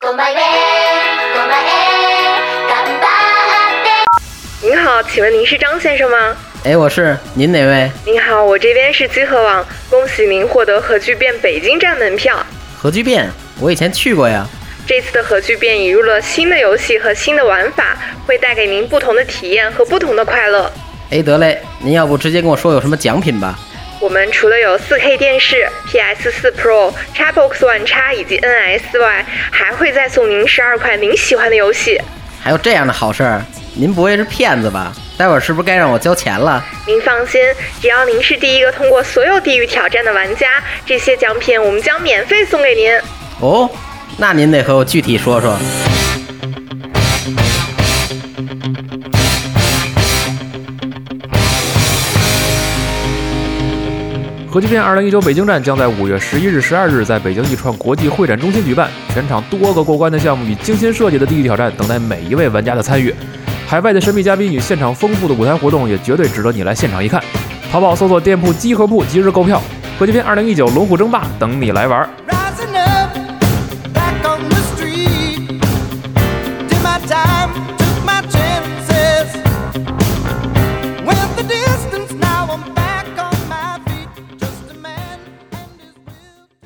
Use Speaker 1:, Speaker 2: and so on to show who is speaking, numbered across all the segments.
Speaker 1: ごまえごまえ干巴って
Speaker 2: 您好，请问您是张先生吗？
Speaker 3: 哎，我是您哪位？
Speaker 2: 您好，我这边是集合网，恭喜您获得核聚变北京站门票。
Speaker 3: 核聚变，我以前去过呀。
Speaker 2: 这次的核聚变引入了新的游戏和新的玩法，会带给您不同的体验和不同的快乐。
Speaker 3: 哎，得嘞，您要不直接跟我说有什么奖品吧？
Speaker 2: 我们除了有 4K 电视、PS4 Pro、Xbox One X 以及 NS 外，还会再送您十二款您喜欢的游戏。
Speaker 3: 还有这样的好事儿？您不会是骗子吧？待会儿是不是该让我交钱了？
Speaker 2: 您放心，只要您是第一个通过所有地域挑战的玩家，这些奖品我们将免费送给您。
Speaker 3: 哦，那您得和我具体说说。
Speaker 4: 核聚变二零一九北京站将在五月十一日、十二日在北京易创国际会展中心举办，全场多个过关的项目与精心设计的地域挑战等待每一位玩家的参与。海外的神秘嘉宾与现场丰富的舞台活动也绝对值得你来现场一看。淘宝搜索店铺“集合铺”即日购票，核聚变二零一九龙虎争霸等你来玩。
Speaker 5: Rising up, back on the street. Did my time, took my chances. Went the distance, now I'm back on my feet. Just a man and his will.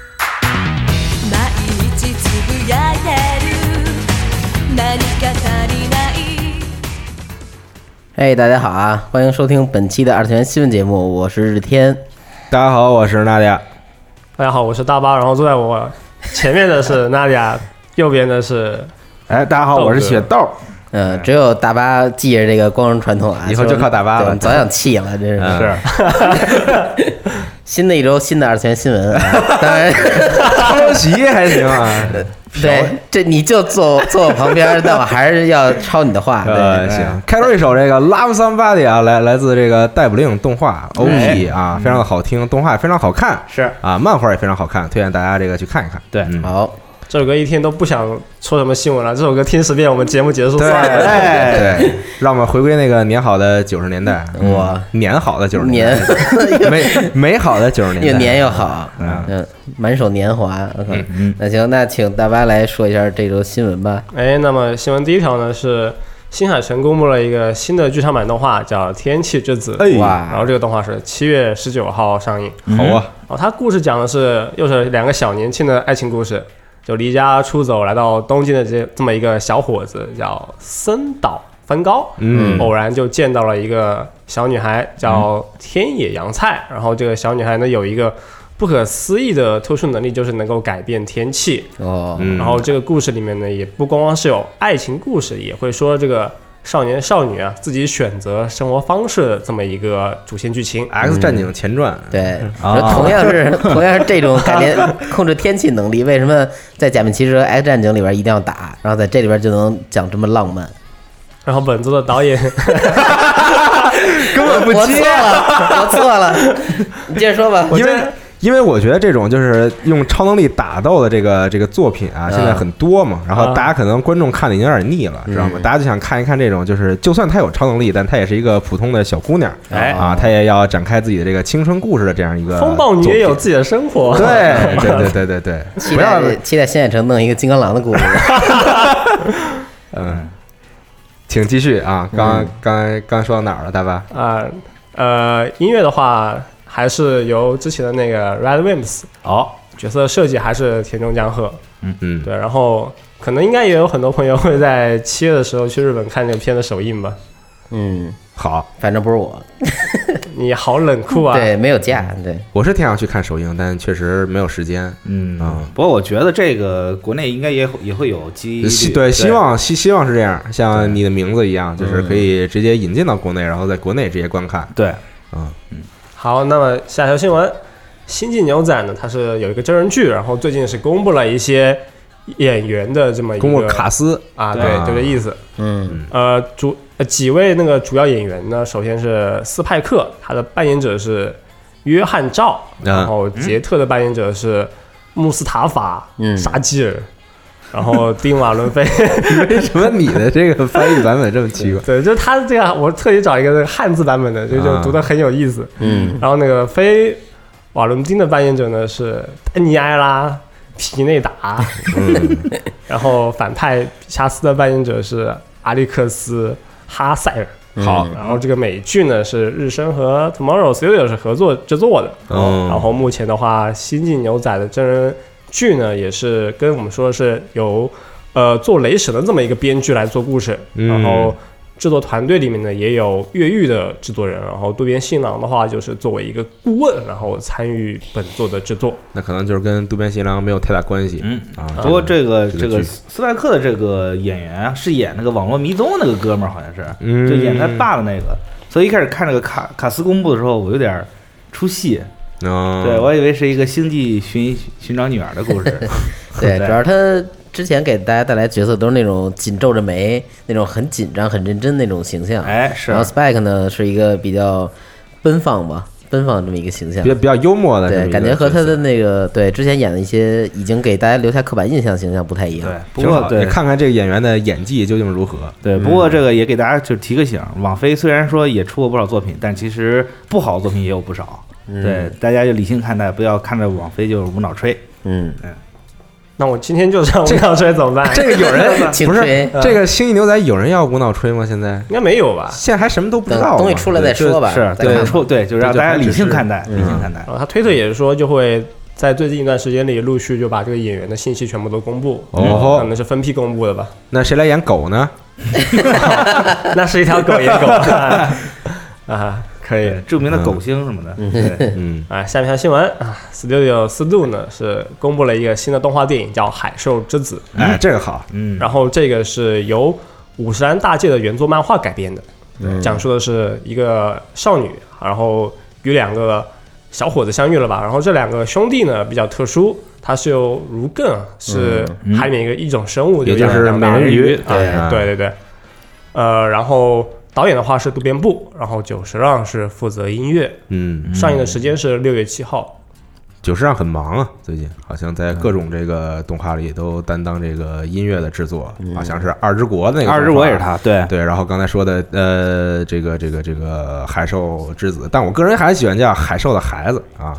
Speaker 6: 毎日 つぶやいてる何か足りない
Speaker 3: 哎，大家好啊，欢迎收听本期的二次元新闻节目，我是日天。
Speaker 7: 大家好，我是娜迪亚。
Speaker 8: 大家好，我是大巴，然后坐在我前面的是娜迪亚，右边的是
Speaker 7: 哎，大家好，
Speaker 8: 豆哥
Speaker 7: 我是雪豆。
Speaker 3: 嗯、只有大巴记着这个光荣传统啊，
Speaker 7: 以后就靠大巴了
Speaker 3: 对我们早想弃了，真是。
Speaker 7: 嗯
Speaker 3: 新的一周，新的二次元新闻啊，当 然。
Speaker 7: 抄袭还呃行啊，
Speaker 3: 对，这你就坐坐我旁边儿，但我还是要抄你的话。对，
Speaker 7: 呃，行。开头一首这个《Love Somebody》啊，来来自这个逮捕令动画 OP 啊，非常的好听，动画也非常好看，
Speaker 8: 是
Speaker 7: 啊，漫画也非常好看，推荐大家这个去看一看。
Speaker 8: 对
Speaker 7: 嗯
Speaker 3: 好，
Speaker 8: 这首歌一听都不想说什么新闻了，这首歌听十遍，我们节目结束
Speaker 7: 对哎
Speaker 8: 算了。
Speaker 7: 对，对让我们回归那个年好的九十年代，
Speaker 3: 哇
Speaker 7: 年好的九十
Speaker 3: 年
Speaker 7: 嗯年代， 美美好的九十年代，
Speaker 3: 越年又好，
Speaker 7: 嗯
Speaker 3: 嗯，满手年华。OK，那行，那请大巴来说一下这周新闻吧。
Speaker 8: 哎，那么新闻第一条呢是新海诚公布了一个新的剧场版动画，叫《天气之子》。
Speaker 7: 哎
Speaker 8: 然后这个动画是七月十九号上映。
Speaker 7: 好啊，
Speaker 8: 哦，它故事讲的是又是两个小年轻的爱情故事，就离家出走来到东京的这这么一个小伙子叫森岛帆高，
Speaker 7: 嗯
Speaker 8: 偶然就见到了一个小女孩叫天野洋菜，然后这个小女孩呢有一个不可思议的特殊能力，就是能够改变天气，
Speaker 3: 哦，
Speaker 7: 嗯
Speaker 8: 然后这个故事里面呢，也不光光是有爱情故事，也会说这个少年少女啊自己选择生活方式的这么一个主线剧情。
Speaker 7: X 战警前传，
Speaker 3: 对，
Speaker 7: 啊
Speaker 3: 说同样 是同样是这种改变控制天气能力，为什么在《假面骑士》和《X 战警》里边一定要打，然后在这里边就能讲这么浪漫？
Speaker 8: 然后本作的导演
Speaker 7: 根本不
Speaker 3: 我
Speaker 7: 接啊
Speaker 3: 错。了，我错 了，你接着说吧。
Speaker 7: 因为因为我觉得这种就是用超能力打斗的这个这个作品啊，
Speaker 3: 嗯
Speaker 7: 现在很多嘛，然后
Speaker 8: 嗯
Speaker 7: 大家可能观众看的已经有点腻了，知道吗？大家就想看一看这种，就是就算她有超能力，但她也是一个普通的小姑娘，
Speaker 8: 哎
Speaker 7: 啊，她也要展开自己的这个青春故事的这样一个
Speaker 8: 风暴女
Speaker 7: 作
Speaker 8: 也
Speaker 7: 品
Speaker 8: 有自己的生 活。
Speaker 7: 对对对对对对，
Speaker 3: 期
Speaker 7: 不要
Speaker 3: 待期待新海诚弄一个金刚狼的故事。
Speaker 7: 嗯，请继续啊，
Speaker 8: 嗯
Speaker 7: 刚刚刚说到哪儿了，大巴？
Speaker 8: 啊、呃，音乐的话还是由之前的那个 Red Wimps
Speaker 4: 哦，
Speaker 8: 角色设计还是田中将鹤
Speaker 7: 嗯，
Speaker 8: 对，然后可能应该也有很多朋友会在七月的时候去日本看这个片的首映吧。
Speaker 3: 嗯，
Speaker 7: 好，
Speaker 3: 反正不是我，
Speaker 8: 你好冷酷啊！
Speaker 3: 对，没有假，对，
Speaker 7: 我是挺想去看首映，但确实没有时间。
Speaker 9: 嗯
Speaker 7: 啊
Speaker 9: 不过我觉得这个国内应该也也会有机率
Speaker 7: 希对，希望希希望是这样，像你的名字一样，就是可以直接引进到国内，然后在国内直接观看。
Speaker 9: 对，
Speaker 8: 好，那么下条新闻，《星际牛仔》呢，它是有一个真人剧，然后最近是公布了一些演员的这么一个
Speaker 7: 公布卡斯，
Speaker 8: 啊，
Speaker 7: 对
Speaker 8: 对
Speaker 7: 啊，
Speaker 8: 就这意思。
Speaker 3: 嗯，
Speaker 8: 呃，主呃几位那个主要演员呢，首先是斯派克，他的扮演者是约翰赵，
Speaker 7: 嗯
Speaker 8: 然后杰特的扮演者是穆斯塔法
Speaker 3: 嗯
Speaker 8: 沙基尔，然后丁瓦伦菲。
Speaker 7: 为什么你的这个翻译版本这么奇怪？
Speaker 8: 对，就是他这个，我特意找一个那个汉字版本的，就就
Speaker 7: 啊
Speaker 8: 读的很有意思。
Speaker 3: 嗯，
Speaker 8: 然后那个非瓦伦丁的扮演者呢是丹尼埃拉皮内达，然后反派比查斯的扮演者是阿历克斯哈塞尔。好，然后这个美剧呢是日升和 Tomorrow Studio 是合作制作的，
Speaker 7: 哦
Speaker 8: 然后目前的话，《星际牛仔》的真人剧呢也是跟我们说是由呃做雷神的这么一个编剧来做故事，
Speaker 7: 嗯
Speaker 8: 然后制作团队里面呢也有越狱的制作人，然后渡边信郎的话就是作为一个顾问，然后参与本作的制作。
Speaker 7: 那可能就是跟渡边信郎没有太大关系。
Speaker 9: 嗯
Speaker 7: 啊，
Speaker 9: 不过这个
Speaker 7: 这个
Speaker 9: 这
Speaker 7: 剧
Speaker 9: 个斯派克的这个演员啊，是演那个《网络迷踪》那个哥们儿，好像是，
Speaker 7: 嗯
Speaker 9: 就演他爸的那个。所以一开始看这个卡卡斯公布的时候，我有点儿出戏，
Speaker 7: 嗯，
Speaker 9: 对我以为是一个星际寻寻找女儿的故 事。
Speaker 3: 对，
Speaker 9: 对
Speaker 3: 主要他之前给大家带来角色都是那种紧皱着眉、那种很紧张、很认真那种形象。
Speaker 9: 哎，是
Speaker 3: 然后 Spike 呢是一个比较奔放吧，奔放这么一个形象
Speaker 7: 比。较比较幽默的这么
Speaker 3: 对，
Speaker 7: 一个角色，
Speaker 3: 感觉和他的那个对之前演的一些已经给大家留下刻板印象形象不太一样。
Speaker 7: 啊
Speaker 9: 对，不
Speaker 7: 挺好
Speaker 9: 过
Speaker 7: 的
Speaker 9: 对
Speaker 7: 你看嗯看这个演员的演技究竟如何。
Speaker 9: 对，不过这个也给大家就提个醒，网飞虽然说也出过不少作品，但其实不好的作品也有不少。
Speaker 7: 嗯
Speaker 9: 对，大家就理性看待，不要看着网飞就是无脑吹。
Speaker 3: 嗯，
Speaker 8: 那我今天就上这样吹怎么办？
Speaker 7: 这个有人
Speaker 3: 请
Speaker 7: 不
Speaker 3: 吹
Speaker 7: 是这个《星际牛仔》有人要无脑吹吗？现在
Speaker 8: 应该没有吧？
Speaker 7: 现在还什么都不知
Speaker 3: 等
Speaker 7: 道嘛，
Speaker 3: 东西出来再说吧。
Speaker 9: 是，
Speaker 3: 再看
Speaker 9: 对，
Speaker 3: 吧
Speaker 9: 出对，就是让
Speaker 7: 这就
Speaker 9: 大家
Speaker 7: 还只
Speaker 9: 理性
Speaker 7: 是
Speaker 9: 看待，理性看待。
Speaker 8: 然后他推特也是说就会。在最近一段时间里，陆续就把这个演员的信息全部都公布，
Speaker 9: 嗯
Speaker 7: 哦吼
Speaker 8: 可能是分批公布的吧。
Speaker 7: 那谁来演狗呢？
Speaker 8: 那是一条狗野狗啊，可以
Speaker 9: 对，著名的狗星什么的， 对，
Speaker 7: 嗯，
Speaker 8: 啊。下面一条新闻啊，Studio 四度呢是公布了一个新的动画电影叫《海兽之子
Speaker 7: 哎，这个好，》，
Speaker 9: 嗯，
Speaker 8: 然后这个是由五十岚大介的原作漫画改编的，
Speaker 7: 嗯
Speaker 8: 讲述的是一个少女，然后与两个小伙子相遇了吧。然后这两个兄弟呢比较特殊，它是由如艮是海里面一个一种生物，
Speaker 7: 嗯也就是
Speaker 8: 两
Speaker 7: 美
Speaker 8: 大
Speaker 7: 人鱼，
Speaker 8: 对
Speaker 7: 啊
Speaker 8: 对对对，呃，然后导演的话是渡边部，然后久石让是负责音乐，
Speaker 7: 嗯，
Speaker 8: 上映的时间是六月七号。
Speaker 7: 久石让很忙啊，最近好像在各种这个动画里都担当这个音乐的制作，好像是《二之国》那个，
Speaker 9: 二之国也是。他，对，
Speaker 7: 对，然后刚才说的，呃，这个这个这个海兽之子，但我个人还是喜欢叫海兽的孩子啊。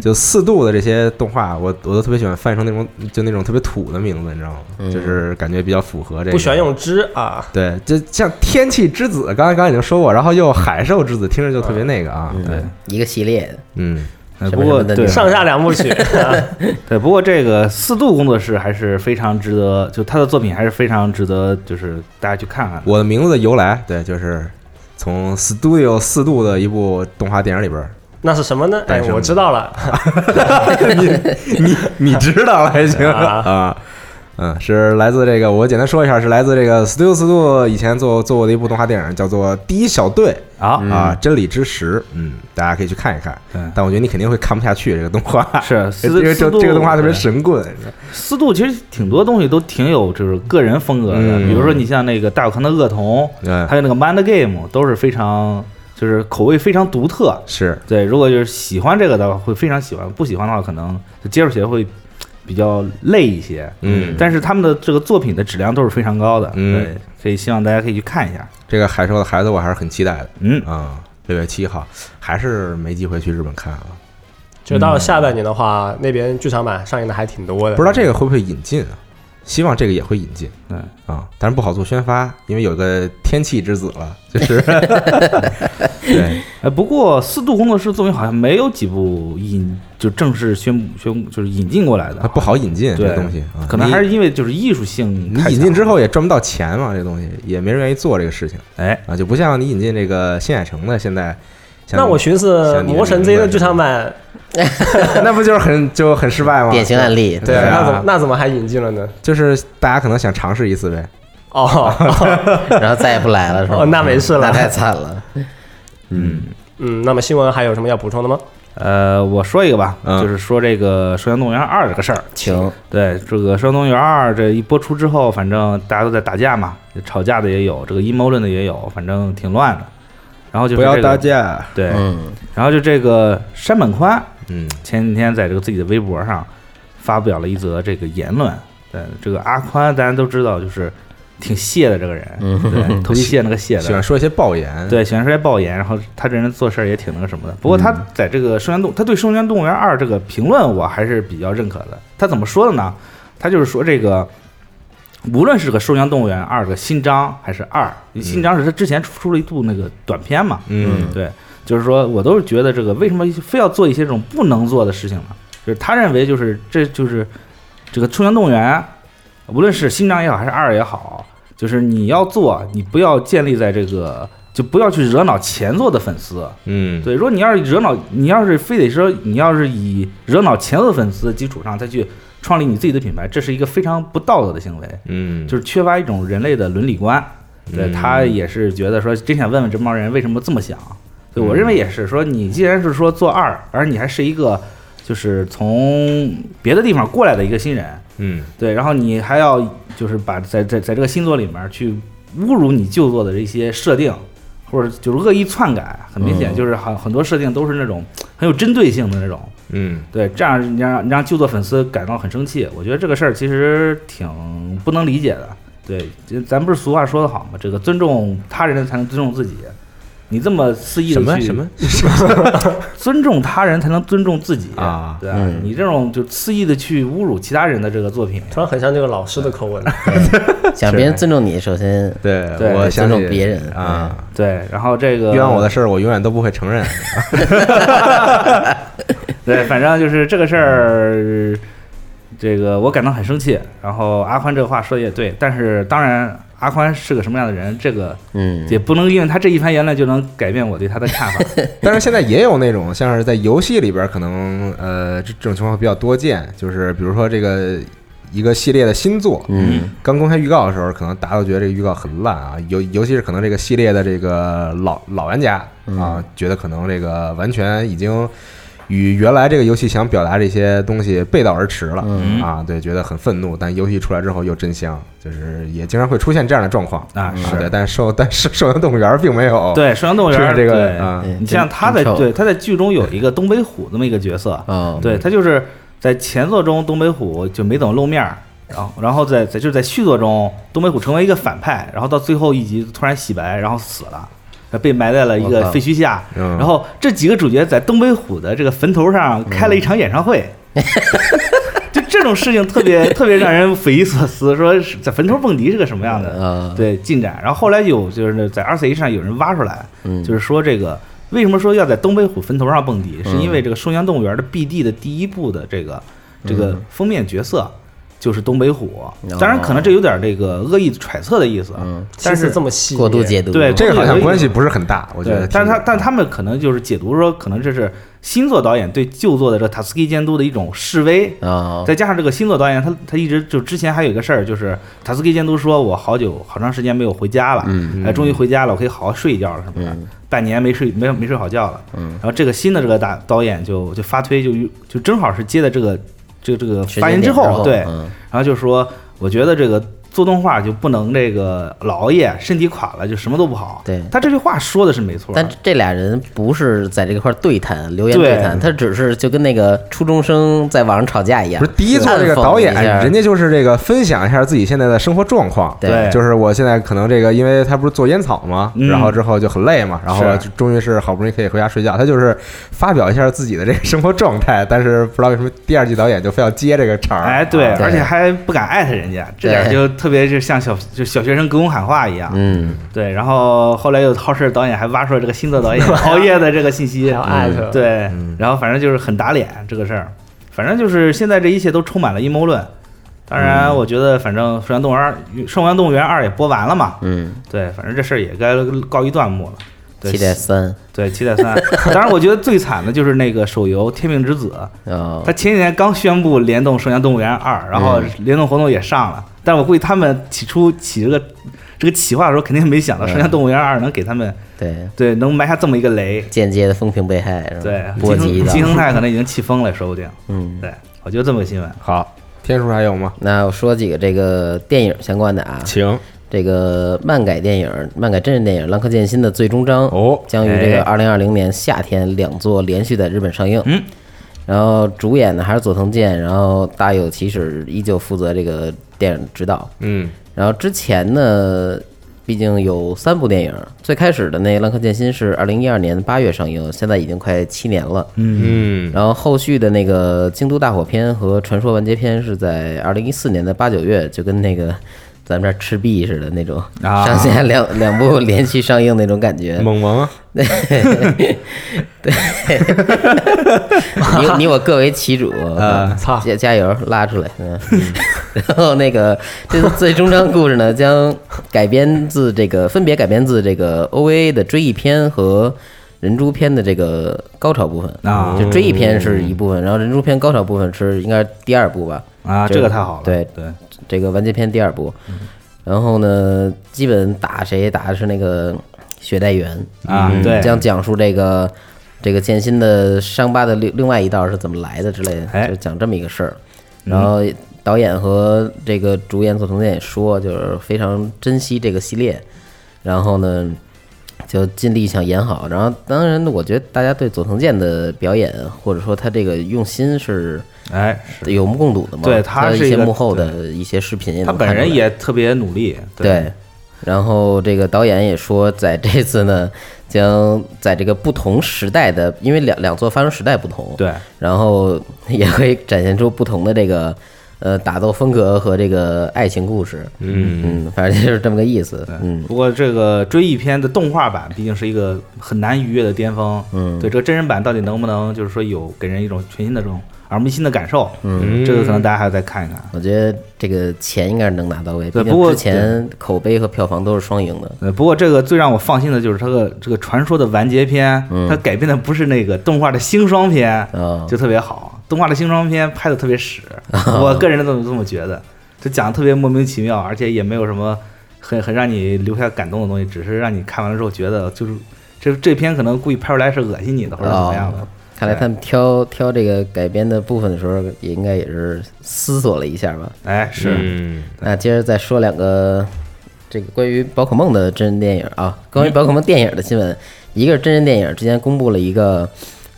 Speaker 7: 就四度的这些动画，我我都特别喜欢翻译成那种就那种特别土的名字，你知道吗？就是感觉比较符合这个。
Speaker 8: 不喜欢用之啊，
Speaker 7: 对，就像天气之子，刚才刚才已经说过，然后又海兽之子，听着就特别那个啊。对，
Speaker 3: 一个系列的，
Speaker 7: 嗯，
Speaker 9: 呃
Speaker 3: 什
Speaker 9: 不
Speaker 3: 么
Speaker 9: 过
Speaker 3: 什么的
Speaker 9: 对
Speaker 3: 那种
Speaker 8: 上下两部曲，
Speaker 9: 对，不过这个四度工作室还是非常值得，就他的作品还是非常值得，就是大家去看看的。
Speaker 7: 我的名字的由来，对，就是从 Studio 四度的一部动画电影里 边儿，
Speaker 8: 那是什么呢？
Speaker 7: 诞
Speaker 8: 哎，
Speaker 7: 生的
Speaker 8: 我知道了，
Speaker 7: 你知道了还行啊。嗯，是来自这个，我简单说一下，是来自这个 Studio 四度以前做做过的一部动画电影，叫做《第一小队》
Speaker 9: 啊，
Speaker 7: 啊，《真理之石》，嗯，大家可以去看一看
Speaker 9: 对。
Speaker 7: 但我觉得你肯定会看不下去这个动画，
Speaker 9: 嗯 是 啊
Speaker 7: 因
Speaker 9: 四
Speaker 7: 为这
Speaker 9: 四度
Speaker 7: 这个动画特别神棍，你知道
Speaker 9: 四度其实挺多东西都挺有就是个人风格的，
Speaker 7: 嗯
Speaker 9: 比如说你像那个大有康的恶童，
Speaker 7: 嗯
Speaker 9: 还有那个 Mind Game 都是非常就是口味非常独特。
Speaker 7: 是
Speaker 9: 对，如果就是喜欢这个的话，会非常喜欢；不喜欢的话，可能就接触起来会比较累一些。
Speaker 7: 嗯
Speaker 9: 但是他们的这个作品的质量都是非常高的。
Speaker 7: 嗯
Speaker 9: 对，所以希望大家可以去看一下。
Speaker 7: 这个海兽的孩子，我还是很期待的。
Speaker 9: 嗯，
Speaker 7: 啊，六月七号还是没机会去日本看啊，
Speaker 8: 就到下半年的话，那边剧场版上映的还挺多的。
Speaker 7: 不知道这个会不会引进啊？希望这个也会引进
Speaker 9: 对，
Speaker 7: 啊，但是不好做宣发，因为有个天气之子了，就是 对，
Speaker 9: 哎，不过四度工作室作品好像没有几部引就正式宣布宣布就是引进过来
Speaker 7: 它
Speaker 9: 的，
Speaker 7: 不好引进这
Speaker 9: 对
Speaker 7: 啊东西啊，
Speaker 9: 可能还
Speaker 7: 你
Speaker 9: 是因为就是艺术性
Speaker 7: 你
Speaker 9: 太
Speaker 7: 引
Speaker 9: 强
Speaker 7: 进
Speaker 9: 了
Speaker 7: 之，后也赚不到钱嘛，这东西也没人愿意做这个事情
Speaker 9: 哎，
Speaker 7: 啊，就不像你引进这个新海诚的现在。像
Speaker 8: 那 我寻思，《
Speaker 7: 像你的
Speaker 8: 魔神 Z》的剧场版，
Speaker 7: 那不就是很就很失败吗？
Speaker 3: 典型案例。
Speaker 7: 对啊
Speaker 8: 那怎么那怎么还引进了呢？
Speaker 7: 就是大家可能想尝试一次呗。
Speaker 8: 哦，
Speaker 3: 然后再也不来了，是吧？
Speaker 8: 哦那没事了
Speaker 3: 那太惨了。
Speaker 8: 嗯，那么新闻还有什么要补充的吗？
Speaker 9: 呃，我说一个吧，
Speaker 7: 嗯
Speaker 9: 就是说这个《射雕动物园二》这个事儿。
Speaker 3: 请
Speaker 9: 对，这个《射雕动物园二》这一播出之后，反正大家都在打架嘛，吵架的也有，这个阴谋论的也有，反正挺乱的。然后就是
Speaker 7: 不要啊
Speaker 9: 这个
Speaker 7: 打架。
Speaker 9: 对，
Speaker 3: 嗯，
Speaker 9: 然后就这个山本宽
Speaker 7: 嗯
Speaker 9: 前几天在这个自己的微博上发表了一则这个言论。对，这个阿宽大家都知道，就是挺蟹的这个人，
Speaker 3: 嗯
Speaker 9: 对，头皮屑那个蟹
Speaker 7: 喜
Speaker 9: 的
Speaker 7: 欢。说一些爆言。，
Speaker 9: 对，喜欢说些爆言，然后他这人做事儿也挺那个什么的。不过他
Speaker 7: 嗯
Speaker 9: 在这个《生源动》，他对《生源动物园二》这个评论我还是比较认可的。他怎么说的呢？他就是说这个，无论是这个《收养动物园二》的新章还是二，新章是他之前出了一部那个短片嘛，
Speaker 7: 嗯
Speaker 9: 对，就是说我都是觉得这个为什么非要做一些这种不能做的事情呢？就是他认为就是这就是这个冲绳动物园，啊无论是新章也好还是二也好，就是你要做，你不要建立在这个。就不要去惹恼前作的粉丝，
Speaker 7: 嗯，
Speaker 9: 对。如果你要是惹恼，你要是非得说你要是以惹恼前作粉丝的基础上再去创立你自己的品牌，这是一个非常不道德的行为。
Speaker 7: 嗯，
Speaker 9: 就是缺乏一种人类的伦理观。对
Speaker 7: 嗯
Speaker 9: 他也是觉得说，真想问问这帮人为什么这么想。对我认为也是说，你既然是说做二，而你还是一个就是从别的地方过来的一个新人，
Speaker 7: 嗯
Speaker 9: 对，然后你还要就是把在在在这个新作里面去侮辱你旧作的一些设定，或者就是恶意篡改，很明显
Speaker 3: 嗯
Speaker 9: 就是很很多设定都是那种很有针对性的那种。
Speaker 7: 嗯
Speaker 9: 对，这样你让你让旧作粉丝感到很生气，我觉得这个事儿其实挺不能理解的。对，这咱不是俗话说得好吗？这个尊重他人才能尊重自己。你这么肆意
Speaker 7: 什
Speaker 9: 的
Speaker 7: 么
Speaker 9: 去
Speaker 7: 什么？
Speaker 9: 尊重他人，才能尊重自己
Speaker 7: 啊
Speaker 9: 对啊，
Speaker 3: 嗯
Speaker 9: 你这种就肆意的去侮辱其他人的这个作品，
Speaker 8: 突然很像这个老师的 口吻，
Speaker 3: 想别人尊重你，首先
Speaker 7: 对
Speaker 9: 对
Speaker 7: 我想
Speaker 3: 尊
Speaker 7: 起
Speaker 3: 重别人哎
Speaker 7: 啊，
Speaker 9: 对，然后这个
Speaker 7: 冤枉我的事儿我永远都不会承认。
Speaker 9: 对，反正就是这个事儿，这个我感到很生气。然后阿宽这个话说的也对，但是当然阿宽是个什么样的人，这个
Speaker 3: 嗯，
Speaker 9: 也不能因为他这一番言论就能改变我对他的看法。
Speaker 7: 但是现在也有那种像是在游戏里边儿可能呃这这种情况比较多见，就是比如说这个一个系列的新作，
Speaker 3: 嗯，
Speaker 7: 刚公开预告的时候，可能大家都觉得这个预告很烂啊，尤尤其是可能这个系列的这个老老玩家
Speaker 3: 嗯
Speaker 7: 啊，觉得可能这个完全已经。与原来这个游戏想表达这些东西背道而驰了、
Speaker 9: 嗯
Speaker 7: 啊，对，觉得很愤怒，但游戏出来之后又真香，就是也经常会出现这样的状况
Speaker 9: 啊是
Speaker 7: 嗯对，但受但是受阳动物园儿并没有
Speaker 9: 对，沈阳动物
Speaker 7: 出
Speaker 9: 园
Speaker 7: 现
Speaker 9: 儿
Speaker 7: 这个
Speaker 9: 对
Speaker 7: 啊，
Speaker 3: 对
Speaker 9: 你像他在
Speaker 3: 真臭
Speaker 9: 对他在剧中有一个东北虎这么一个角
Speaker 7: 嗯
Speaker 9: 色，
Speaker 3: 哦，
Speaker 9: 对他就是在前作中东北虎就没怎么露面儿，然后然后在在就是在续作中东北虎成为一个反派，然后到最后一集突然洗白，然后死了。被埋在了一
Speaker 3: 我
Speaker 9: 个
Speaker 3: 靠
Speaker 9: 废墟下，
Speaker 7: 嗯
Speaker 9: 然后这几个主角在东北虎的这个坟头上
Speaker 3: 嗯
Speaker 9: 开了一场演 唱会，就这种事情特别特别让人匪夷所思，说是在坟头蹦迪是个什么样的、
Speaker 3: 啊
Speaker 9: 对
Speaker 7: 嗯
Speaker 9: 进展？然后后来有就是在二 C 上有人挖出来，
Speaker 3: 嗯
Speaker 9: 就是说这个为什么说要在东北虎坟头上蹦迪，是
Speaker 3: 嗯
Speaker 9: 因为这个松江动物园的 BD 的第一部的这个
Speaker 7: 嗯
Speaker 9: 这个封面角色。就是东北虎，
Speaker 7: 哦
Speaker 9: 当然可能这有点这个恶意揣测的意思，啊
Speaker 3: 嗯
Speaker 9: 但
Speaker 8: 心
Speaker 9: 是
Speaker 8: 思这么细腻，
Speaker 3: 过度解读，
Speaker 9: 对
Speaker 7: 这个好像关系不是很大，我觉得
Speaker 9: 对
Speaker 7: 挺。，
Speaker 9: 但是他但他们可能就是解读说，可能这是新作导演对旧作的这个塔斯基监督的一种示
Speaker 7: 嗯
Speaker 9: 威，
Speaker 3: 啊，
Speaker 9: 再加上这个新作导演他他一直就之前还有一个事儿，就是塔斯基监督说我好久好长时间没有回家了，
Speaker 3: 嗯
Speaker 9: 哎，终于回家了，我可以好好睡一觉了什么的，
Speaker 3: 嗯
Speaker 9: 半年没睡没没睡好觉了，
Speaker 3: 嗯
Speaker 9: 然后这个新的这个大导演就就发推就就正好是接的这个这个这个
Speaker 3: 时间
Speaker 9: 发言之
Speaker 3: 点
Speaker 9: 后，对，
Speaker 3: 嗯
Speaker 9: 然后就说，我觉得这个做动画就不能这个老熬夜，身体垮了就什么都不好。
Speaker 3: 对
Speaker 9: 他这句话说的是没错儿，
Speaker 3: 但这俩人不是在这块儿对谈、留言
Speaker 9: 对
Speaker 3: 对谈，他只是就跟那个初中生在网上吵架一样。
Speaker 7: 不是第一座这个导演，人家就是这个分享一下自己现在的生活状况。
Speaker 9: 对
Speaker 7: 就是我现在可能这个，因为他不是做烟草嘛，
Speaker 9: 嗯
Speaker 7: 然后之后就很累嘛，然后
Speaker 9: 是
Speaker 7: 就终于是好不容易可以回家睡觉，他就是发表一下自己的这个生活状态，但是不知道为什么第二季导演就非要接这个茬儿。啊
Speaker 9: 哎，对，
Speaker 3: 啊对
Speaker 9: 而且还不敢艾特人家，这点儿
Speaker 3: 对
Speaker 9: 就特别就像小就小学生隔空喊话一样。
Speaker 3: 嗯，
Speaker 9: 对，然后后来又好事导演还挖出了这个新的导演熬夜的这个信息
Speaker 8: 还要，艾特，，
Speaker 9: 对，然后反正就是很打脸这个事儿，反正就是现在这一切都充满了阴谋论。当然，我觉得反正《圣元动物园二》《圣元动物园二》也播完了嘛，
Speaker 3: 嗯，
Speaker 9: 对，反正这事儿也该告一段幕了。对
Speaker 3: 期待三
Speaker 9: 对，七点三。当然，我觉得最惨的就是那个手游《天命之子》，
Speaker 3: 啊嗯
Speaker 9: 它，前几年刚宣布联动《圣阳动物园二》，然后联动活动也上了。但我估计他们起初起这个这个企划的时候，肯定没想到《圣阳动物
Speaker 3: 嗯
Speaker 9: 园二》能给他们
Speaker 3: 对，
Speaker 9: 对能埋下这么一个雷。
Speaker 3: 间接的风评被害，是吧
Speaker 9: 对，
Speaker 3: 嗯波及
Speaker 9: 金
Speaker 3: 到
Speaker 9: 生。金生态可能已经气疯了，说不定。
Speaker 3: 嗯，
Speaker 9: 对，我就这么个新闻。
Speaker 7: 好，天叔还有吗？
Speaker 3: 那我说几个这个电影相关的啊，
Speaker 7: 请，
Speaker 3: 这个漫改电影、漫改真人电影《浪客剑心》的最终章
Speaker 7: 哦
Speaker 3: 将于这
Speaker 9: 哎
Speaker 3: 个二零二零年夏天两座连续在日本上映。
Speaker 9: 嗯，
Speaker 3: 然后主演呢还是佐藤健，然后大有其史依旧负责这个电影指导。
Speaker 7: 嗯
Speaker 3: 然后之前呢，毕竟有三部电影，最开始的那《浪客剑心》是二零一二年八月上映，现在已经快七年了。
Speaker 7: 嗯
Speaker 3: 然后后续的那个京都大火篇和传说完结篇是在二零一四年的八九月，就跟那个咱们这儿赤壁似的那种，
Speaker 9: 啊
Speaker 3: 上下两两部连续上映那种感觉。
Speaker 7: 猛萌啊，
Speaker 3: 你你我各为其主，啊
Speaker 7: 呃
Speaker 8: 操
Speaker 3: 加加油，拉出来。嗯， 然后那个这次最终章故事呢，将改编自这个分别改编自这个 OVA 的追忆篇和人猪篇的这个高潮部分
Speaker 9: 啊
Speaker 3: 就追忆篇是一部分，然后人猪篇高潮部分是应该是第二部吧？
Speaker 9: 啊，
Speaker 3: 就
Speaker 9: 这个太好了，
Speaker 3: 对
Speaker 9: 对，
Speaker 3: 这个完结篇第二部。然后呢，基本打谁打的是那个雪代缘
Speaker 9: 啊
Speaker 3: 嗯
Speaker 9: 对
Speaker 3: 将讲述这个这个剑心的伤疤的另另外一道是怎么来的之类的，
Speaker 9: 哎嗯
Speaker 3: 就讲这么一个事儿。然后导演和这个主演佐藤健也说，就是非常珍惜这个系列，然后呢。就尽力想演好，然后当然，我觉得大家对佐藤健的表演，或者说他这个用心是
Speaker 9: 哎，是
Speaker 3: 有目共睹的嘛。
Speaker 9: 对他
Speaker 3: 的
Speaker 9: 是
Speaker 3: 一
Speaker 9: 一
Speaker 3: 些
Speaker 9: 个
Speaker 3: 幕后的一些视频也能
Speaker 9: 他
Speaker 3: 看出来，
Speaker 9: 本人也特别努力，
Speaker 3: 对。然后这个导演也说，在这次呢，将在这个不同时代的，因为两两座发生时代不同，，
Speaker 9: 对，
Speaker 3: 然后也会展现出不同的这个呃打斗风格和这个爱情故事，
Speaker 7: 嗯
Speaker 3: 嗯，反正就是这么个意思，嗯
Speaker 9: 不过这个追忆篇的动画版毕竟是一个很难逾越的巅峰，
Speaker 3: 嗯
Speaker 9: 对这个真人版到底能不能就是说有给人一种全新的这种耳目一新的感受，
Speaker 3: 嗯。
Speaker 7: 嗯
Speaker 9: 这个可能大家还要再看一看。
Speaker 3: 我觉得这个钱应该是能拿到位，
Speaker 9: 对
Speaker 3: 毕
Speaker 9: 不
Speaker 3: 竟
Speaker 9: 过
Speaker 3: 之前口碑和票房都是双赢的。
Speaker 9: 呃，不过这个最让我放心的就是它的这个传说的完结篇，
Speaker 3: 嗯
Speaker 9: 它改编的不是那个动画的星霜篇，
Speaker 3: 啊
Speaker 9: 就特别好。动画的星霜篇拍的特别屎，我个人这么这么觉得，就讲的特别莫名其妙，而且也没有什么很很让你留下感动的东西，只是让你看完了之后觉得就是这这篇可能故意拍出来是恶心你的或者怎么样的。
Speaker 3: 哦看来他们挑挑这个改编的部分的时候，也应该也是思索了一下吧。
Speaker 9: 哎，是，
Speaker 7: 嗯
Speaker 3: 那接着再说两个这个关于宝可梦的真人电影啊，关于宝可梦电影的新闻，一个是真人电影之前公布了一个，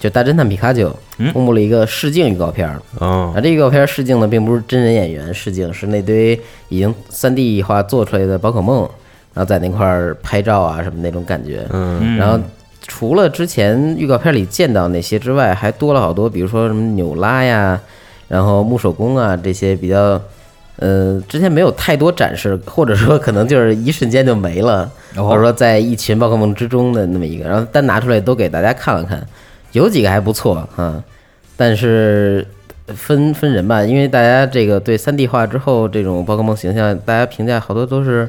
Speaker 3: 就大侦探皮卡丘
Speaker 9: 嗯
Speaker 3: 公布了一个试镜预告片儿，
Speaker 7: 哦
Speaker 3: 啊，这预告片儿试镜呢并不是真人演员试镜，是那堆已经 3D 化做出来的宝可梦，然后在那块儿拍照啊什么那种感觉，
Speaker 7: 嗯
Speaker 3: 然后除了之前预告片里见到那些之外，还多了好多，比如说什么纽拉呀，然后木手工啊这些比较，呃，之前没有太多展示，或者说可能就是一瞬间就没了，
Speaker 9: 哦
Speaker 3: 或者说在一群宝可梦之中的那么一个，然后单拿出来都给大家看了看，有几个还不错啊，但是。分分人吧，因为大家这个对三 D 化之后这种宝可梦形象，大家评价好多都是，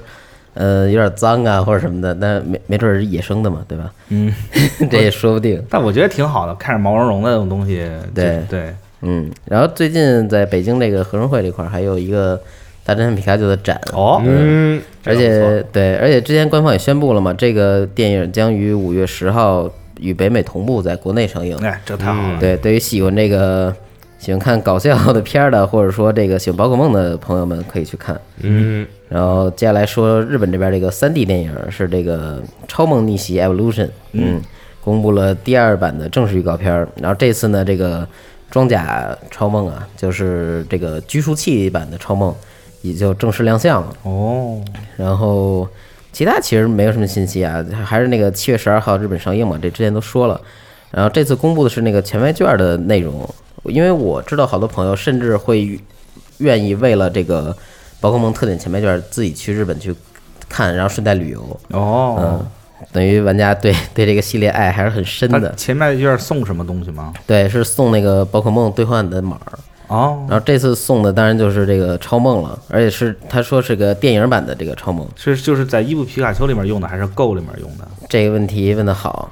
Speaker 3: 呃，有点脏啊或者什么的，但没没准儿是野生的嘛，对吧？
Speaker 9: 嗯，
Speaker 3: 这也说不定。
Speaker 9: 但我觉得挺好的，看着毛茸茸的那种东西，
Speaker 3: 对
Speaker 9: 就对，
Speaker 3: 嗯，然后最近在北京这个合生汇这块儿还有一个大侦探皮卡丘的展，
Speaker 9: 哦，
Speaker 7: 嗯
Speaker 3: 而
Speaker 9: 这个不
Speaker 3: 且对，而且之前官方也宣布了嘛，这个电影将于五月十号与北美同步在国内上映。
Speaker 9: 哎，这太好了，
Speaker 3: 对，对于喜欢这个喜欢看搞笑的片儿的，或者说这个喜欢宝可梦的朋友们可以去看。
Speaker 7: 嗯
Speaker 3: 然后接下来说日本这边这个三 D 电影是这个《超梦逆袭 Evolution》，嗯，公布了第二版的正式预告片儿。然后这次呢，这个装甲超梦啊，就是这个拘束器版的超梦，也就正式亮相了。
Speaker 9: 哦，
Speaker 3: 然后其他其实没有什么信息啊，还是那个七月十二号日本上映嘛，这之前都说了。然后这次公布的是那个前外卷的内容，因为我知道好多朋友甚至会愿意为了这个宝可梦特点前外卷自己去日本去看，然后顺带旅游，嗯呃
Speaker 9: 哦，
Speaker 3: 等于玩家对 对这个系列爱还是很深
Speaker 9: 他
Speaker 3: 的。
Speaker 9: 前面有点送什么东西吗？
Speaker 3: 对，是送那个宝可梦兑换的码儿。
Speaker 9: 哦，
Speaker 3: 然后这次送的当然就是这个超梦了，而且是他说是个电影版的这个超梦，
Speaker 9: 是就是在伊布皮卡丘里面用的，还是 Go 里面用的？
Speaker 3: 这个问题问的好。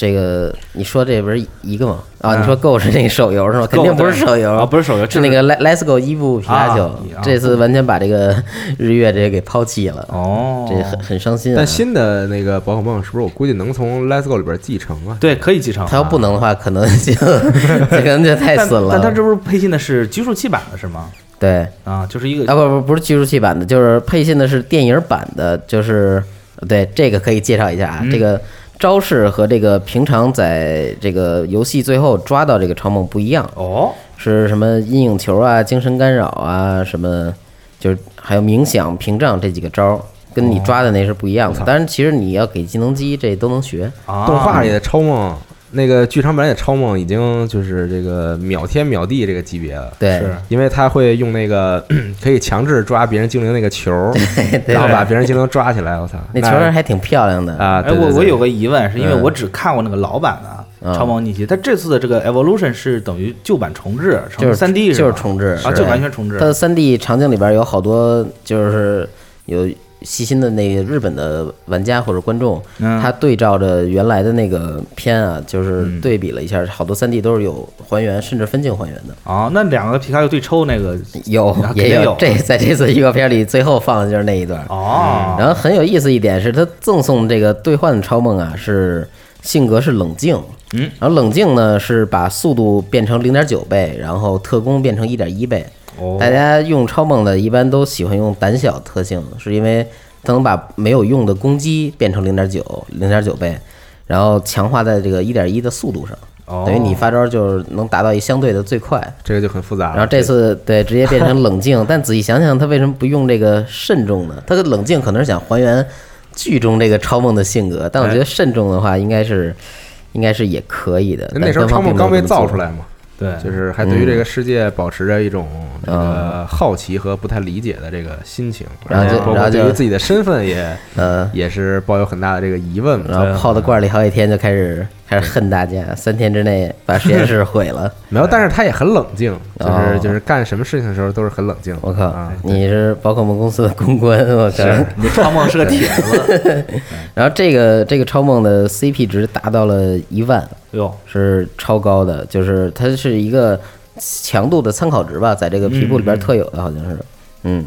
Speaker 3: 这个你说这不是一个吗？啊，你说 Go 是那个手游是吗？肯定不是手游
Speaker 9: 嗯啊，不是手游，
Speaker 3: 是
Speaker 9: 就
Speaker 3: 那个 Le- Let's Go 伊布皮卡丘
Speaker 9: 啊啊，
Speaker 3: 这次完全把这个日月这给抛弃了，
Speaker 9: 哦，
Speaker 3: 这很很伤心啊。
Speaker 7: 但新的那个宝可梦是不是我估计能从 Let's Go 里边继承啊？
Speaker 9: 对可以继承啊。
Speaker 3: 他要不 能的话，可能就可能就太
Speaker 9: 但
Speaker 3: 损了。
Speaker 9: 但他这不是配信的是拘束器版的是吗？
Speaker 3: 对，
Speaker 9: 啊，就是一个
Speaker 3: 啊不不不是剧术器版的，就是配信的是电影版的，就是对这个可以介绍一下啊，
Speaker 9: 嗯
Speaker 3: 这个招式和这个平常在这个游戏最后抓到这个超梦不一样，
Speaker 9: 哦，
Speaker 3: 是什么阴影球啊、精神干扰啊、什么，就是还有冥想、屏障这几个招儿，跟你抓的那是不一样的。当然，其实你要给技能机这都能学，
Speaker 9: 啊
Speaker 7: 动画也超梦，那个剧场版也超梦，已经就是这个秒天秒地这个级别了。
Speaker 3: 对
Speaker 9: 是
Speaker 7: 因为他会用那个 可以强制抓别人精灵那个球， 然后把别人精灵抓起来。我操
Speaker 3: 那球儿还挺漂亮的，
Speaker 7: 啊！
Speaker 9: 哎，
Speaker 7: 对对
Speaker 9: 我我
Speaker 7: 对
Speaker 9: 有个疑问，是因为
Speaker 3: 嗯
Speaker 9: 我只看过那个老版的
Speaker 3: 嗯
Speaker 9: 《超梦逆袭》，但这次的这个 Evolution 是等于旧版重置，
Speaker 3: 就是
Speaker 9: 三 D
Speaker 3: 就是重置
Speaker 9: 啊，
Speaker 3: 是
Speaker 9: 就完全重置
Speaker 3: 它的三 D 场景里边有好多就是有细心的那个日本的玩家或者观众，
Speaker 9: 嗯
Speaker 3: 他对照着原来的那个片啊，就是对比了一下，好多三 D 都是有还原，甚至分镜还原的。
Speaker 9: 啊。那两个皮卡丘对抽那个
Speaker 3: 有
Speaker 9: 啊肯
Speaker 3: 也
Speaker 9: 定
Speaker 3: 有
Speaker 9: 有
Speaker 3: 这在这次预告片里最后放的就是那一段。
Speaker 9: 哦，
Speaker 3: 然后很有意思一点是，他赠送这个兑换的超梦啊，是性格是冷静，
Speaker 9: 嗯，
Speaker 3: 然后冷静呢是把速度变成零点九倍，然后特工变成一点一倍。
Speaker 9: 哦
Speaker 3: 大家用超梦的一般都喜欢用胆小特性，是因为它能把没有用的攻击变成零点九零点九倍，然后强化在这个一点一的速度上，
Speaker 9: 哦
Speaker 3: 等于你发招就是能达到一相对的最快。
Speaker 7: 这个就很复杂了。
Speaker 3: 然后这次对直接变 成冷静，但仔细想想，他为什么不用这个慎重呢？他的冷静可能是想还原剧中这个超梦的性格，但我觉
Speaker 7: 哎
Speaker 3: 得慎重的话，应该是应该是也可以的。
Speaker 7: 那时候
Speaker 3: 但
Speaker 7: 超
Speaker 3: 官方
Speaker 7: 梦
Speaker 3: 并
Speaker 7: 刚
Speaker 3: 没
Speaker 7: 被
Speaker 3: 有这么
Speaker 7: 造
Speaker 3: 做
Speaker 7: 出，来嘛，
Speaker 9: 对，
Speaker 7: 就是还对
Speaker 3: 嗯
Speaker 7: 于这个世界保持着一种这个好奇和不太理解的这个心情，
Speaker 3: 然后就
Speaker 7: 包
Speaker 3: 然
Speaker 7: 括
Speaker 3: 后就
Speaker 7: 对于自己的身份也
Speaker 3: 嗯。
Speaker 7: 也是抱有很大的这个疑问嘛。
Speaker 3: 然后泡在罐里好几天，就开始开始恨大家，三天之内把实验 室毁了。
Speaker 7: 没有，但是他也很冷静，就是
Speaker 3: 哦
Speaker 7: 就是干什么事情的时候都是很冷静的。
Speaker 3: 我靠
Speaker 7: 啊，
Speaker 3: 你是宝可梦公司的公关，我靠！
Speaker 9: 你的超梦是个铁 子，哎
Speaker 3: 然后这个这个超梦的 CP 值达到了一万，
Speaker 9: 哟，
Speaker 3: 是超高的，就是它是一个强度的参考值吧，在这个皮肤里边特有的，好像是，嗯，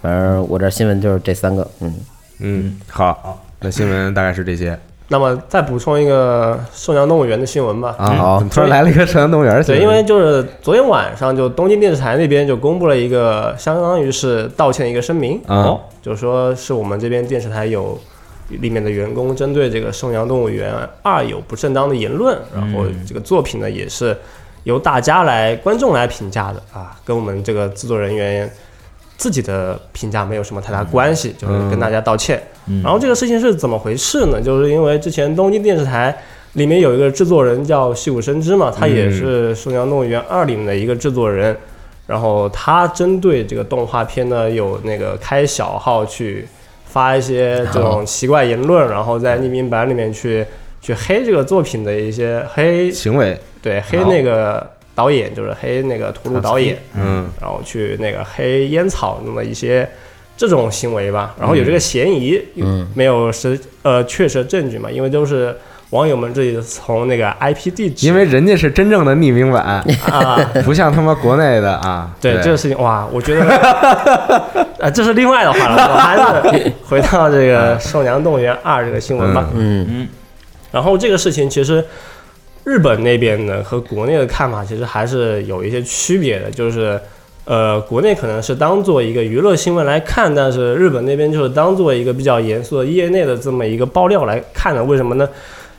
Speaker 3: 反正我这新闻就是这三个，嗯，
Speaker 7: 嗯，好，那新闻大概是这些
Speaker 8: 那么再补充一个寿阳动物园的新闻吧。
Speaker 7: 啊。
Speaker 3: 好
Speaker 7: 怎么突然来了一个朝阳动物园儿新
Speaker 8: 对，
Speaker 7: 闻？
Speaker 8: 因为就是昨天晚上，就东京电视台那边就公布了一个，相当于是道歉的一个声明，
Speaker 7: 啊，
Speaker 8: 就是说是我们这边电视台有里面的员工针对这个盛阳动物园二有不正当的言论，然后这个作品呢也是由大家来观众来评价的啊，跟我们这个制作人员自己的评价没有什么太大关系，就是跟大家道歉。然后这个事情是怎么回事呢？就是因为之前东京电视台。里面有一个制作人叫细谷生之嘛，他也是《盛阳动物园二》里面的一个制作人，然后他针对这个动画片呢，有那个开小号去发一些这种奇怪言论，然后在匿名版里面去去黑这个作品的一些黑，
Speaker 7: 行为，
Speaker 8: 对黑那个导演，就是黑那个图鲁导演，
Speaker 7: 嗯，
Speaker 8: 然后去那个黑烟草那么一些这种行为吧，然后有这个嫌疑，嗯，没有实呃确实证据嘛，因为都是网友们自己从那个 IP 地址，
Speaker 7: 因为人家是真正的匿名版，
Speaker 8: 啊。
Speaker 7: 不像他妈国内的啊。
Speaker 8: 对这个事情，哇，我觉得， 啊，这是另外的话了，我还是回到这个《寿娘动物园二》这个新闻吧。
Speaker 3: 嗯
Speaker 8: 然后这个事情其实日本那边呢和国内的看法其实还是有一些区别的，就是呃，国内可能是当做一个娱乐新闻来看，但是日本那边就是当做一个比较严肃的业内的这么一个爆料来看的。为什么呢？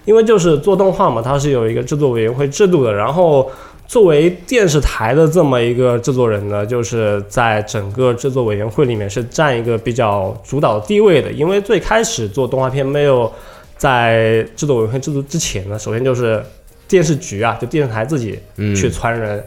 Speaker 8: 因为就是做动画嘛，它是有一个制作委员会制度的，然后。作为电视台的这么一个制作人呢，就是在整个制作委员会里面是占一个比较主导地位的，因为最开始做动画片没有在制作委员会制度之前呢，首先就是电视局啊，就电视台自己
Speaker 7: 嗯
Speaker 8: 去传人，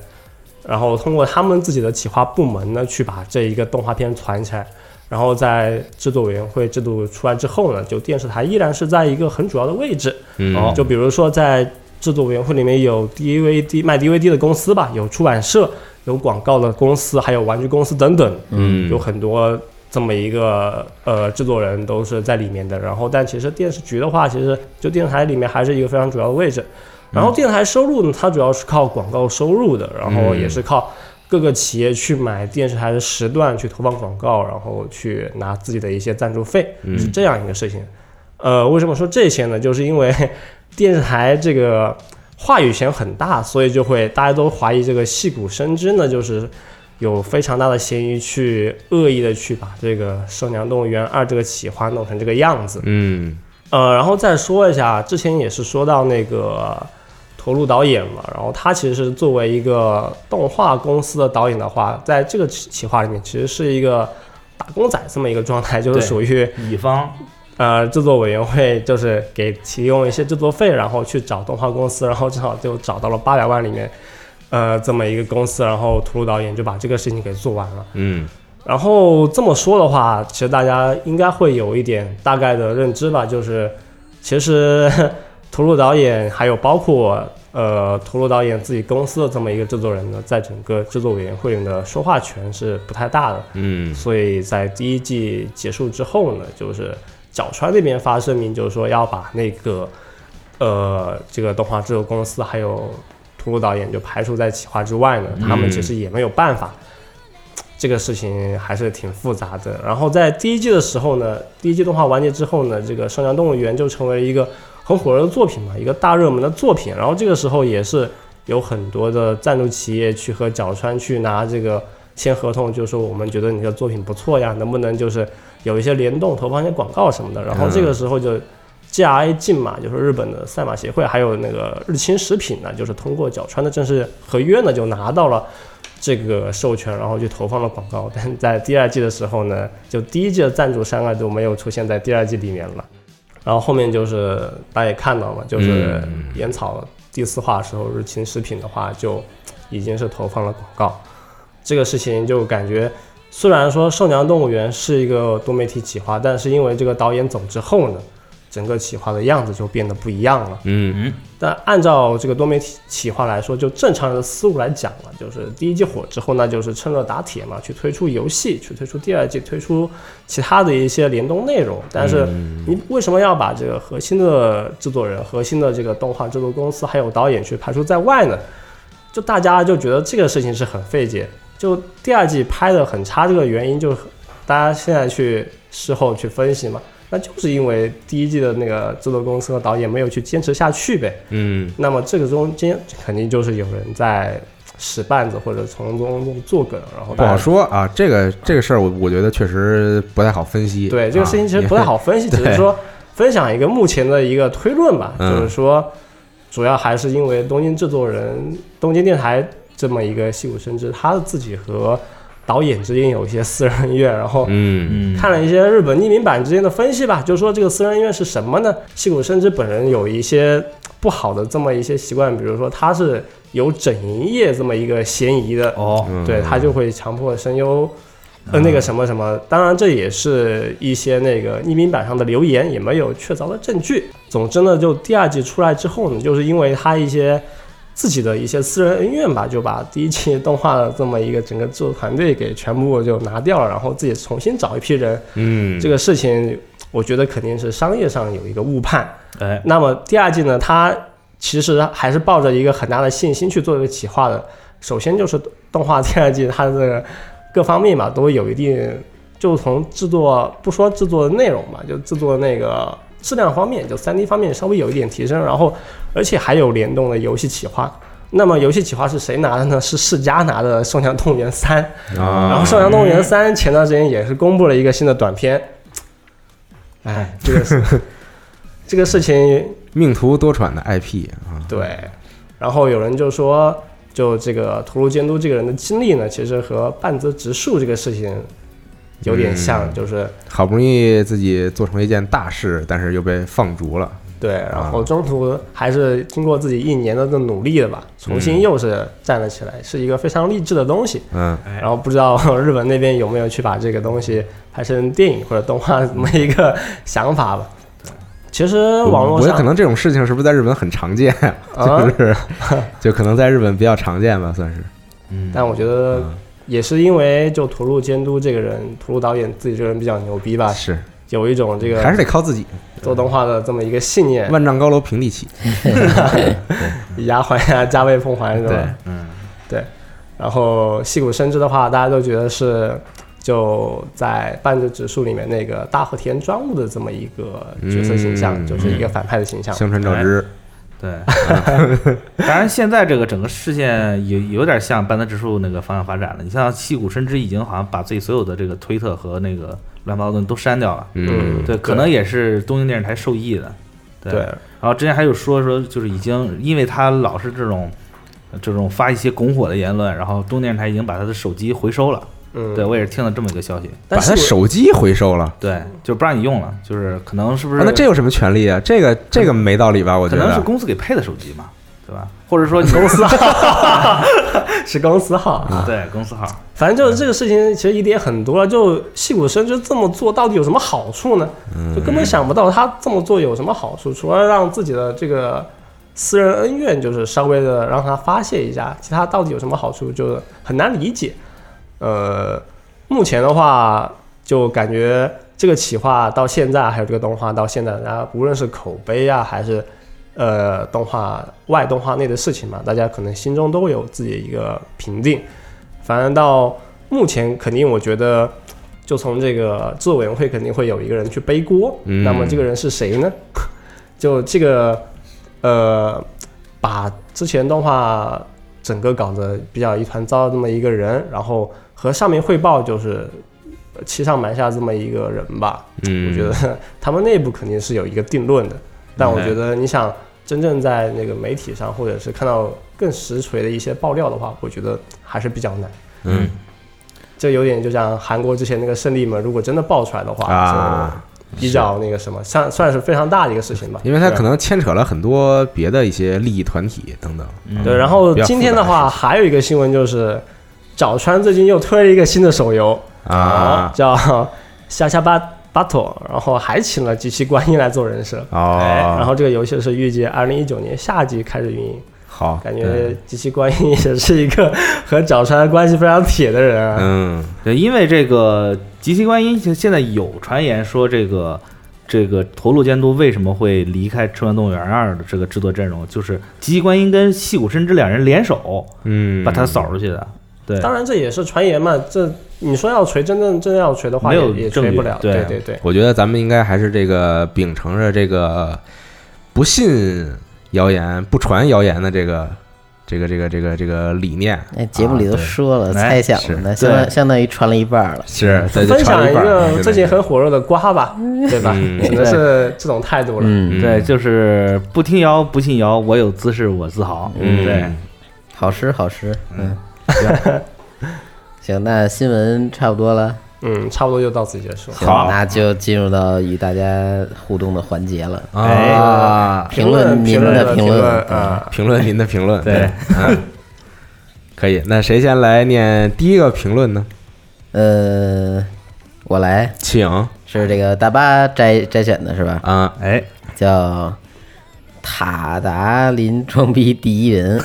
Speaker 8: 然后通过他们自己的企划部门呢，去把这一个动画片传起来。然后在制作委员会制度出来之后呢，就电视台依然是在一个很主要的位置。
Speaker 7: 嗯
Speaker 9: 哦
Speaker 8: 就比如说在制作委员会里面有 DVD 卖 DVD 的公司吧，有出版社，有广告的公司，还有玩具公司等等。
Speaker 7: 嗯
Speaker 8: 有很多这么一个呃制作人都是在里面的。然后，但其实电视局的话，其实就电视台里面还是一个非常主要的位置。然后，电视台收入呢，它主要是靠广告收入的，然后也是靠各个企业去买电视台的时段去投放广告，然后去拿自己的一些赞助费，是这样一个事情。呃，为什么说这些呢？就是因为 电视台这个话语权很大，所以就会大家都怀疑这个戏骨生之呢，就是有非常大的嫌疑去恶意的去把这个《兽娘动物园二》这个企划弄成这个样子。
Speaker 7: 嗯
Speaker 8: 呃，然后再说一下，之前也是说到那个驼鹿导演嘛，然后他其实是作为一个动画公司的导演的话，在这个企企划里面其实是一个打工仔这么一个状态，就是
Speaker 9: 对
Speaker 8: 属于
Speaker 9: 乙方
Speaker 8: 呃制作委员会就是给提供一些制作费，然后去找动画公司，然后正好就找到了八百万里面呃这么一个公司，然后驼鹿导演就把这个事情给做完了。
Speaker 7: 嗯
Speaker 8: 然后这么说的话，其实大家应该会有一点大概的认知吧，就是其实 图鲁导演还有包括呃图鲁导演自己公司的这么一个制作人呢，在整个制作委员会里的说话权是不太大的，
Speaker 7: 嗯
Speaker 8: 所以在第一季结束之后呢，就是角川那边发声明，就是说要把那个呃这个动画制作公司还有图鲁导演就排除在企划之外呢，他们其实也没有办法。这个事情还是挺复杂的。然后在第一季的时候呢，第一季动画完结之后呢，这个《圣良动物园》就成为一个很火热的作品嘛，一个大热门的作品。然后这个时候也是有很多的赞助企业去和角川去拿这个签合同，就说我们觉得你的作品不错呀，能不能就是有一些联动，投放一些广告什么的。然后这个时候就。G.I. 进嘛，就是日本的赛马协会，还有那个日清食品呢，就是通过角川的正式合约呢，就拿到了这个授权，然后去投放了广告。但在第二季的时候呢，就第一季的赞助商啊就没有出现在第二季里面了。然后后面就是大家也看到嘛，就是
Speaker 7: 嗯
Speaker 8: 烟草第四话的时候，日清食品的话就已经是投放了广告。这个事情就感觉，虽然说《兽娘动物园》是一个多媒体企划，但是因为这个导演走之后呢，整个企划的样子就变得不一样了。
Speaker 7: 嗯
Speaker 8: 但按照这个多媒体企划来说，就正常人的思路来讲啊，就是第一季火之后，那就是趁热打铁嘛，去推出游戏，去推出第二季，推出其他的一些联动内容。但是你为什么要把这个核心的制作人、核心的这个动画制作公司还有导演去排除在外呢？就大家就觉得这个事情是很费解。就第二季拍的很差，这个原因就是大家现在去事后去分析嘛，那就是因为第一季的那个制作公司和导演没有去坚持下去呗。
Speaker 7: 嗯
Speaker 8: 那么这个中间肯定就是有人在使绊子或者从中作梗，然后
Speaker 7: 不
Speaker 8: 大家
Speaker 7: 好。说啊，这个这个事儿我我觉得确实不太好分析。啊
Speaker 8: 对，这个事情其实不太好分析，
Speaker 7: 对
Speaker 8: 只是说分享一个目前的一个推论吧，
Speaker 7: 嗯
Speaker 8: 就是说主要还是因为东京制作人、东京电台这么一个戏骨深知，他自己和导演之间有一些私人恩怨，然后
Speaker 7: 嗯
Speaker 9: 嗯，
Speaker 8: 看了一些日本匿名版之间的分析吧，就说这个私人恩怨是什么呢？戏骨甚至本人有一些不好的这么一些习惯，比如说他是有整营业这么一个嫌疑的，
Speaker 9: 哦，
Speaker 7: 嗯，
Speaker 8: 对他就会强迫声优。呃，那个什么什么，当然这也是一些那个匿名版上的留言，也没有确凿的证据。总之呢，就第二季出来之后呢，就是因为他一些自己的一些私人恩怨吧，就把第一季动画的这么一个整个制作团队给全部就拿掉了，然后自己重新找一批人
Speaker 7: 嗯
Speaker 8: 这个事情，我觉得肯定是商业上有一个误判。
Speaker 9: 哎，
Speaker 8: 那么第二季呢，它其实还是抱着一个很大的信心去做这个企划的。首先就是动画第二季，它的各方面嘛都有一定，就从制作不说制作的内容吧，就制作那个质量方面，就三 D 方面稍微有一点提升，然后而且还有联动的游戏企划。那么游戏企划是谁拿的呢？是世嘉拿的《圣象动物园三》。嗯然
Speaker 7: 啊
Speaker 8: 后《少阳动物园三》前段时间也是公布了一个新的短片，哎，这个是这个事情
Speaker 7: 命途多舛的 IP 啊，
Speaker 8: 对，然后有人就说，就这个图卢监督这个人的经历呢，其实和半泽直树这个事情有点像，
Speaker 7: 嗯
Speaker 8: 就是
Speaker 7: 好不容易自己做成一件大事，但是又被放逐了。
Speaker 8: 对，然
Speaker 7: 啊
Speaker 8: 后中途还是经过自己一年的这努力的吧，重新又是站了起来，是一个非常励志的东西。
Speaker 7: 嗯
Speaker 8: 然后不知道 日本那边有没有去把这个东西拍成电影或者动画这么一个想法吧。其实网
Speaker 7: 我
Speaker 8: 络
Speaker 7: 觉得
Speaker 8: 上
Speaker 7: 可能这种事情是不是在日本很常见？
Speaker 8: 啊
Speaker 7: 就，是就可能在日本比较常见吧，算是。
Speaker 8: 但我觉得
Speaker 7: 嗯
Speaker 8: 也是因为就图录监督这个人，图录导演自己这个人比较牛逼吧，
Speaker 7: 是，
Speaker 8: 有一啊种这个
Speaker 7: 还是得靠自己，
Speaker 8: 做动画的这么一个信念，
Speaker 7: 万丈高楼平地起。
Speaker 8: 以牙还牙， 加倍奉还，是吧？
Speaker 7: 对，嗯
Speaker 8: 然后戏骨生枝的话，大家都觉得是就在半泽直树里面那个大和田庄务的这么一个角色形象，
Speaker 7: 嗯
Speaker 8: 就是一个反派的形象。
Speaker 7: 星川照之，
Speaker 9: 对，当然现在这个整个视线有有点像班德直树那个方向发展了。你像戏骨深知已经好像把自己所有的这个推特和那个乱七八糟的都删掉了，
Speaker 7: 嗯，
Speaker 9: 对，可能也是东京电视台受益的，对。
Speaker 8: 对，
Speaker 9: 然后之前还有说说，就是已经因为他老是这种这种发一些拱火的言论，然后东电视台已经把他的手机回收了。
Speaker 8: 嗯，
Speaker 9: 对我也是听了这么一个消息，
Speaker 7: 把
Speaker 3: 但是
Speaker 7: 他
Speaker 3: 我
Speaker 7: 手机回收了。
Speaker 9: 对，就不让你用了，就是可能是不是？
Speaker 7: 啊那这有什么权利啊？这个这个没道理吧？我
Speaker 9: 可
Speaker 7: 觉
Speaker 9: 能是
Speaker 7: 得。啊
Speaker 9: 公司给配的手机嘛，对吧？或者说你公司
Speaker 8: 是公司号。
Speaker 9: 对公司号，
Speaker 8: 反正就是这个事情，其实疑点很多了。就戏骨深知这么做到底有什么好处呢？就根本想不到他这么做有什么好处，除了让自己的这个私人恩怨就是稍微的让他发泄一下，其他到底有什么好处，就是很难理解。呃，目前的话，就感觉这个企划到现在，还有这个动画到现在，大家无论是口碑啊，还是呃动画外动画内的事情嘛，大家可能心中都有自己的一个评定。反正到目前，肯定我觉得，就从这个制作委员会肯定会有一个人去背锅。
Speaker 7: 嗯
Speaker 8: 那么这个人是谁呢？ 就这个，呃，把之前动画整个搞得比较一团糟的这么一个人，然后和上面汇报就是呃欺上瞒下这么一个人吧。
Speaker 7: 嗯，
Speaker 8: 我觉得 他们内部肯定是有一个定论的，
Speaker 7: 嗯
Speaker 8: 但我觉得你想真正在那个媒体上，或者是看到更实锤的一些爆料的话，我觉得还是比较难。
Speaker 7: 嗯
Speaker 8: 这有点就像韩国之前那个胜利门，如果真的爆出来的话，
Speaker 7: 啊，
Speaker 8: 就比较那个什么，算算是非常大的一个事情吧。
Speaker 7: 因为他
Speaker 8: 对
Speaker 7: 可能牵扯了很多别的一些利益团体等等。
Speaker 9: 嗯
Speaker 8: 对，然后
Speaker 7: 比较复杂
Speaker 8: 今天的话
Speaker 7: 的
Speaker 8: 还有一个新闻就是，早川最近又推了一个新的手游
Speaker 7: 啊，
Speaker 8: 叫《下下巴 battle》，然后还请了机器观音来做人设。
Speaker 7: 哦，
Speaker 8: 然后这个游戏是预计二零一九年夏季开始运营，
Speaker 7: 好，
Speaker 8: 感
Speaker 7: 嗯
Speaker 8: 觉机器观音也是一个和早川关系非常铁的人啊。
Speaker 7: 嗯
Speaker 9: 对，因为这个极其观音现现在有传言说这个。这个头颅监督为什么会离开《春园动物园二》的这个制作阵容？就是极其观音跟戏骨深之两人联手
Speaker 7: 嗯，
Speaker 9: 把他扫出去的。对，
Speaker 8: 当然这也是传言嘛，这你说要锤，真正真要锤的话
Speaker 9: 没有
Speaker 8: 也也
Speaker 9: 证
Speaker 8: 锤
Speaker 9: 据
Speaker 8: 不了。
Speaker 9: 对
Speaker 8: 对对对，
Speaker 7: 我觉得咱们应该还是这个秉承着这个呃不信谣言、不传谣言的这个这个这个这个这个理念。
Speaker 3: 哎，节目里都
Speaker 7: 啊对
Speaker 3: 说了，
Speaker 9: 哎
Speaker 3: 猜想了呢，相当相当于传了一半了。
Speaker 7: 是对就传
Speaker 8: 分享
Speaker 7: 了
Speaker 8: 一
Speaker 7: 半儿
Speaker 8: 个最近很火热的瓜吧，对吧？
Speaker 7: 嗯
Speaker 8: 只能是这种态度了。
Speaker 3: 嗯，
Speaker 7: 嗯
Speaker 9: 对，就是不听谣不信谣，我有姿势我自豪。
Speaker 7: 嗯
Speaker 9: 对，
Speaker 3: 好吃好嗯吃，嗯， 行，行，那新闻差不多了，
Speaker 8: 嗯，差不多就到此结束。
Speaker 3: 行，
Speaker 7: 好
Speaker 3: 那就进入到与大家互动的环节了。
Speaker 9: 哎
Speaker 7: 啊，
Speaker 3: 评论您
Speaker 8: 评论
Speaker 3: 的评
Speaker 8: 论
Speaker 3: 论，
Speaker 8: 啊，
Speaker 7: 评论您的评论，
Speaker 9: 对，
Speaker 7: 嗯，可以。那谁先来念第一个评论呢？
Speaker 3: 呃，我来
Speaker 7: 请
Speaker 3: 是这个大巴摘摘选的是吧？
Speaker 7: 啊，
Speaker 9: 哎，
Speaker 3: 叫塔达林装逼第一人。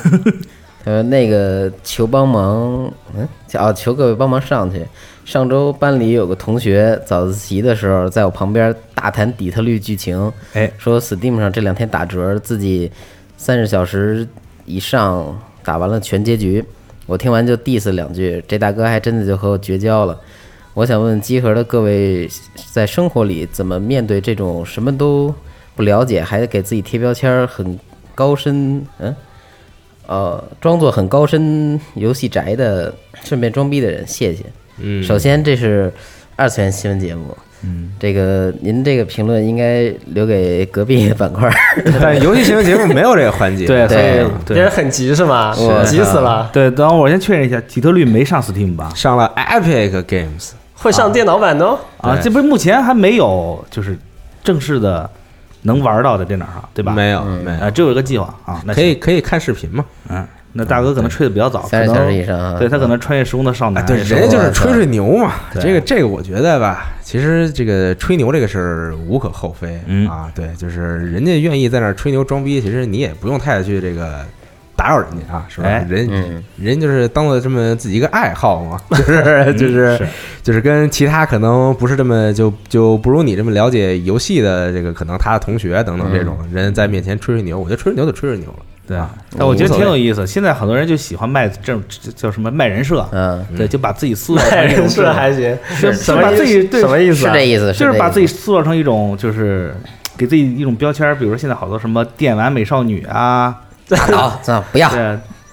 Speaker 3: 他说那个求帮忙，嗯，叫哦，求各位帮忙上去。上周班里有个同学早自习的时候，在我旁边大谈底特律剧情，
Speaker 9: 哎，
Speaker 3: 说 Steam 上这两天打折，自己三十小时以上打完了全结局。我听完就 diss 两句，这大哥还真的就和我绝交了。我想问集合的各位，在生活里怎么面对这种什么都不了解，还给自己贴标签儿、很高深，嗯，呃，装作很高深游戏宅的，顺便装逼的人？谢谢。
Speaker 7: 嗯，
Speaker 3: 首先，这是二次元新闻节目。嗯，这个您这个评论应该留给隔壁板块 儿。
Speaker 7: 但是游戏新闻节目没有这个环节，
Speaker 9: 对，
Speaker 3: 对
Speaker 9: 所以
Speaker 8: 别人
Speaker 9: 对
Speaker 8: 很急是吗？
Speaker 3: 是
Speaker 8: 急死了，
Speaker 9: 对，等会儿我先确认一下，底特律没上 Steam 吧？
Speaker 7: 上了 Epic Games，
Speaker 8: 会上电脑版的哦。
Speaker 9: 啊，
Speaker 7: 对
Speaker 9: 这不是目前还没有就是正式的能玩到的电脑上，对吧？
Speaker 7: 没有没
Speaker 9: 啊，
Speaker 7: 有，
Speaker 9: 这有一个计划啊，那
Speaker 7: 可
Speaker 9: 行
Speaker 7: 以，可以看视频嘛？
Speaker 9: 嗯，那大哥可能吹的比较早，
Speaker 3: 三十
Speaker 9: 可能
Speaker 3: 小时以上啊
Speaker 9: 对他可能穿越时空的少
Speaker 7: 啊，
Speaker 9: 男，
Speaker 7: 对，
Speaker 9: 是吧
Speaker 7: 人家就是吹吹牛嘛。
Speaker 9: 对
Speaker 7: 这个这个，我觉得吧，其实这个吹牛这个事儿无可厚非、
Speaker 9: 嗯
Speaker 7: 啊。对，就是人家愿意在那儿吹牛装逼，其实你也不用太去这个打扰人家啊，是吧？
Speaker 9: 哎
Speaker 7: 人、
Speaker 3: 嗯
Speaker 7: 人就是当做这么自己一个爱好嘛， 就是
Speaker 9: 嗯
Speaker 7: 就是、
Speaker 9: 是
Speaker 7: 就是跟其他可能不是这么就就不如你这么了解游戏的这个可能他的同学等等这
Speaker 9: 嗯
Speaker 7: 种、人在面前吹吹牛，我觉得吹吹牛就吹吹牛了。
Speaker 9: 对
Speaker 7: 啊。
Speaker 9: 但我觉得挺
Speaker 7: 无所
Speaker 9: 有
Speaker 7: 谓
Speaker 9: 意思，现在很多人就喜欢卖这种这叫什么卖人设，
Speaker 3: 嗯，
Speaker 9: 对，就把自己塑造成
Speaker 8: 哎
Speaker 9: 一种
Speaker 8: 人设还行，
Speaker 9: 啊是
Speaker 8: 什
Speaker 9: 把
Speaker 8: 么
Speaker 9: 自己
Speaker 8: 意
Speaker 9: 对
Speaker 8: 什么意思
Speaker 3: 是
Speaker 8: 啊？
Speaker 3: 这意思，
Speaker 9: 就是
Speaker 3: 这
Speaker 9: 把自己
Speaker 3: 意思
Speaker 9: 塑造成一种就是给自己一种标签儿，比如说现在好多什么电玩美少女啊，
Speaker 3: 好，咱不要，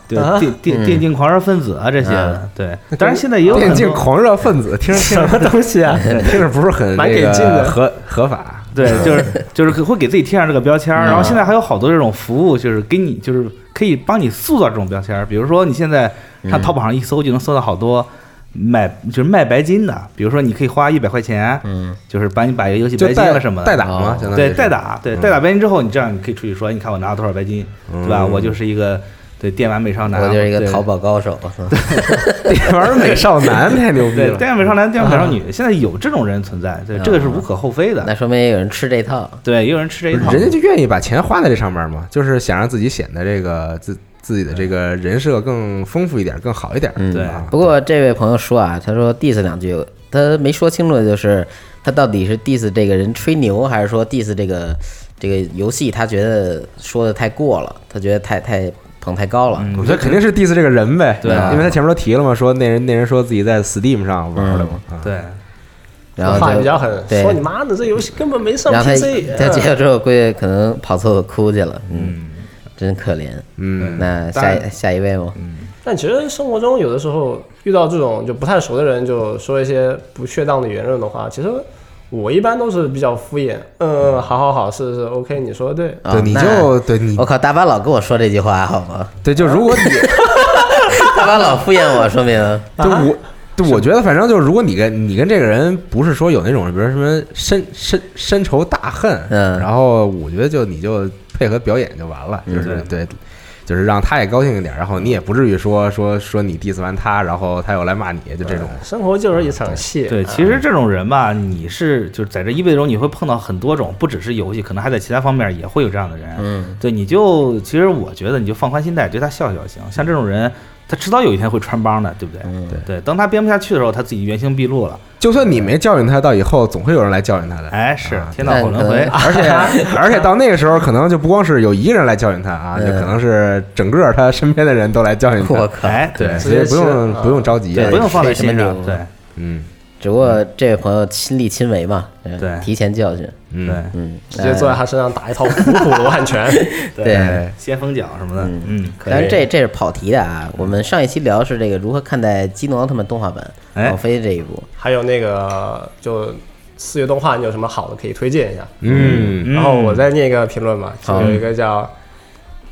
Speaker 9: 对
Speaker 7: 啊
Speaker 9: 对，电电
Speaker 3: 嗯
Speaker 9: 电竞狂热分子啊这些
Speaker 3: 嗯
Speaker 9: 的，对。当然现在也有
Speaker 7: 电
Speaker 9: 很
Speaker 7: 竞
Speaker 9: 多
Speaker 7: 狂热分子，听着听
Speaker 8: 什么
Speaker 7: 着
Speaker 8: 东西啊？
Speaker 7: 听着不是很
Speaker 8: 蛮
Speaker 7: 那
Speaker 8: 给
Speaker 7: 个
Speaker 8: 劲的
Speaker 7: 合合法。
Speaker 9: 对，就是就是会给自己贴上这个标签儿，
Speaker 3: 嗯
Speaker 9: 然后现在还有好多这种服务，就是给你就是可以帮你塑造这种标签儿，比如说你现在
Speaker 7: 嗯
Speaker 9: 上淘宝上一搜就能搜到好多买就是卖白金的，比如说你可以花一百块钱，
Speaker 3: 嗯，
Speaker 9: 就是帮你把一个游戏
Speaker 7: 就
Speaker 9: 白金
Speaker 7: 代
Speaker 9: 了什么的，
Speaker 7: 代打嘛，相当于
Speaker 9: 对
Speaker 7: 是
Speaker 9: 代打，对
Speaker 7: 嗯
Speaker 9: 代打白金之后，你这样你可以出去说，你看我拿了多少白金，对吧？
Speaker 7: 嗯
Speaker 9: 我就是一个对电玩美少男，啊
Speaker 3: 我就是一个
Speaker 9: 对
Speaker 3: 淘宝高手，我操
Speaker 7: 电玩美少男太牛逼
Speaker 9: 对
Speaker 7: 了。
Speaker 9: 电玩美少男、电玩美少女，现在有这种人存在，对
Speaker 3: 啊
Speaker 9: 这个是无可厚非的
Speaker 3: 那，说明有人吃这套，
Speaker 9: 对，也有人吃这一
Speaker 7: 不
Speaker 9: 套
Speaker 7: 是，人家就愿意把钱花在这上面嘛，就是想让自己显得这个自自己的这个人设更丰富一点，更好一点。
Speaker 3: 嗯
Speaker 9: 对
Speaker 7: 啊
Speaker 3: 不过这位朋友说啊，他说 diss 两句，他没说清楚的就是他到底是 diss 这个人吹牛，还是说 diss 这个这个游戏，他觉得说的太过了，他觉得太太捧太高了。
Speaker 9: 嗯
Speaker 7: 我觉得肯定是 diss 这个人呗，
Speaker 9: 对啊
Speaker 7: 因为他前面都提了嘛，说那人那人说自己在 Steam 上玩的嘛，啊，
Speaker 9: 对。
Speaker 3: 然后
Speaker 8: 话
Speaker 3: 就
Speaker 8: 比较狠，
Speaker 3: 对
Speaker 8: 说你妈的，这游戏根本没上
Speaker 3: 然后他
Speaker 8: PC。
Speaker 3: 他
Speaker 8: 嗯
Speaker 3: 结束之后，估计可能跑厕所哭去了，嗯，真可怜。
Speaker 7: 嗯，
Speaker 3: 那
Speaker 9: 当
Speaker 3: 下
Speaker 9: 然
Speaker 3: 一下一位吗？
Speaker 8: 但其实生活中有的时候遇到这种就不太熟的人，就说一些不确当的言论的话，其实我一般都是比较敷衍，嗯，好好好，是是，OK，你说的对。
Speaker 3: 啊
Speaker 7: 对，你就对你
Speaker 3: 我靠，大巴老跟我说这句话好吗？
Speaker 7: 对，就如果 你
Speaker 3: 大巴老敷衍我，说明
Speaker 7: 就我。对，我觉得反正就是，如果你跟你跟这个人不是说有那种，比如什么深深深仇大恨，
Speaker 3: 嗯
Speaker 7: 然后我觉得就你就配合表演就完了，就是对，就是让他也高兴一点，然后你也不至于说说说你 diss 完他，然后他又来骂你，就这种。
Speaker 8: 生活就是一场戏，
Speaker 9: 对，其实这种人吧，你是就是在这一辈子中，你会碰到很多种，不只是游戏，可能还在其他方面也会有这样的人。
Speaker 3: 嗯，
Speaker 9: 对，你就其实我觉得你就放宽心态，对他笑笑行。像这种人，他迟早有一天会穿帮的，对不对？对对，当他编不下去的时候，他自己原形毕露了。
Speaker 7: 就算你没教育他，到以后总会有人来教育他的。
Speaker 9: 哎，是
Speaker 7: 啊
Speaker 9: 天道好轮 回
Speaker 3: 但可能，
Speaker 9: 而且
Speaker 7: 而且到那个时候，可能就不光是有一个人来教训他啊，就
Speaker 3: 嗯
Speaker 7: 可能是整个他身边的人都来教训
Speaker 3: 我
Speaker 7: 他。
Speaker 3: 靠。
Speaker 9: 哎，对
Speaker 7: 对，所以不用
Speaker 8: 啊
Speaker 7: 不用着急，
Speaker 9: 对，不用放在
Speaker 3: 吹什
Speaker 9: 心
Speaker 3: 么
Speaker 9: 上
Speaker 3: 牛，
Speaker 9: 对
Speaker 7: 嗯
Speaker 3: 只不过这位朋友亲力亲为嘛，嗯
Speaker 9: 对
Speaker 3: 提前教训，
Speaker 7: 嗯
Speaker 9: 对，，
Speaker 3: 嗯，
Speaker 8: 直接坐在他身上打一套虎虎罗汉拳，
Speaker 3: 呃对。
Speaker 7: 哎
Speaker 9: 先锋角什么的，嗯，可以
Speaker 3: 当然，这这是跑题的啊。我们上一期聊的是这个如何看待《机动奥特曼》动画版
Speaker 9: 哎
Speaker 3: 老飞这一部，
Speaker 8: 还有那个就四月动画，你有什么好的可以推荐一下？
Speaker 7: 嗯
Speaker 9: 嗯
Speaker 8: 然后我再念一个评论嘛，就
Speaker 3: 好
Speaker 8: 有一个叫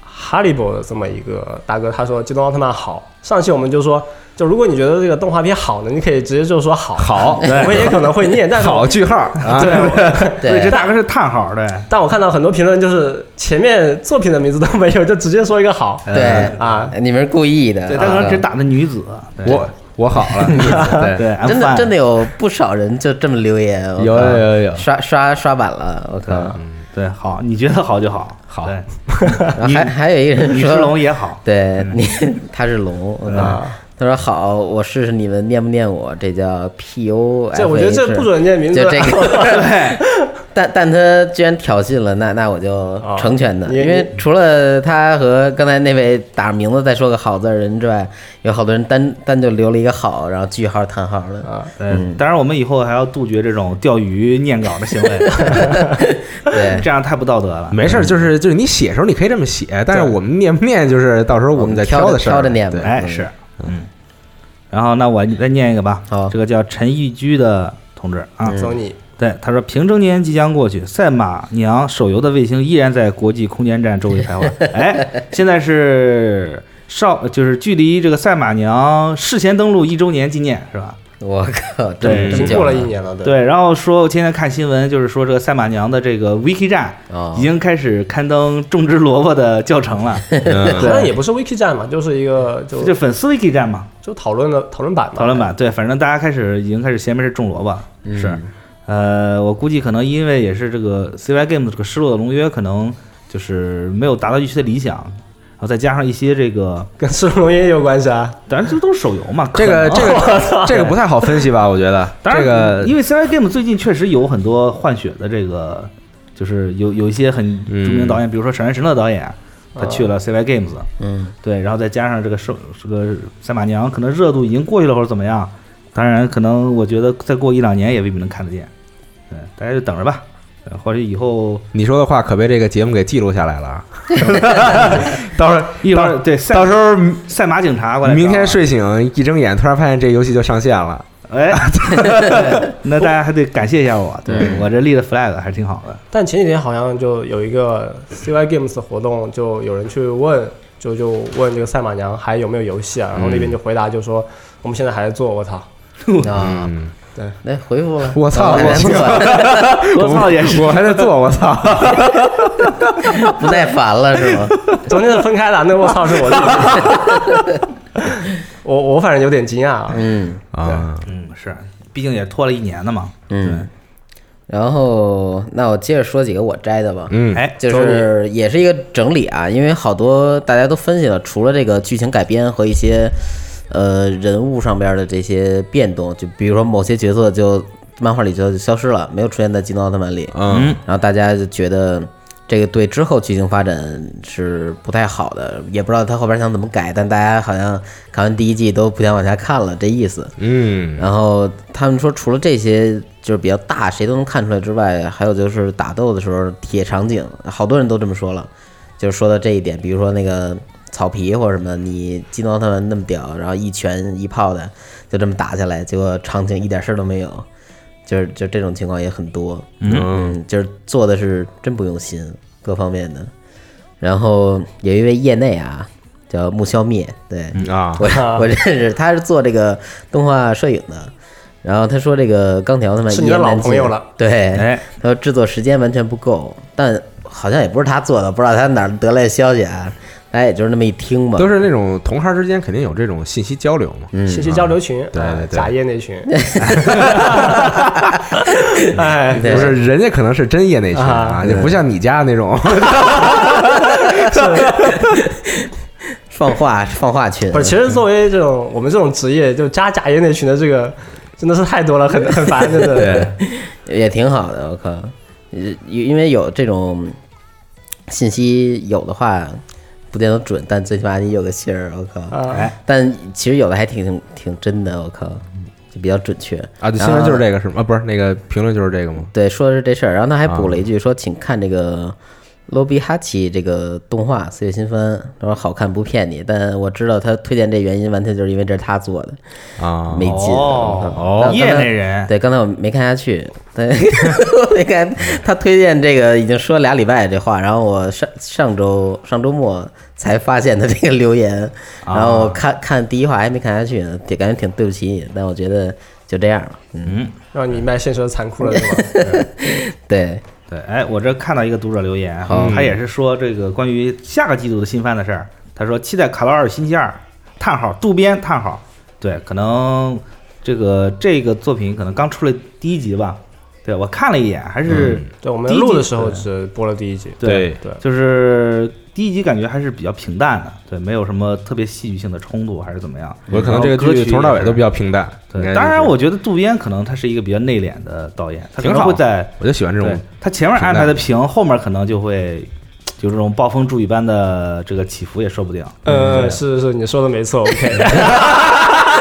Speaker 8: 哈利波的这么一个大哥，他说《机动奥特曼》好。上期我们就说，就如果你觉得这个动画片好呢，你可以直接就说好。
Speaker 7: 好
Speaker 8: 我们也可能会念，但是
Speaker 7: 好句号 啊，
Speaker 8: 对，我
Speaker 9: 所以这
Speaker 3: 对，
Speaker 9: 大哥是叹号，对，
Speaker 8: 但我看到很多评论就是前面作品的名字都没有，就直接说一个好。
Speaker 3: 对
Speaker 8: 啊，
Speaker 3: 你们是故意的，
Speaker 9: 对，
Speaker 3: 啊
Speaker 9: 他可能只打的女子，对
Speaker 7: 我我好了， 对，
Speaker 9: 对，I'm
Speaker 3: 真
Speaker 9: fine
Speaker 3: 的真的有不少人就这么留言，我靠
Speaker 7: 有有有有
Speaker 3: 刷刷刷版了，我靠。
Speaker 8: 嗯
Speaker 9: 对，好，你觉得好就好，
Speaker 7: 好
Speaker 9: 对，
Speaker 3: 然后
Speaker 9: 你
Speaker 3: 还还有一个人
Speaker 9: 你
Speaker 3: 说
Speaker 9: 是龙也好，
Speaker 3: 对
Speaker 8: 嗯
Speaker 3: 你，他是龙，我
Speaker 8: 啊
Speaker 3: 靠。他说好，我试试你们念不念我，这叫 P O F。
Speaker 8: 这我觉得这不准念名字
Speaker 3: 就这 个，
Speaker 9: 对，
Speaker 3: 但但他居然挑衅了，那那我就成全他，
Speaker 8: 啊你
Speaker 3: 因为除了他和刚才那位打上名字再说个好字的人之外，有好多人单单就留了一个好，然后句号、叹号的。
Speaker 8: 啊，
Speaker 3: 嗯
Speaker 9: 对，当然我们以后还要杜绝这种钓鱼念稿的行为，
Speaker 3: 对，
Speaker 9: 这样太不道德了。
Speaker 7: 没事儿，就是就是你写的时候你可以这么写，但是我们念不念就是到时候我们再的事儿，
Speaker 3: 挑着挑着念呗
Speaker 7: 对
Speaker 9: 哎，是，嗯，然后那我再念一个吧，
Speaker 3: 好嗯
Speaker 9: 这个叫陈义居的同志啊，
Speaker 8: 走你
Speaker 9: 对，他说平成年即将过去，赛马娘手游的卫星依然在国际空间站周围徘徊。哎，现在是少，就是距离这个赛马娘事前登陆一周年纪念是吧？
Speaker 3: 我靠，这
Speaker 9: 对
Speaker 3: 这
Speaker 8: 已
Speaker 3: 么
Speaker 8: 经
Speaker 3: 久
Speaker 8: 过了一年了，对，
Speaker 9: 对，然后说我前天看新闻，就是说这个赛马娘的这个 Wiki 站
Speaker 3: 啊
Speaker 9: 已，经开始刊登种植萝卜的教程了，
Speaker 7: 嗯
Speaker 8: 好像也不是 Wiki 站嘛，就是一个就
Speaker 9: 就粉丝 Wiki 站嘛，
Speaker 8: 就讨论的讨论版嘛，
Speaker 9: 讨论版。对，反正大家开始已经开始闲没事种萝卜，
Speaker 7: 嗯
Speaker 9: 是，呃，我估计可能因为也是这个 CY Game 这个失落的龙约，可能就是没有达到预期的理想，然后再加上一些这个，
Speaker 8: 跟赤龙也有关系啊。
Speaker 9: 当然这都是手游嘛，
Speaker 7: 这个
Speaker 9: 可能
Speaker 7: 这个这个不太好分析吧？我觉得
Speaker 9: 当然
Speaker 7: 这个
Speaker 9: 因为 CY Game 最近确实有很多换血的这个，就是有有一些很
Speaker 7: 嗯啊
Speaker 9: 著名导演，比如说《闪电神乐》导演，他去了 CY Games，、
Speaker 3: 嗯，
Speaker 9: 对，然后再加上这个受这个赛马娘，可能热度已经过去了或者怎么样，当然可能我觉得再过一两年也未必能看得见，对，大家就等着吧。呃或者以后
Speaker 7: 你说的话可被这个节目给记录下来了啊。到时候
Speaker 9: 一会儿对赛
Speaker 7: 到时候
Speaker 9: 赛马警察过来，啊
Speaker 7: 明天，睡醒一睁眼，突然发现这游戏就上线了。
Speaker 9: 哎，那大家还得感谢一下我，对我这立的 flag 还是挺好的。
Speaker 8: 但前几天好像就有一个 CY Games 活动，就有人去问，就就问这个赛马娘还有没有游戏啊？然后那边就回答就说我们现在还在做，我操！
Speaker 3: 啊，
Speaker 7: 嗯，
Speaker 3: 来回复吧。
Speaker 7: 我操
Speaker 3: 啊
Speaker 7: 我
Speaker 3: 不管
Speaker 9: 我操也 是，
Speaker 7: 我还在做，我 操！
Speaker 3: 不耐烦了是吗？
Speaker 8: 中间是分开的，那个我操是我自己。 我我反正有点惊讶啊，
Speaker 3: 嗯
Speaker 7: 啊，
Speaker 9: 嗯，是，毕竟也拖了一年了嘛。
Speaker 3: 嗯。然后，那我接着说几个我摘的吧。
Speaker 7: 嗯，
Speaker 9: 哎，
Speaker 3: 就是也是一个整理啊，因为好多大家都分析了，除了这个剧情改编和一些呃人物上边的这些变动，就比如说某些角色就漫画里就消失了，没有出现在《机动奥特曼》里，
Speaker 7: 嗯，
Speaker 3: 然后大家就觉得这个对之后剧情发展是不太好的，也不知道他后边想怎么改，但大家好像看完第一季都不想往下看了，这意思。
Speaker 7: 嗯，
Speaker 3: 然后他们说，除了这些就是比较大，谁都能看出来之外，还有就是打斗的时候铁场景，好多人都这么说了，就是说到这一点，比如说那个草皮或者什么，你金奥特曼那么屌，然后一拳一炮的就这么打下来，结果场景一点事儿都没有，就是就这种情况也很多，嗯，就是做的是真不用心，各方面的。然后有一位业内啊，叫木消灭，对，
Speaker 7: 啊，
Speaker 3: 我我认识，他是做这个动画摄影的。然后他说这个钢铁奥特曼
Speaker 8: 是你的
Speaker 3: 一言难
Speaker 8: 老朋友
Speaker 3: 尽
Speaker 8: 了，
Speaker 3: 对，
Speaker 9: 哎，
Speaker 3: 他说制作时间完全不够，但好像也不是他做的，不知道他哪儿得来的消息啊，大家也就是那么一听吧。
Speaker 7: 都是那种同行之间肯定有这种信息交流嘛。
Speaker 8: 信息交流群，
Speaker 7: 嗯对对
Speaker 8: 啊
Speaker 7: 对
Speaker 8: 假业那 群，哎，
Speaker 3: 对
Speaker 7: 不是，人家可能是真业内群啊，
Speaker 8: 啊
Speaker 7: 就不像你家那种。
Speaker 3: 放话放话群，
Speaker 8: 不是，其实作为这种我们这种职业，就加假业那群的这个，真的是太多了，很很烦，真的。
Speaker 3: 也挺好的，我靠，呃因为有这种信息有的话，不见得准，但最起码你有个信儿，我靠。
Speaker 8: 啊，
Speaker 9: 哎，
Speaker 3: 但其实有的还挺挺挺真的，我靠，就比较准确。
Speaker 7: 啊，对新闻就是这个是吗？啊，不是那个评论就是这个吗？
Speaker 3: 对，说的是这事儿，然后他还补了一句说，请看这个《罗比哈奇》这个动画《四月新番》，他说好看不骗你，但我知道他推荐这原因完全就是因为这是他做的，
Speaker 7: 啊，
Speaker 3: 没劲。
Speaker 9: 哦
Speaker 3: 我靠
Speaker 9: 业内人
Speaker 3: 对，刚才我没看下去，对， 我没看他推荐这个已经说俩礼拜这话，然后我上上周上周末才发现他这个留言，然后我看看第一话还没看下去呢，也感觉挺对不起你，但我觉得就这样了，嗯，
Speaker 8: 让你卖现实的残酷了，是吧？
Speaker 3: 对，
Speaker 9: 对，哎，我这看到一个读者留言，他也是说这个关于下个季度的新番的事儿。他说期待卡罗尔星期二，叹号渡边叹号。对，可能这个这个作品可能刚出了第一集吧。对我看了一眼，还是、
Speaker 7: 嗯
Speaker 8: 对，我们
Speaker 9: 第一季
Speaker 8: 录的时候只播了第一集，
Speaker 9: 对
Speaker 8: 对
Speaker 9: 就是第一集感觉还是比较平淡的，对，没有什么特别戏剧性的冲突还是怎么样。
Speaker 7: 我可能这个
Speaker 9: 然后歌
Speaker 7: 剧
Speaker 9: 曲
Speaker 7: 从头到尾都比
Speaker 9: 较。
Speaker 7: 较平淡。应该就
Speaker 9: 对，
Speaker 7: 是
Speaker 9: 当然，我觉得渡边可能他是一个比较内敛的导演，他可
Speaker 7: 挺
Speaker 9: 能
Speaker 7: 好
Speaker 9: 会在
Speaker 7: 我就喜欢这
Speaker 9: 对
Speaker 7: 种，
Speaker 9: 他前面
Speaker 7: 平淡
Speaker 9: 安排的平，后面可能就会有这种暴风骤雨般的这个起伏，也说不定。
Speaker 8: 呃，是是是，你说的没错，OK，
Speaker 7: 啊
Speaker 9: 嗯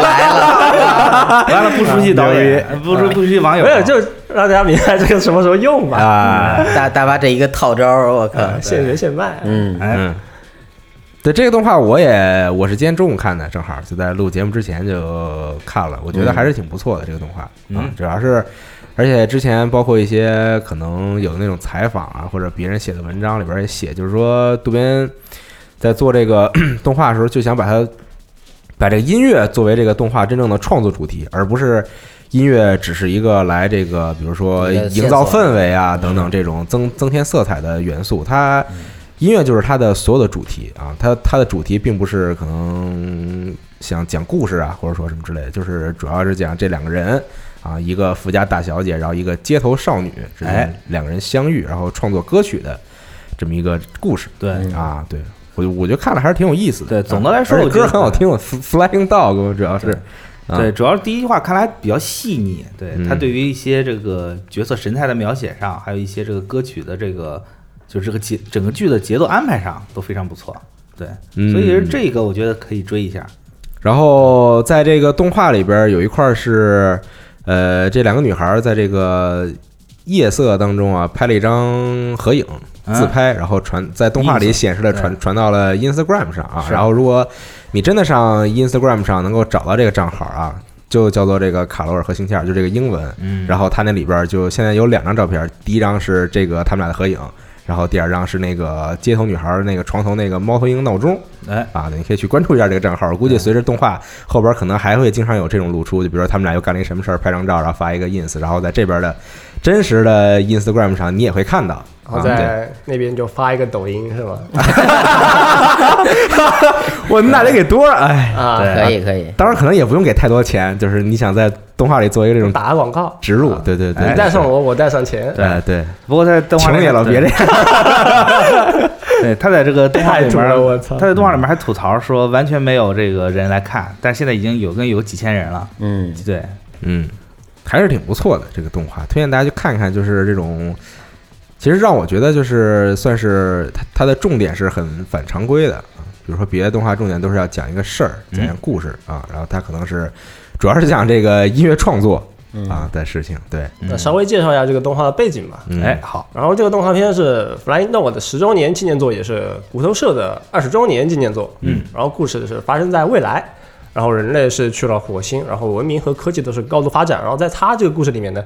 Speaker 9: 完了，不熟悉导演，不熟不熟悉网友，
Speaker 8: 啊没有， 就让大家明白这个什么时候用吧。
Speaker 7: 啊，
Speaker 3: 大大巴这一个套招儿，我靠！
Speaker 8: 啊，现学现卖，
Speaker 3: 嗯，
Speaker 9: 哎
Speaker 7: 嗯。对这个动画，我也我是今天中午看的，正好就在录节目之前就看了，我觉得还是挺不错的、这个动画啊
Speaker 9: 嗯，
Speaker 7: 主要是而且之前包括一些可能有那种采访啊，或者别人写的文章里边也写，就是说渡边在做这个 动画的时候，就想把它把这个音乐作为这个动画真正的创作主题，而不是音乐只是一个来这个，比如说
Speaker 3: 一个线
Speaker 7: 营造
Speaker 3: 索
Speaker 7: 氛围啊等等这种增增添色彩的元素。它音乐就是它的所有的主题啊，它它的主题并不是可能想讲故事啊，或者说什么之类的，就是主要是讲这两个人。啊，一个富家大小姐，然后一个街头少女，之间
Speaker 9: 哎
Speaker 7: 两个人相遇，然后创作歌曲的这么一个故事。
Speaker 9: 对
Speaker 7: 啊，对我就我觉得看了还是挺有意思的。
Speaker 9: 对
Speaker 7: 啊
Speaker 9: 总的来说
Speaker 7: 而且
Speaker 9: 我觉
Speaker 7: 歌
Speaker 9: 得
Speaker 7: 很好听，我 Flying Dog 主要是啊
Speaker 9: 对，主要是第一句话看来比较细腻，对
Speaker 7: 嗯
Speaker 9: 他对于一些这个角色神态的描写上，还有一些这个歌曲的这个就是这个节整个剧的节奏安排上都非常不错。对，
Speaker 7: 嗯
Speaker 9: 所以是这个我觉得可以追一下。
Speaker 7: 然后在这个动画里边儿有一块儿是，呃，这两个女孩儿在这个夜色当中啊，拍了一张合影，
Speaker 9: 啊
Speaker 7: 自拍，然后传在动画里显示了
Speaker 9: 对
Speaker 7: 传传到了 Instagram 上啊。
Speaker 9: 是
Speaker 7: 然后如果你真的上 Instagram 上能够找到这个账号啊，就叫做这个卡罗尔和星期二，就这个英文。
Speaker 9: 嗯
Speaker 7: 然后他那里边就现在有两张照片，第一张是这个他们俩的合影，然后第二张是那个街头女孩儿那个床头那个猫头鹰闹钟
Speaker 9: 哎，
Speaker 7: 啊，你可以去关注一下这个账号。估
Speaker 8: 嗯
Speaker 7: 计随着动画后边可能还会经常有这种露出，就比如说他们俩又干了一什么事儿，拍张照，然后发一个 ins，然后在这边的真实的 Instagram 上你也会看到。
Speaker 8: 然后
Speaker 7: 啊对
Speaker 8: 在那边就发一个抖音是吗？
Speaker 7: 我那得给多少？哎，
Speaker 8: 啊，
Speaker 9: 对
Speaker 3: 可以可以，
Speaker 7: 当然可能也不用给太多钱，就是你想在动画里做一个这种
Speaker 8: 打个广告，
Speaker 7: 植入，对对对，
Speaker 8: 你
Speaker 7: 对
Speaker 8: 带上，哎我，我带上钱，
Speaker 7: 哎对，
Speaker 9: 不过在动画
Speaker 7: 求
Speaker 9: 里
Speaker 7: 你了，别这样。
Speaker 9: 对他在这个动画里
Speaker 8: 太
Speaker 9: 面
Speaker 8: 准
Speaker 9: 儿，
Speaker 8: 了，我操
Speaker 9: 他！在动画里面还吐槽说完全没有这个人来看，但现在已经有跟有几千人了。
Speaker 3: 嗯，
Speaker 9: 对，
Speaker 7: 嗯，还是挺不错的这个动画，推荐大家去看看。就是这种，其实让我觉得就是算是它它的重点是很反常规的啊。比如说别的动画重点都是要讲一个事儿，讲一个故事啊，然后它可能是主要是讲这个音乐创作啊的事情。对，
Speaker 9: 嗯
Speaker 8: 那稍微介绍一下这个动画的背景吧。
Speaker 7: 嗯
Speaker 9: 哎，，好，
Speaker 8: 然后这个动画片是 Flying Dog 的十周年纪念作，也是骨头社的二十周年纪念作。
Speaker 9: 嗯，
Speaker 8: 然后故事是发生在未来，然后人类是去了火星，然后文明和科技都是高度发展。然后在它这个故事里面呢，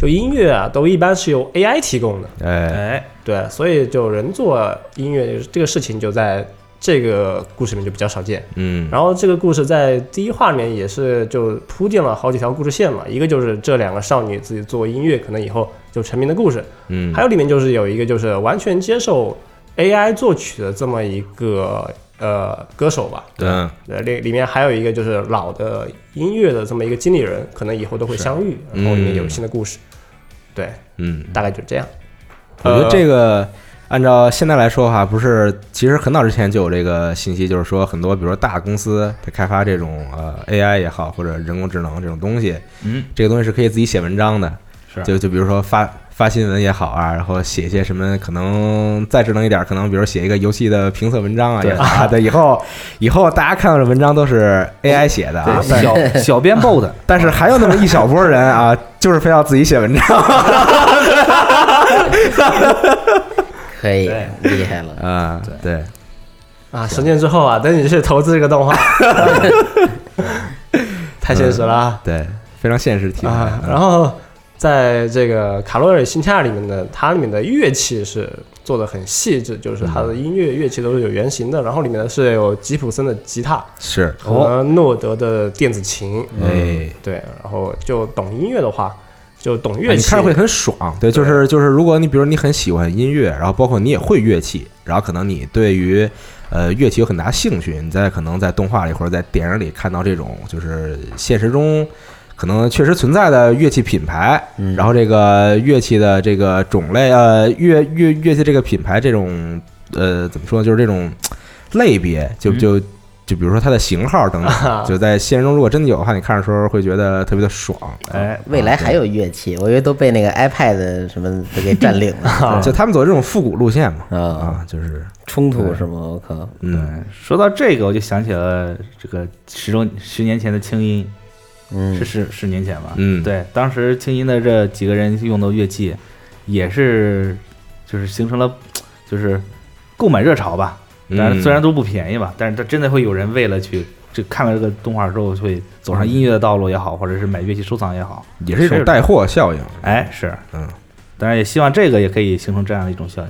Speaker 8: 就音乐啊都一般是由 AI 提供的，
Speaker 7: 哎，
Speaker 9: 哎，
Speaker 8: 对，所以就人做音乐这个事情就在这个故事里面就比较少见。
Speaker 7: 嗯，
Speaker 8: 然后这个故事在第一话里面也是就铺垫了好几条故事线嘛，一个就是这两个少女自己做音乐可能以后就成名的故事，
Speaker 7: 嗯，
Speaker 8: 还有里面就是有一个就是完全接受 AI 作曲的这么一个呃歌手吧，
Speaker 7: 嗯，
Speaker 8: 呃里里面还有一个就是老的音乐的这么一个经理人，可能以后都会相遇，
Speaker 7: 嗯
Speaker 8: 然后里面有新的故事，对，
Speaker 7: 嗯，
Speaker 8: 大概就这样。
Speaker 7: 我觉得
Speaker 8: 呃
Speaker 7: 这个按照现在来说的话，不是，其实很早之前就有这个信息，就是说很多，比如说大公司它开发这种呃 AI 也好，或者人工智能这种东西，
Speaker 9: 嗯，
Speaker 7: 这个东西是可以自己写文章的，
Speaker 9: 是
Speaker 7: 就就比如说发发新闻也好啊，然后写一些什么可能再智能一点，可能比如写一个游戏的评测文章啊，
Speaker 9: 对
Speaker 7: 也好啊，对，以后以后大家看到的文章都是 AI 写的啊，但
Speaker 9: 小 小编 bot，
Speaker 7: 但是还有那么一小波人啊，就是非要自己写文章，
Speaker 3: 可以，厉害 了，
Speaker 7: 啊，对。
Speaker 8: 啊，十年之后啊，等你去投资这个动画， 太现实了啊。
Speaker 7: 对，非常现实题材。
Speaker 8: 啊，
Speaker 7: 嗯
Speaker 8: 然后在这个卡罗尔星期二里面呢，它里面的乐器是做的很细致，就是它的音乐乐器都是有原型的，然后里面呢是有吉普森的吉他
Speaker 7: 是，
Speaker 8: 和诺德的电子琴，
Speaker 7: 哎，
Speaker 8: 对，然后就懂音乐的话，就懂乐
Speaker 7: 你
Speaker 8: 器，
Speaker 7: 看着会很爽。对，就是就是，如果你比如你很喜欢音乐，然后包括你也会乐器，然后可能你对于呃乐器有很大兴趣，你在可能在动画里或者在电影里看到这种就是现实中。可能确实存在的乐器品牌，然后这个乐器的这个种类，呃，乐乐乐器这个品牌这种，呃，怎么说呢，就是这种类别，就
Speaker 9: 嗯
Speaker 7: 就就比如说它的型号等等，就在现实中如果真的有的话，你看的时候会觉得特别的爽。
Speaker 9: 哎，
Speaker 3: 未来还有乐器，我以为都被那个 iPad 什么都给占领 了，
Speaker 9: 啊
Speaker 7: 就他们走这种复古路线嘛，
Speaker 3: 啊
Speaker 7: 啊，就是
Speaker 3: 冲突是吗？我靠，
Speaker 7: 嗯，
Speaker 9: 说到这个，我就想起了这个十周十年前的清音，
Speaker 3: 嗯
Speaker 9: 是，十十年前吧？
Speaker 7: 嗯
Speaker 9: 对，当时清音的这几个人用的乐器，也是就是形成了就是购买热潮吧。当然，
Speaker 7: 嗯
Speaker 9: 虽然都不便宜吧，但是它真的会有人为了去这看了这个动画之后，会走上音乐的道路也好，或者是买乐器收藏也好，
Speaker 7: 嗯也是一种带货效应，
Speaker 9: 哎，是，
Speaker 7: 嗯，
Speaker 9: 当然也希望这个也可以形成这样的一种效应。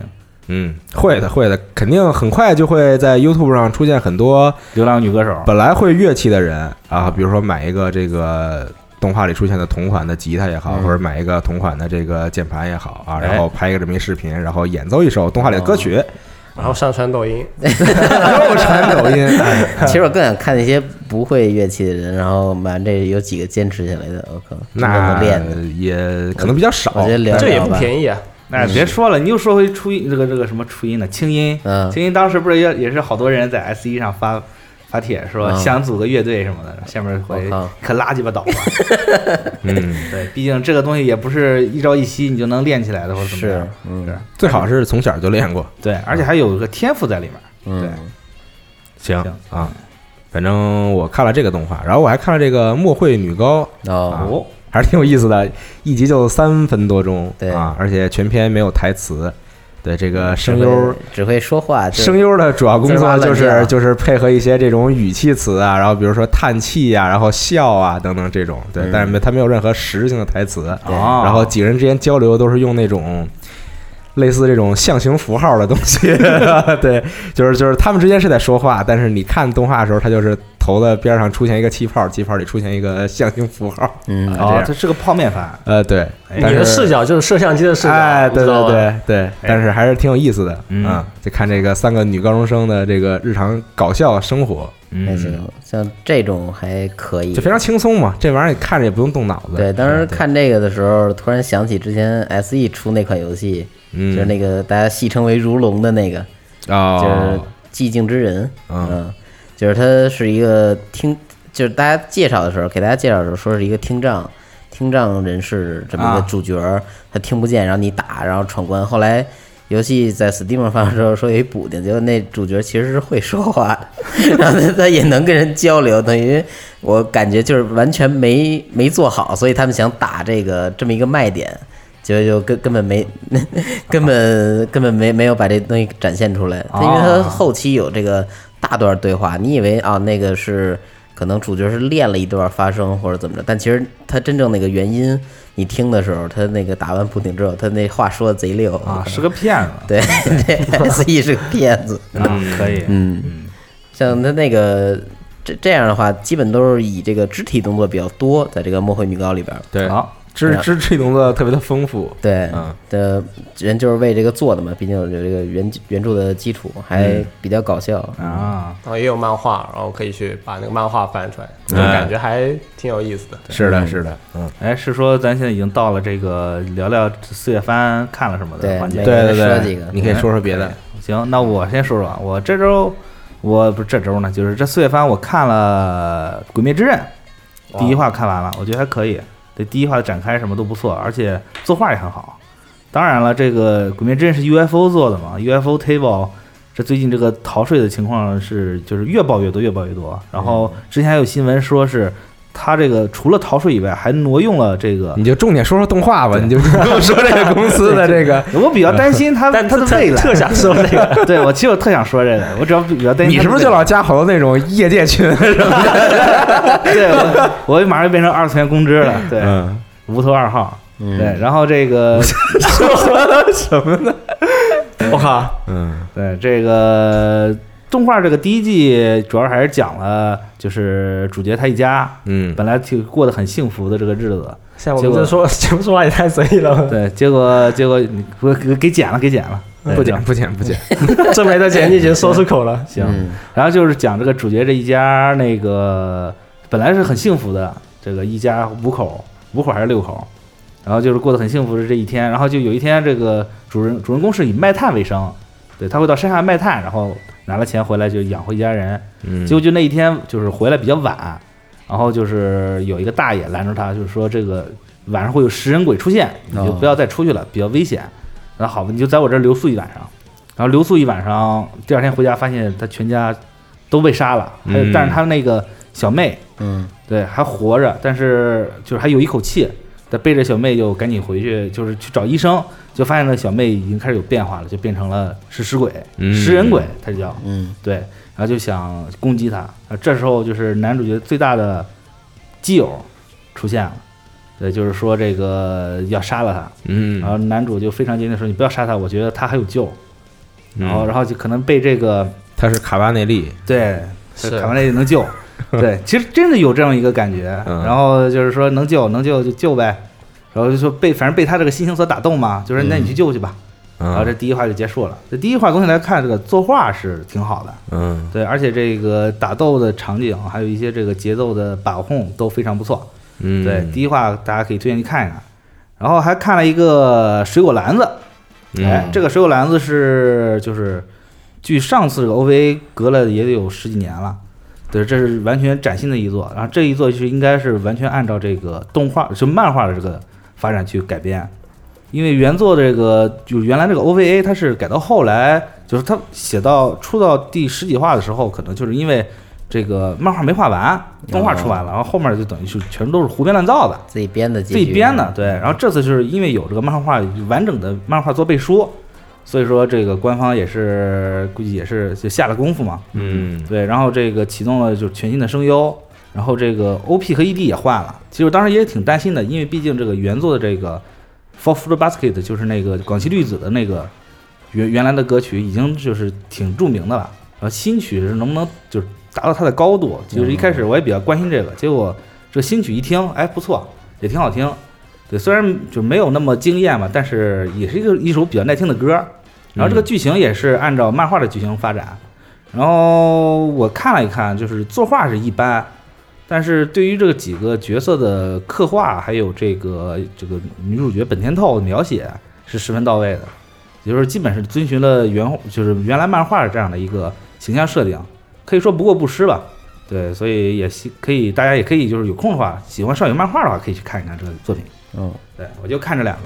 Speaker 7: 嗯，会的会的，肯定很快就会在 YouTube 上出现很多
Speaker 9: 流浪女歌
Speaker 3: 啊
Speaker 9: 手，
Speaker 7: 本来会乐器的人啊，比如说买一个这个动画里出现的同款的吉他也好，
Speaker 3: 嗯
Speaker 7: 或者买一个同款的这个键盘也好啊，
Speaker 9: 哎
Speaker 7: 然后拍一个这么一视频，然后演奏一首动画里的歌曲，
Speaker 3: 哦
Speaker 8: 然后上传抖音，
Speaker 7: 又传抖音，哎
Speaker 3: 其实我更想看那些不会乐器的人，然后完这有几个坚持下来的，我靠，就这么
Speaker 7: 那
Speaker 3: 练的，
Speaker 7: 也可能比较少，
Speaker 3: 我觉得聊
Speaker 8: 这也
Speaker 3: 聊
Speaker 8: 不
Speaker 3: 吧。
Speaker 8: 便宜啊。
Speaker 9: 哎，别说了，你又说回初音这个这个什么初音呢？清音，
Speaker 3: 嗯
Speaker 9: 清音当时不是也也是好多人在 S 一上发发帖说
Speaker 3: 嗯
Speaker 9: 想组个乐队什么的，下面回
Speaker 3: 我靠
Speaker 9: 可拉鸡 巴倒吧。
Speaker 7: 嗯。
Speaker 9: 对，毕竟这个东西也不是一朝一夕你就能练起来的，或者怎么
Speaker 3: 是
Speaker 9: 样。，
Speaker 3: 嗯
Speaker 9: 是，
Speaker 7: 最好是从小就练过，
Speaker 9: 对，而且还有个天赋在里面。对
Speaker 3: 嗯，
Speaker 7: 行
Speaker 9: 行
Speaker 7: 啊，反正我看了这个动画，然后我还看了这个《墨绘女高》
Speaker 3: 哦，
Speaker 7: 啊，还是挺有意思的，一集就三分多钟，
Speaker 3: 对
Speaker 7: 啊，而且全篇没有台词，对这个声
Speaker 3: 只
Speaker 7: 优
Speaker 3: 会只会说话，就
Speaker 7: 声优的主要工
Speaker 3: 滋哇
Speaker 7: 作就
Speaker 3: 乱叫
Speaker 7: 是就是配合一些这种语气词啊，然后比如说叹气呀、然后笑啊等等这种，对，
Speaker 3: 嗯
Speaker 7: 但是没他没有任何实质性的台词，
Speaker 9: 哦
Speaker 7: 然后几个人之间交流都是用那种。类似这种象形符号的东西， 对，就是就是他们之间是在说话，但是你看动画的时候，它就是头的边上出现一个气泡，气泡里出现一个象形符号，
Speaker 3: 嗯
Speaker 7: 啊这
Speaker 9: 哦
Speaker 7: 样，
Speaker 9: 这是个泡面番，
Speaker 7: 呃，对，但
Speaker 8: 哎你的
Speaker 7: 是
Speaker 8: 视角就是摄像机的视角，
Speaker 7: 哎，对
Speaker 8: 你知道
Speaker 7: 对
Speaker 8: 吧，
Speaker 7: 对对，但是还是挺有意思的，
Speaker 9: 嗯
Speaker 7: 啊，就看这个三个女高中生的这个日常搞笑生活，
Speaker 3: 还行，像这种还可以
Speaker 7: 就。非常轻松嘛，这玩意儿你看着也不用动脑子。
Speaker 3: 对，当时
Speaker 7: 嗯，
Speaker 3: 看这个的时候，突然想起之前 S E 出那款游戏，
Speaker 7: 嗯，
Speaker 3: 就是那个大家戏称为“如龙”的那个，
Speaker 7: 那啊，
Speaker 3: 就是寂静之人，
Speaker 7: 嗯
Speaker 3: 嗯，就是他是一个听，就是大家介绍的时候，给大家介绍的时候说是一个听障，听障人士这么一
Speaker 9: 啊
Speaker 3: 个主角儿，他听不见，然后你打，然后闯关。后来游戏在 Steam 上发的时候说有一哎补丁，结果那主角其实是会说话的， 然后他他也能跟人交流，等于我感觉就是完全没没做好，所以他们想打这个这么一个卖点。就就根根本没， 根本根本没没有把这东西展现出来，因为他
Speaker 9: 哦
Speaker 3: 后期有这个大段对话，你以为啊那个是可能主角是练了一段发声或者怎么着，但其实他真正那个原因，你听的时候，他那个打完补丁之后，他那话说的贼溜
Speaker 9: 啊，是个骗子
Speaker 3: 对，这 S E 是个骗 子，
Speaker 9: 啊，可以，
Speaker 3: 嗯，像他那个这这样的话，基本都是以这个肢体动作比较多，在这个《梦回女高》里边儿，
Speaker 7: 对，
Speaker 9: 好，
Speaker 7: 肢肢体动作特别的丰富，
Speaker 3: 对，
Speaker 9: 啊
Speaker 7: 嗯
Speaker 3: 的人就是为这个做的嘛，毕竟有这个原原著的基础，还比较搞笑。
Speaker 9: 啊，
Speaker 8: 然后也有漫画，然后可以去把那个漫画翻出来，就感觉还挺有意思的。
Speaker 7: 是的，是的，嗯，
Speaker 9: 哎，是说咱现在已经到了这个聊聊四月番看了什么的
Speaker 3: 对
Speaker 9: 环节
Speaker 3: 每
Speaker 7: 对
Speaker 9: 了，
Speaker 3: 个
Speaker 7: 对
Speaker 3: 人说几
Speaker 7: 对
Speaker 3: 个，
Speaker 7: 你可以说说别的，
Speaker 9: 行，那我先说说啊，我这周我不是这周呢，就是这四月番我看了《鬼灭之刃》第一话看完了，我觉得还可以，对第一话的展开什么都不错，而且作画也很好。当然了，这个《鬼灭之刃》是 UFO 做的嘛，UFO Table 这最近这个逃税的情况是就是越爆越多，越爆越多。然后之前还有新闻说是他这个除了逃税以外，还挪用了这个
Speaker 7: 你就重点说说动画吧，你就不用 说这个公司的这 个，
Speaker 9: 我比较担心他
Speaker 8: 但
Speaker 9: 他的
Speaker 8: 特
Speaker 9: 未来
Speaker 8: 特，想说这个，
Speaker 9: 对我其实我特想说这个，我主要比较担心
Speaker 7: 你
Speaker 9: 他
Speaker 7: 是
Speaker 9: 的
Speaker 7: 不是就
Speaker 9: 未来
Speaker 7: 老加好多那种业界群？
Speaker 9: 对，我我马上变成二次元公知了， 对，
Speaker 7: 嗯，
Speaker 9: 无头二号，
Speaker 3: 嗯，
Speaker 9: 对，然后这个，
Speaker 8: 我靠，
Speaker 7: 嗯，
Speaker 9: 对这个动画这个第一季主要还是讲了，就是主角他一家
Speaker 7: 嗯，
Speaker 9: 本来就过得很幸福的这个日子，
Speaker 8: 现在我们这说 节目说话也太随意了，
Speaker 9: 对，结果结果你我给给剪了，给剪了，
Speaker 7: 不
Speaker 9: 对
Speaker 7: 剪不剪不剪，
Speaker 8: 这没得剪，你已经说出口了。
Speaker 9: 行，
Speaker 3: 嗯
Speaker 9: 然后就是讲这个主角这一家，那个本来是很幸福的，这个一家五口，五口还是六口，然后就是过得很幸福的这一天，然后就有一天这个主人主人公是以卖炭为生，对他会到山下卖炭，然后拿了钱回来就养活一家人，
Speaker 7: 嗯
Speaker 9: 结果就那一天就是回来比较晚，然后就是有一个大爷拦着他，就是说这个晚上会有食人鬼出现，你就
Speaker 3: 哦
Speaker 9: 不要再出去了，比较危险。那好吧，你就在我这儿留宿一晚上。然后留宿一晚上，第二天回家发现他全家都被杀了，还有、
Speaker 7: 嗯
Speaker 9: 但是他那个小妹
Speaker 3: 嗯
Speaker 9: 对还活着，但是就是还有一口气。他背着小妹就赶紧回去，就是去找医生，就发现那小妹已经开始有变化了，就变成了食尸鬼、
Speaker 7: 嗯
Speaker 9: 食人鬼，他就叫。
Speaker 3: 嗯
Speaker 9: 对，然后就想攻击他。啊，这时候就是男主角最大的基友出现了，对，就是说这个要杀了他。
Speaker 7: 嗯
Speaker 9: 然后男主就非常坚定地说：“你不要杀他，我觉得他还有救。”然后，
Speaker 7: 嗯
Speaker 9: 然后就可能被这个
Speaker 7: 他是卡巴内利，
Speaker 9: 对
Speaker 8: 是
Speaker 9: 卡梅内能 救，对，其实真的有这样一个感觉。
Speaker 7: 嗯
Speaker 9: 然后就是说能救能救就救呗，然后就说被反正被他这个心情所打动嘛，就是那你去救去吧。
Speaker 7: 嗯
Speaker 9: 然后这第一话就结束了。这第一话总体来看，这个作画是挺好的，
Speaker 7: 嗯
Speaker 9: 对，而且这个打斗的场景，还有一些这个节奏的把控都非常不错。
Speaker 7: 嗯，
Speaker 9: 对，第一话大家可以推荐去看一看。然后还看了一个水果篮子，哎
Speaker 7: 嗯，
Speaker 9: 这个水果篮子是就是距上次这个 OVA 隔了也得有十几年了。对，这是完全崭新的一作，然后这一作是应该是完全按照这个动画就漫画的这个发展去改编，因为原作这个就是原来这个 OVA 它是改到后来，就是它写到出到第十几话的时候，可能就是因为这个漫画没画完，动画出完了，然后后面就等于是全都是胡编乱造的，
Speaker 3: 自己编的结
Speaker 9: 自
Speaker 3: 局，
Speaker 9: 己嗯编的。对，然后这次就是因为有这个漫画完整的漫画做背书，所以说这个官方也是估计也是就下了功夫嘛。
Speaker 7: 嗯，
Speaker 9: 对，然后这个启动了就是全新的声优，然后这个 OP 和 ED 也换了。其实我当时也挺担心的，因为毕竟这个原作的这个《For Fruit Basket》就是那个广崎绿子的那个原原来的歌曲，已经就是挺著名的了。然后新曲是能不能就是达到它的高度？就是一开始我也比较关心这个，结果这个新曲一听，哎，不错，也挺好听。对，虽然就没有那么惊艳吧，但是也是一个一首比较耐听的歌儿。然后这个剧情也是按照漫画的剧情发展，然后我看了一看，就是作画是一般，但是对于这个几个角色的刻画，还有这个这个女主角本田透的描写是十分到位的，也就是基本是遵循了原就是原来漫画这样的一个形象设定，可以说不过不失吧。对，所以也希可以，大家也可以就是有空的话，喜欢少女漫画的话，可以去看一看这个作品。
Speaker 3: 嗯，
Speaker 9: 对我就看这两个，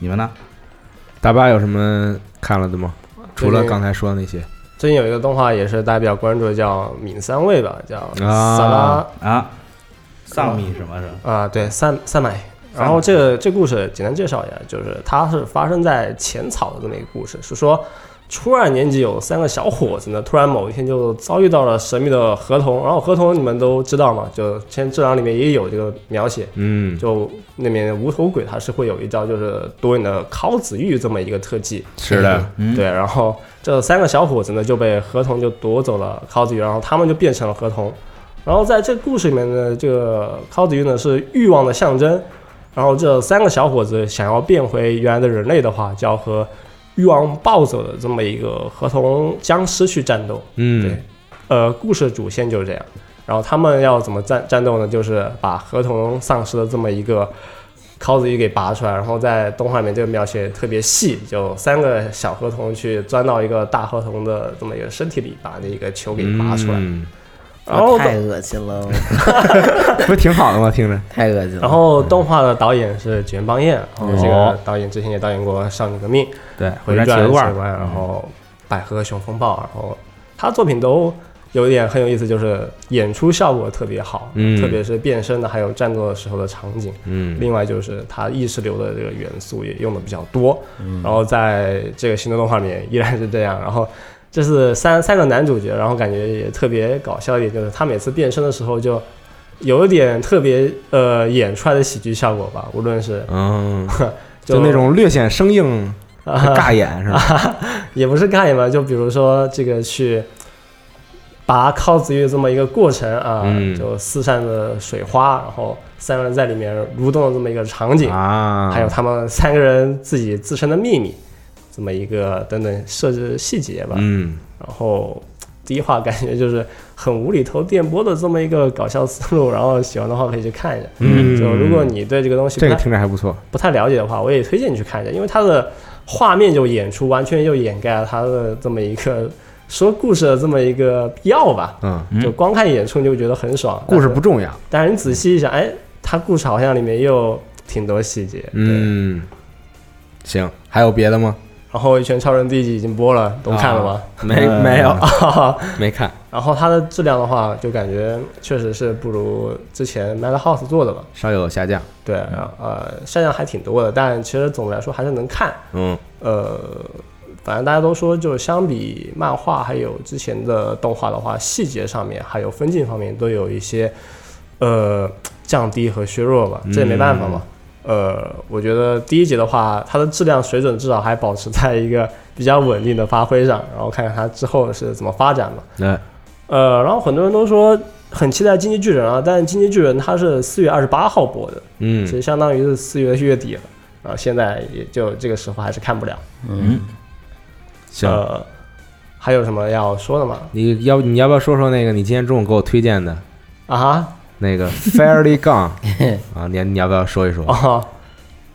Speaker 9: 你们呢？
Speaker 7: 大巴有什么看了的吗？除了刚才说的那些
Speaker 8: 最近有一个动画也是大家比较关注的，叫《闽三味》吧，叫萨拉
Speaker 7: 啊
Speaker 9: 啊，丧米什么是吧？
Speaker 8: 啊，对，三三买。
Speaker 9: 三
Speaker 8: 然后这个这故事简单介绍一下，就是它是发生在浅草的这么一个故事，是说初二年级有三个小伙子呢，突然某一天就遭遇到了神秘的合同，然后合同你们都知道嘛，就《千之狼》里面也有这个描写，
Speaker 7: 嗯，
Speaker 8: 就那面无头鬼他是会有一招就是多眼的烤子玉这么一个特技，
Speaker 7: 是的，
Speaker 9: 嗯
Speaker 8: 对，然后这三个小伙子呢就被合同就夺走了烤子鱼，然后他们就变成了合同。然后在这故事里面呢，这个烤子鱼呢是欲望的象征。然后这三个小伙子想要变回原来的人类的话，就要和欲望暴走的这么一个合同僵尸去战斗。
Speaker 7: 嗯
Speaker 8: 对，呃，故事的主线就是这样。然后他们要怎么战战斗呢？就是把合同丧尸的这么一个尻子鱼给拔出来，然后在动画里面这个描写特别细，就三个小合同去钻到一个大合同的这么一个身体里，把那个球给拔出来。
Speaker 7: 嗯
Speaker 8: 然后
Speaker 3: 太恶心了，
Speaker 7: 不是挺好的吗？听着，
Speaker 3: 太恶心了。
Speaker 8: 然后动画的导演是卷邦彦，然后这
Speaker 7: 哦
Speaker 8: 个导演之前也导演过《少女革命》
Speaker 9: 对，
Speaker 8: 回转
Speaker 9: 转铁
Speaker 8: 铁
Speaker 9: 路
Speaker 8: 路
Speaker 9: 腕儿，
Speaker 7: 嗯
Speaker 8: 然后百合熊风暴，然后他作品都有一点很有意思，就是演出效果特别好，
Speaker 7: 嗯
Speaker 8: 特别是变身的，还有战斗的时候的场景。
Speaker 7: 嗯
Speaker 8: 另外就是它意识流的这个元素也用的比较多，然后在这个新的动画里面依然是这样。然后这是三三个男主角，然后感觉也特别搞笑一点，就是他每次变身的时候就有一点特别呃演出来的喜剧效果吧，无论是
Speaker 7: 嗯，就呃那种略显生硬、
Speaker 8: 啊
Speaker 7: 尬演是吧？
Speaker 8: 也不是概念吧，就比如说这个去拔靠子玉这么一个过程啊，
Speaker 7: 嗯
Speaker 8: 就四散的水花，然后三个人在里面蠕动的这么一个场景，
Speaker 7: 啊，
Speaker 8: 还有他们三个人自己自身的秘密，这么一个等等设置细节吧。
Speaker 7: 嗯，
Speaker 8: 然后第一话感觉就是很无厘头电波的这么一个搞笑思路，然后喜欢的话可以去看一下。
Speaker 7: 嗯
Speaker 8: 就如果你对这个东西不
Speaker 7: 这
Speaker 8: 太
Speaker 7: 个听着还不错，
Speaker 8: 不太了解的话，我也推荐你去看一下，因为它的画面就演出完全就掩盖了它的这么一个说故事的这么一个必要吧。
Speaker 7: 嗯，
Speaker 9: 嗯
Speaker 8: 就光看演出你就觉得很爽，
Speaker 7: 故事
Speaker 8: 但
Speaker 7: 不
Speaker 8: 是，
Speaker 7: 重要，
Speaker 8: 但是你仔细一想，哎，它故事好像里面也有挺多细节。对，
Speaker 7: 嗯，行，还有别的吗？
Speaker 8: 然后《一拳超人》第一集已经播了，都看了吗？
Speaker 7: 啊没
Speaker 9: 呃
Speaker 7: 没有，没看，
Speaker 8: 然后它的质量的话，就感觉确实是不如之前 Madhouse 做的吧。
Speaker 7: 稍有下降，
Speaker 8: 对，
Speaker 7: 嗯
Speaker 8: 呃，下降还挺多的，但其实总的来说还是能看。
Speaker 7: 嗯
Speaker 8: 呃，反正大家都说，就是相比漫画还有之前的动画的话，细节上面还有分镜方面都有一些呃降低和削弱吧，这也没办法嘛。呃，我觉得第一集的话，它的质量水准至少还保持在一个比较稳定的发挥上，然后看看它之后是怎么发展吧。
Speaker 7: 那
Speaker 8: 呃，然后很多人都说很期待《经济巨人》啊，但《经济巨人》它是四月二十八号播的，
Speaker 7: 嗯
Speaker 8: 其实相当于是四月月底了，然后现在也就这个时候还是看不了。
Speaker 7: 嗯行，
Speaker 8: 呃，还有什么要说的吗？
Speaker 7: 你要你要不要说说那个你今天中午给我推荐的
Speaker 8: 啊哈，
Speaker 7: 那个 Fairly Gone 啊？你你要不要说一说？
Speaker 8: 哦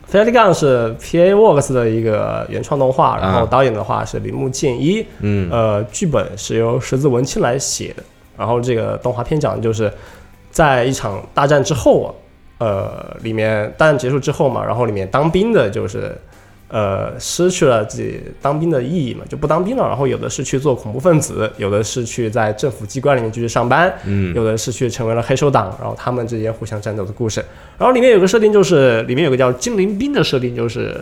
Speaker 8: f a i r y Gun 是 PA Works 的一个原创动画，然后
Speaker 7: 啊
Speaker 8: 导演的话是铃木健一，
Speaker 7: 嗯
Speaker 8: 呃，剧本是由十字文青来写的，然后这个动画片讲的就是在一场大战之后啊，呃，里面大战结束之后嘛，然后里面当兵的就是呃失去了自己当兵的意义嘛，就不当兵了。然后有的是去做恐怖分子，有的是去在政府机关里面继续上班，
Speaker 7: 嗯
Speaker 8: 有的是去成为了黑手党，然后他们之间互相战斗的故事。然后里面有个设定就是，里面有个叫精灵兵的设定，就是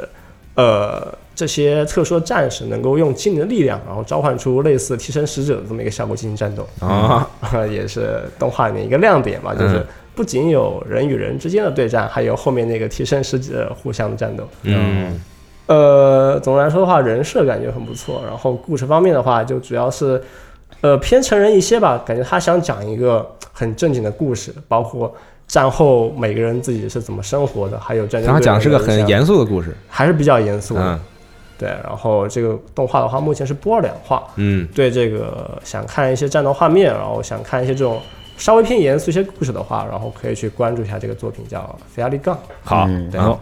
Speaker 8: 呃这些特殊的战士能够用精灵的力量，然后召唤出类似替身使者的这么一个效果进行战斗。
Speaker 7: 啊，
Speaker 8: 也是动画里面一个亮点吧，就是
Speaker 7: 嗯
Speaker 8: 不仅有人与人之间的对战，还有后面那个替身使者互相的战斗。
Speaker 7: 嗯
Speaker 8: 呃，总的来说的话，人设感觉很不错。然后故事方面的话，就主要是呃偏成人一些吧，感觉他想讲一个很正经的故事，包括战后每个人自己是怎么生活的，还有战争。
Speaker 7: 然后讲的是个很，严肃的故事，
Speaker 8: 还是比较严肃的。
Speaker 7: 嗯
Speaker 8: 对，然后这个动画的话，目前是播了两话，
Speaker 7: 嗯
Speaker 8: 对这个想看一些战斗画面，然后想看一些这种稍微偏严肃一些故事的话，然后可以去关注一下这个作品，叫《菲亚利杠》。
Speaker 7: 好
Speaker 3: 嗯，
Speaker 7: 然后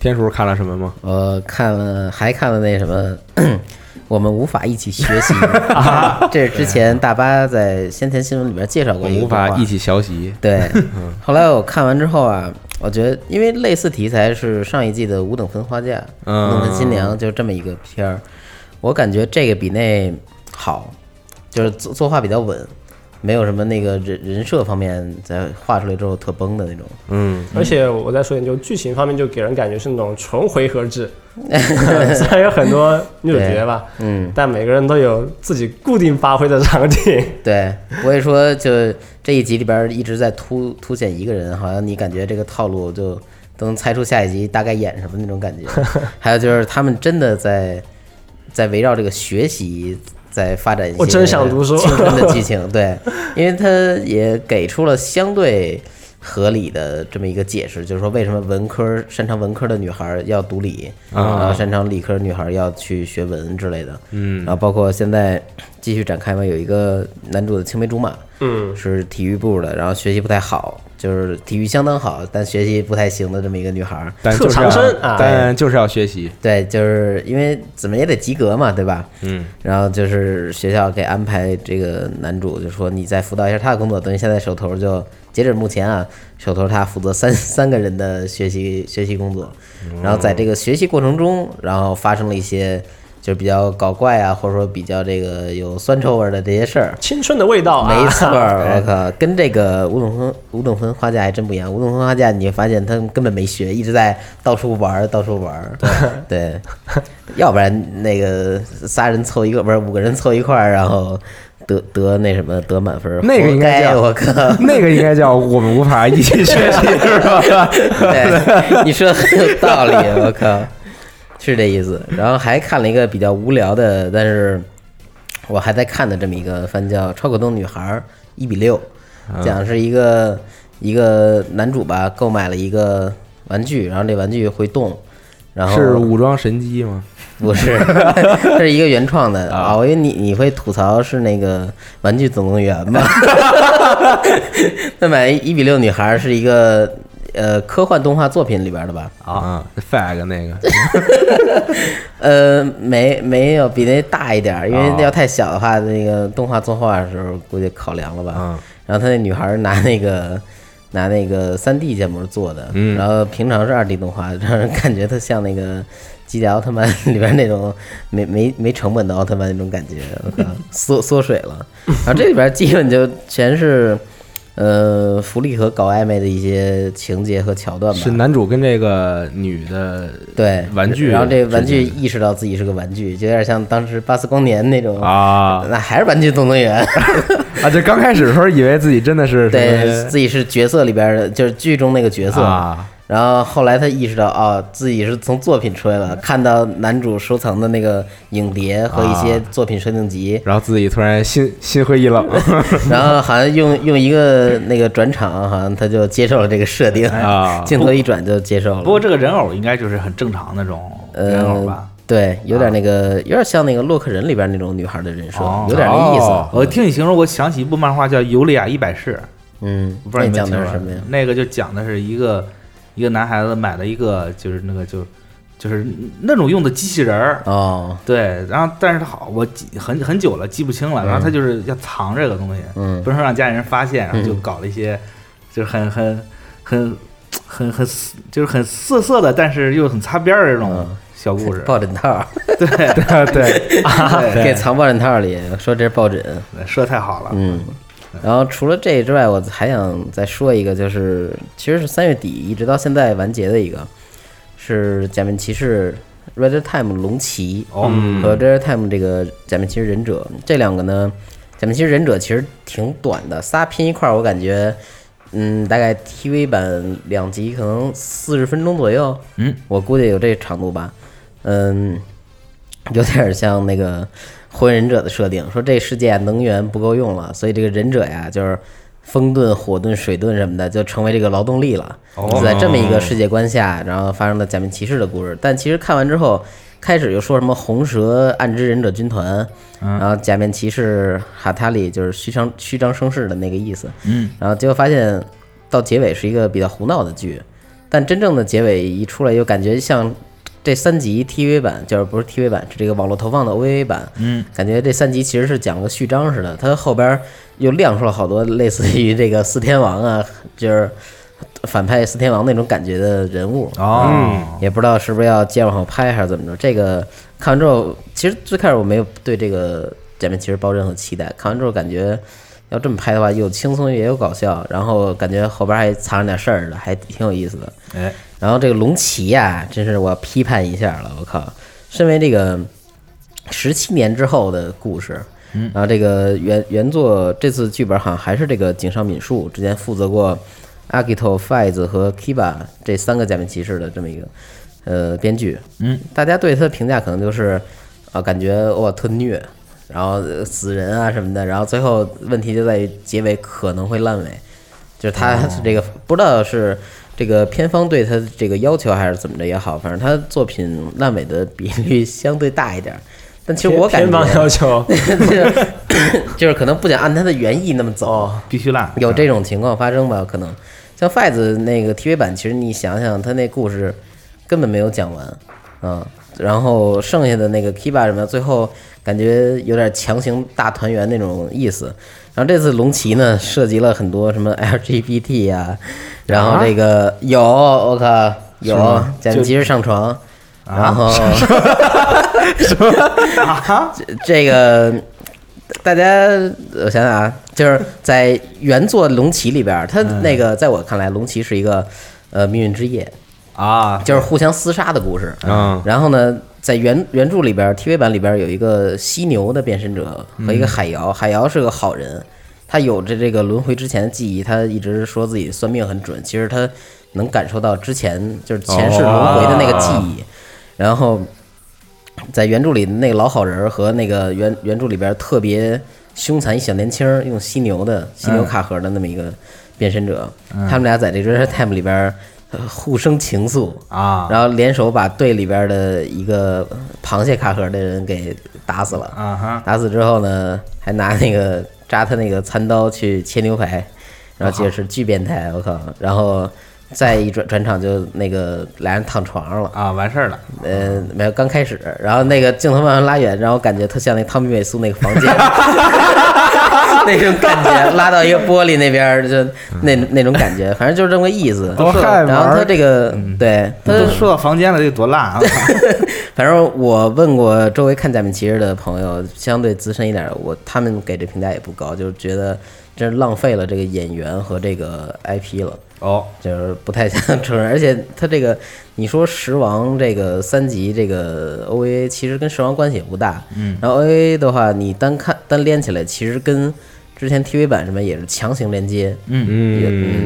Speaker 7: 天叔看了什么吗？
Speaker 3: 我看了，还看了那什么，我们无法一起学习。这是之前大巴在先前新闻里边介绍
Speaker 7: 我
Speaker 3: 过一个动
Speaker 7: 无
Speaker 3: 画，
Speaker 7: 法一起学习，
Speaker 3: 对，后来我看完之后啊，我觉得因为类似题材是上一季的《五等分花嫁》
Speaker 7: 嗯
Speaker 3: 五等分新娘》，就这么一个片儿，我感觉这个比那好，就是作作画比较稳，没有什么那个人人设方面在画出来之后特崩的那种。
Speaker 7: 嗯，
Speaker 8: 而且我再说一点，就剧情方面就给人感觉是那种纯回 合制，虽然有很多女主角吧，
Speaker 3: 嗯，
Speaker 8: 但每个人都有自己固定发挥的场景。
Speaker 3: 对，我也说就这一集里边一直在突凸显一个人，好像你感觉这个套路就都能猜出下一集大概演什么那种感觉。还有就是他们真的在在围绕这个学习在发展一些
Speaker 8: 我真想读书
Speaker 3: 青春的剧情，对，因为他也给出了相对。合理的这么一个解释，就是说为什么文科擅长文科的女孩要读理，
Speaker 7: 啊
Speaker 3: 然后擅长理科女孩要去学文之类的，
Speaker 7: 嗯
Speaker 3: 然后包括现在继续展开嘛，有一个男主的青梅竹马
Speaker 8: 嗯，
Speaker 3: 是体育部的，然后学习不太好，就是体育相当好，但学习不太行的这么一个女孩儿。
Speaker 7: 但就是
Speaker 8: 特长生
Speaker 7: 要
Speaker 8: 啊
Speaker 7: 但就是要学习，
Speaker 3: 对，就是因为怎么也得及格嘛，对吧？
Speaker 7: 嗯
Speaker 3: 然后就是学校给安排这个男主，就说你再辅导一下他的工作，等于现在手头就截止目前啊，手头他负责三 三个人的学习学习工作，然后在这个学习过程中，然后发生了一些就是比较搞怪啊，或者说比较这个有酸臭味儿的这些事儿。
Speaker 8: 青春的味道啊，
Speaker 3: 没错儿， 我靠，跟这个五等分五等分花架还真不一样。五等分花架，你会发现他们根本没学，一直在到处玩儿，到处玩儿。对，要不然那个仨人凑一个，不是五个人凑一块儿，然后得得那什么得满分儿，
Speaker 7: 那个
Speaker 3: 活
Speaker 7: 应该
Speaker 3: 该
Speaker 7: 叫
Speaker 3: 我 靠。
Speaker 7: 那个应该叫我们无法一起学 习，是吧？
Speaker 3: 对，你说的很有道理，我靠，是这意思。然后还看了一个比较无聊的，但是我还在看的这么一个番叫《超果冻女孩一比六》，讲是一个一个男主吧购买了一个玩具，然后这玩具会动。然后
Speaker 7: 是武装神机吗？
Speaker 3: 不是，这是一个原创的啊！我以为你你会吐槽是那个《玩具总动员》吧？那买一比六女孩是一个呃科幻动画作品里边的吧？
Speaker 7: 啊，fag 那个，
Speaker 3: 呃，没没有比那大一点，儿，因
Speaker 7: 哦
Speaker 3: 为要太小的话，那个动画作画的时候估计考量了吧。
Speaker 7: 嗯
Speaker 3: 然后他那女孩拿那个拿那个三 D 建模做的，
Speaker 7: 嗯
Speaker 3: 然后平常是二 D 动画，让人感觉她像那个机甲奥特曼里边那种没没没成本的奥特曼那种 感觉，我靠缩缩水了。然后这里边基本就全是呃福利和搞暧昧的一些情节和桥段吧，
Speaker 7: 是男主跟这个女的
Speaker 3: 对
Speaker 7: 玩具
Speaker 3: 然后这
Speaker 7: 之
Speaker 3: 玩具
Speaker 7: 间的
Speaker 3: 意识到自己是个玩具，就有点像当时巴斯光年那种。
Speaker 7: 啊
Speaker 3: 那还是玩具总动 员，
Speaker 7: 啊！就刚开始的时候以为自己真的是什
Speaker 3: 对
Speaker 7: 么
Speaker 3: 自己是角色里边的，就是剧中那个角色。
Speaker 7: 啊，
Speaker 3: 然后后来他意识到，哦，自己是从作品出来了，看到男主收藏的那个影碟和一些作品设定集，
Speaker 7: 哎然后自己突然心心灰意冷
Speaker 3: 然后好像用用一个那个转场，好像他就接受了这个设定，
Speaker 7: 啊，
Speaker 3: 镜头一转就接受了。
Speaker 9: 不过这个人偶应该就是很正常那种人偶吧
Speaker 3: 呃。，对，有点那个，有点像那个《洛克人》里边那种女孩的人设，有点那意
Speaker 7: 啊哦
Speaker 3: 思。
Speaker 9: 我听你形容，我想起一部漫画叫《尤利亚一百世》，
Speaker 3: 嗯，
Speaker 9: 我不知
Speaker 3: 那
Speaker 9: 道你们
Speaker 3: 讲
Speaker 9: 听
Speaker 3: 的
Speaker 9: 过
Speaker 3: 是什么呀？
Speaker 9: 那个就讲的是一个一个男孩子买了一个就是那个就就是那种用的机器人儿，
Speaker 3: 哦，
Speaker 9: 对，然后但是他好我记很很久了记不清了，然后他就是要藏这个东西，
Speaker 3: 嗯
Speaker 9: 不能让家里人发现，然后就
Speaker 3: 嗯
Speaker 9: 搞了一些就是很很很。很很就是很涩涩的，但是又很擦边儿的这种
Speaker 3: 嗯
Speaker 9: 小故事。
Speaker 3: 抱枕套，
Speaker 9: 对对对，
Speaker 3: 给藏抱枕套里，说这是抱枕。
Speaker 9: 说得太好了。
Speaker 3: 嗯，然后除了这之外，我还想再说一个，就是其实是三月底一直到现在完结的一个，是《假面骑士 Red Time》龙骑
Speaker 9: 哦
Speaker 3: 和《Red Time》这个《假面骑士忍者》这两个呢，《假面骑士忍者》其实挺短的，仨拼一块儿，我感觉。嗯，大概 TV 版两集可能四十分钟左右，
Speaker 9: 嗯，
Speaker 3: 我估计有这长度吧，嗯，有点像那个火影忍者的设定，说这世界能源不够用了，所以这个忍者呀，就是风遁、火遁、水遁什么的，就成为这个劳动力了。
Speaker 7: 哦
Speaker 3: 在这么一个世界观下，然后发生了假面骑士的故事。但其实看完之后，开始又说什么红蛇暗之忍者军团，然后假面骑士哈塔里就是虚张虚张声势的那个意思。
Speaker 9: 嗯，
Speaker 3: 然后结果发现到结尾是一个比较胡闹的剧，但真正的结尾一出来，又感觉像这三集 TV 版，就是不是 TV 版，是这个网络投放的 OVA 版，
Speaker 9: 嗯，
Speaker 3: 感觉这三集其实是讲个序章似的，它后边儿又亮出了好多类似于这个四天王啊，就是反派四天王那种感觉的人物，
Speaker 9: 哦，
Speaker 3: 也不知道是不是要接往后拍还是怎么着。这个看完之后，其实最开始我没有对这个假面骑士抱任何期待，看完之后感觉要这么拍的话，又轻松也有搞笑，然后感觉后边还藏着点事儿的，还挺有意思的。
Speaker 9: 哎，
Speaker 3: 然后这个龙骑呀、真是我要批判一下了，我靠！身为这个十七年之后的故事，然后这个原原作这次剧本好像还是这个井上敏树之前负责过 Agito、Fize 和 Kiba 这三个假面骑士的这么一个呃编剧，
Speaker 9: 嗯，
Speaker 3: 大家对他的评价可能就是啊、感觉哇特虐，然后呃死人啊什么的，然后最后问题就在于结尾可能会烂尾，就是
Speaker 8: 哦
Speaker 3: 他是 这个、不知道是这个片方对他这个要求还是怎么着也好，反正他作品烂尾的比率相对大一点儿。但其实我感觉
Speaker 8: 偏方要求
Speaker 3: 就是就是 可能不想按他的原意那么走，
Speaker 8: 哦
Speaker 9: 必须烂。
Speaker 3: 有这种情况发生吧？可能像 f i 子那个 TV 版，其实你想想，他那故事根本没有讲完，嗯，然后剩下的那个 Kiba 什么的，最后感觉有点强行大团圆那种意思。然后这次龙骑呢，涉及了很多什么 LGBT 呀、然后这个、有我靠有假面骑士上床，然后
Speaker 9: 啊
Speaker 3: 这这个大家，我想想啊，就是在原作《龙骑》里边儿，它那个在我看来，《龙骑》是一个呃命运之夜，
Speaker 9: 啊，
Speaker 3: 就是互相厮杀的故事。
Speaker 7: 嗯
Speaker 3: 然后呢，在原原著里边儿，TV 版里边儿有一个犀牛的变身者和一个海瑶，海瑶是个好人，他有着这个轮回之前的记忆，他一直说自己算命很准，其实他能感受到之前就是前世轮回的那个记忆。然后在原著里那个老好人儿和那个原原著里边儿特别凶残一小年轻儿，用犀牛的犀牛卡盒的那么一个变身者，他们俩在这个《Red Time》里边儿呃互生情愫
Speaker 9: 啊
Speaker 3: 然后联手把队里边儿的一个螃蟹卡盒的人给打死了
Speaker 9: 啊哈，
Speaker 3: 打死之后呢，还拿那个扎他那个餐刀去切牛排，然后这是巨变态，我靠！然后再一转转场就那个俩人躺床上了。
Speaker 9: 啊，完事儿了。
Speaker 3: 呃，没有，刚开始，然后那个镜头慢慢拉远，然后感觉特像那汤米·韦素那个房 间，那种感觉，拉到一个玻璃那边儿，就那那种感觉，反正就是这么个意思。
Speaker 7: 多嗨玩儿
Speaker 3: 然后他这个，
Speaker 9: 嗯
Speaker 3: 对，他
Speaker 9: 都说到房间了，这多烂 啊！
Speaker 3: 反正我问过周围看假面骑士的朋友，相对资深一点，的，我他们给这评价也不高，就是觉得真是浪费了这个演员和这个 IP 了。
Speaker 9: 哦，
Speaker 3: 就是不太想承认。而且他这个，你说《十王》这个三级这个 OVA，其实跟《十王》关系也不大。嗯，然后 OVA 的话，你单看单连起来，其实跟之前 TV 版什么也是强行连接。也
Speaker 7: 嗯，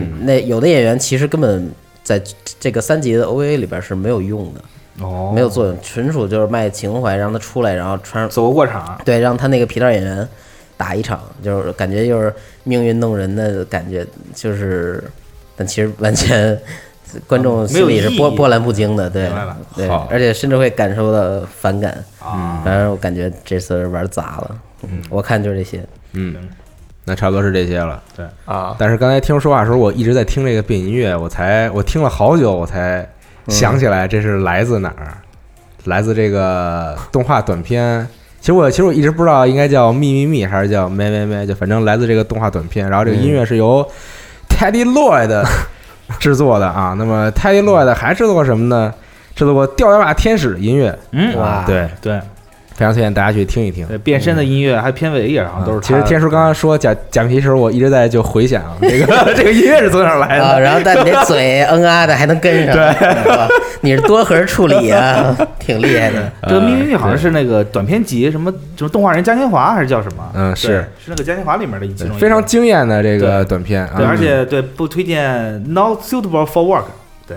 Speaker 3: 嗯，那有的演员其实根本在这个三级的 OVA 里边是没有用的，
Speaker 9: 哦，
Speaker 3: 没有作用，纯属就是卖情怀，让他出来，然后穿上
Speaker 9: 走个过场，啊
Speaker 3: 对，让他那个皮带演员打一场，就是感觉就是命运弄人的感觉，就是，但其实完全观众
Speaker 9: 没
Speaker 3: 心
Speaker 9: 有
Speaker 3: 里是
Speaker 9: 意义
Speaker 3: 波波澜不惊的，对
Speaker 9: 明白了，
Speaker 3: 对
Speaker 7: 好，
Speaker 3: 而且甚至会感受到反感
Speaker 9: 啊。嗯
Speaker 3: 反正我感觉这次玩砸了，嗯我看就是这些，
Speaker 7: 那差不多是这些了。
Speaker 8: 啊，
Speaker 7: 但是刚才听说话的时候，我一直在听这个背景音乐，我才我听了好久，我才想起来这是来自哪儿，来自这个动画短片。其实我其实我一直不知道应该叫秘密密还是叫咩咩咩，就反正来自这个动画短片。然后这个音乐是由 Teddy Lloyd 制作的啊。那么泰利洛的还制作过什么呢？制作过《吊脚马天使》音乐，
Speaker 9: 嗯，
Speaker 7: 哇对
Speaker 9: 对，
Speaker 7: 非常推荐大家去听一听。
Speaker 9: 呃变身的音乐还有片尾也
Speaker 3: 嗯
Speaker 9: 好像都是
Speaker 7: 啊
Speaker 9: 他
Speaker 7: 其
Speaker 9: 的。
Speaker 7: 实天叔刚刚说假假皮的时候，我一直在就回想这个 这个音乐是从哪儿
Speaker 9: 哎
Speaker 7: 来
Speaker 3: 啊，
Speaker 7: 的。
Speaker 3: 然后但你那 嘴嗯啊的还能跟上，对，你是多核处理 啊，挺厉害的。
Speaker 7: 呃
Speaker 9: 这个秘密密好像是那个短片集，什么什么动画人嘉年华还是叫什么？
Speaker 7: 嗯
Speaker 9: 对
Speaker 7: 是
Speaker 9: 是那个嘉年华里面的一其中一
Speaker 7: 非常
Speaker 9: 个
Speaker 7: 惊艳的这个短片
Speaker 9: 对，
Speaker 7: 啊
Speaker 9: 而且对不推荐 not suitable for work。对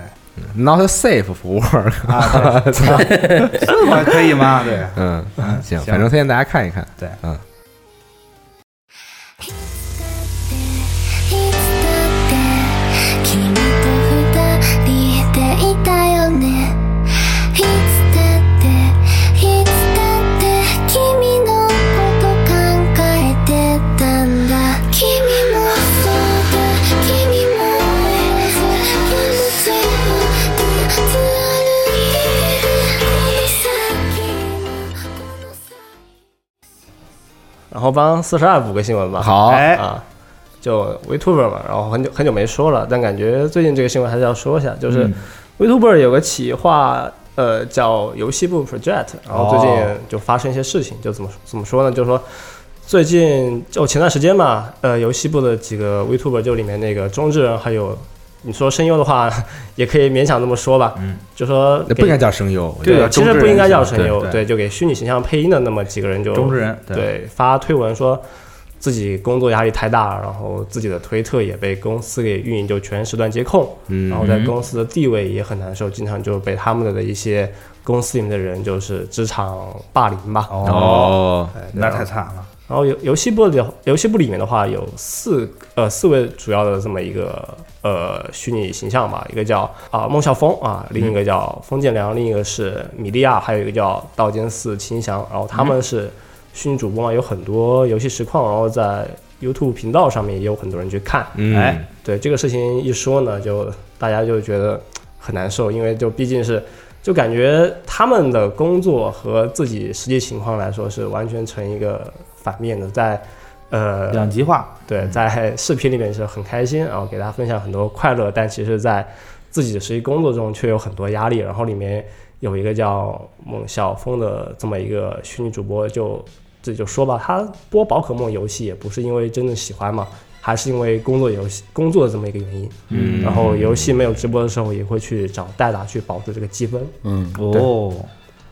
Speaker 7: ，Not Safe for Work，
Speaker 9: 啊，对 suitable 可以吗？对，
Speaker 7: 嗯，
Speaker 9: 嗯，
Speaker 7: 行，反正推荐大家看一看。
Speaker 9: 对
Speaker 7: 嗯，
Speaker 1: いつだって君と二人でいたよねいつだっていつだって君のこと考えてたんだ君もそうだ君もそうだつ歩いてるこの先もこの先
Speaker 8: 然后帮四十二补个新闻吧。
Speaker 7: 好
Speaker 9: 哎
Speaker 8: 啊，就 VTuber 吧，然后很久很久没说了，但感觉最近这个新闻还是要说一下，就是
Speaker 9: 嗯
Speaker 8: VTuber 有个企划，呃，叫游戏部 Project，然后最近
Speaker 9: 哦
Speaker 8: 就发生一些事情，就怎么怎么说呢？就是说最近就前段时间吧，呃，游戏部的几个 VTuber 就里面那个中之人还有。你说声优的话， 也可以勉强这么说吧。嗯，就说
Speaker 7: 那不
Speaker 8: 给
Speaker 7: 应该叫声优，我觉
Speaker 8: 对
Speaker 7: 得
Speaker 8: 啊，其实不应该叫声优，
Speaker 9: 对
Speaker 8: 对，就给虚拟形象配音的那么几个人就
Speaker 9: 中之人对
Speaker 8: 对发推文说自己工作压力太大，然后自己的推特也被公司给运营就全时段监控，
Speaker 7: 嗯
Speaker 8: 然后在公司的地位也很难受，经常就被他们的一些公司里面的人就是职场霸凌吧。
Speaker 7: 哦，
Speaker 8: 哎对
Speaker 9: 那
Speaker 8: 然后
Speaker 9: 太惨了。
Speaker 8: 然后游游戏部的游戏部里面的话，有四呃四位主要的这么一个呃虚拟形象吧，一个叫啊、孟孝峰啊，另一个叫封建良，另一个是米利亚，还有一个叫道间寺清祥。然后他们是虚拟主播嘛，有很多游戏实况，然后在 YouTube 频道上面也有很多人去看。
Speaker 7: 嗯
Speaker 9: 哎，
Speaker 8: 对这个事情一说呢，就大家就觉得很难受，因为就毕竟是，就感觉他们的工作和自己实际情况来说是完全成一个反面的，在呃
Speaker 9: 两极化，
Speaker 8: 对，在视频里面是很开心，然后给大家分享很多快乐，但其实在自己的实际工作中却有很多压力，然后里面有一个叫孟小峰的这么一个虚拟主播就。这就说吧，他播宝可梦游戏也不是因为真正喜欢嘛，还是因为工作游戏工作的这么一个原因。
Speaker 9: 嗯
Speaker 8: 然后游戏没有直播的时候，也会去找代打去保住这个积分。
Speaker 3: 嗯，
Speaker 9: 哦，
Speaker 8: 嗯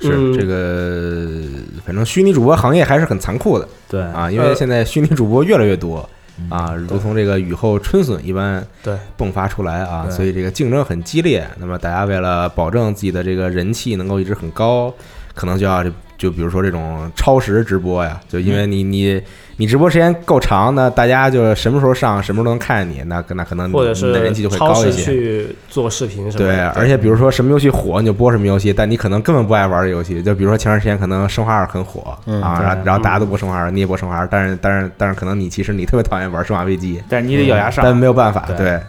Speaker 7: 是这个，反正虚拟主播行业还是很残酷的
Speaker 9: 对，
Speaker 7: 啊，因为
Speaker 8: 呃嗯
Speaker 7: 现在虚拟主播越来越多啊，如同这个雨后春笋一般
Speaker 8: 对，
Speaker 7: 迸发出来啊，
Speaker 9: 对
Speaker 7: 所以这个竞争很激烈。那么大家为了保证自己的这个人气能够一直很高，可能就要就比如说这种超时直播呀，就因
Speaker 8: 嗯
Speaker 7: 为你你你直播时间够长呢，大家就什么时候上什么时候能看见你，那那可能
Speaker 8: 或者
Speaker 7: 你的人
Speaker 8: 是
Speaker 7: 气就会
Speaker 8: 超
Speaker 7: 高一
Speaker 8: 时
Speaker 7: 些。
Speaker 8: 去做视频什么
Speaker 7: 对，
Speaker 8: 的。
Speaker 7: 而且比
Speaker 9: 嗯
Speaker 7: 如说什么游戏火你就播什么游戏，但你可能根本不爱玩这游戏。就比如说前段时间可能《生化二》很火
Speaker 3: 嗯
Speaker 7: 啊，
Speaker 9: 对
Speaker 7: 然后然后大家都播《生化二》，你也播《生化二》，但是但是但是可能你其实你特别讨厌玩《生化危机》，
Speaker 9: 但是你得咬牙
Speaker 7: 嗯
Speaker 9: 上
Speaker 7: 但。没有办法，
Speaker 9: 对
Speaker 7: 对，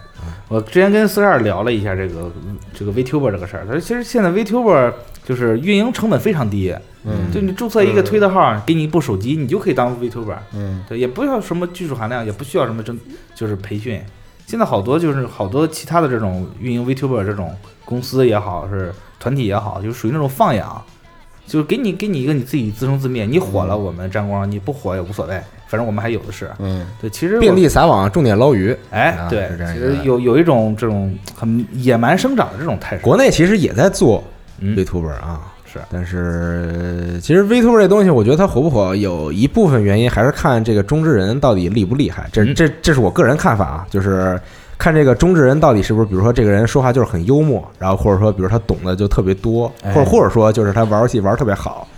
Speaker 9: 我之前跟四十二聊了一下这个这个 VTuber 这个事儿，他说其实现在 VTuber 就是运营成本非常低，
Speaker 3: 嗯
Speaker 9: 就你注册一个推特号，给你一部手机，你就可以当 VTuber，
Speaker 3: 嗯，
Speaker 9: 对，也不要什么技术含量，也不需要什么真就是培训。现在好多就是好多其他的这种运营 VTuber 这种公司也好，是团体也好，就是属于那种放养，就是给你给你一个你自己自生自灭，你火了我们沾光，你不火也无所谓，反正我们还有的是。
Speaker 3: 嗯，
Speaker 9: 对，其实我
Speaker 7: 遍地撒网，重点捞鱼。
Speaker 9: 哎
Speaker 7: 啊，
Speaker 9: 对
Speaker 7: 是这，样
Speaker 9: 其
Speaker 7: 一个
Speaker 9: 实有有一种这种很野蛮生长的这种态势。
Speaker 7: 国内其实也在做
Speaker 9: 嗯
Speaker 7: VTuber 啊，
Speaker 9: 是
Speaker 7: 但是呃其实 VTuber 这东西，我觉得它火不火，有一部分原因还是看这个中之人到底厉不厉害。这
Speaker 9: 嗯
Speaker 7: 这这是我个人看法啊，就是看这个中之人到底是不是，比如说这个人说话就是很幽默，然后或者说，比如他懂得就特别多，
Speaker 9: 哎
Speaker 7: 或者或者说就是他玩游戏玩得特别好。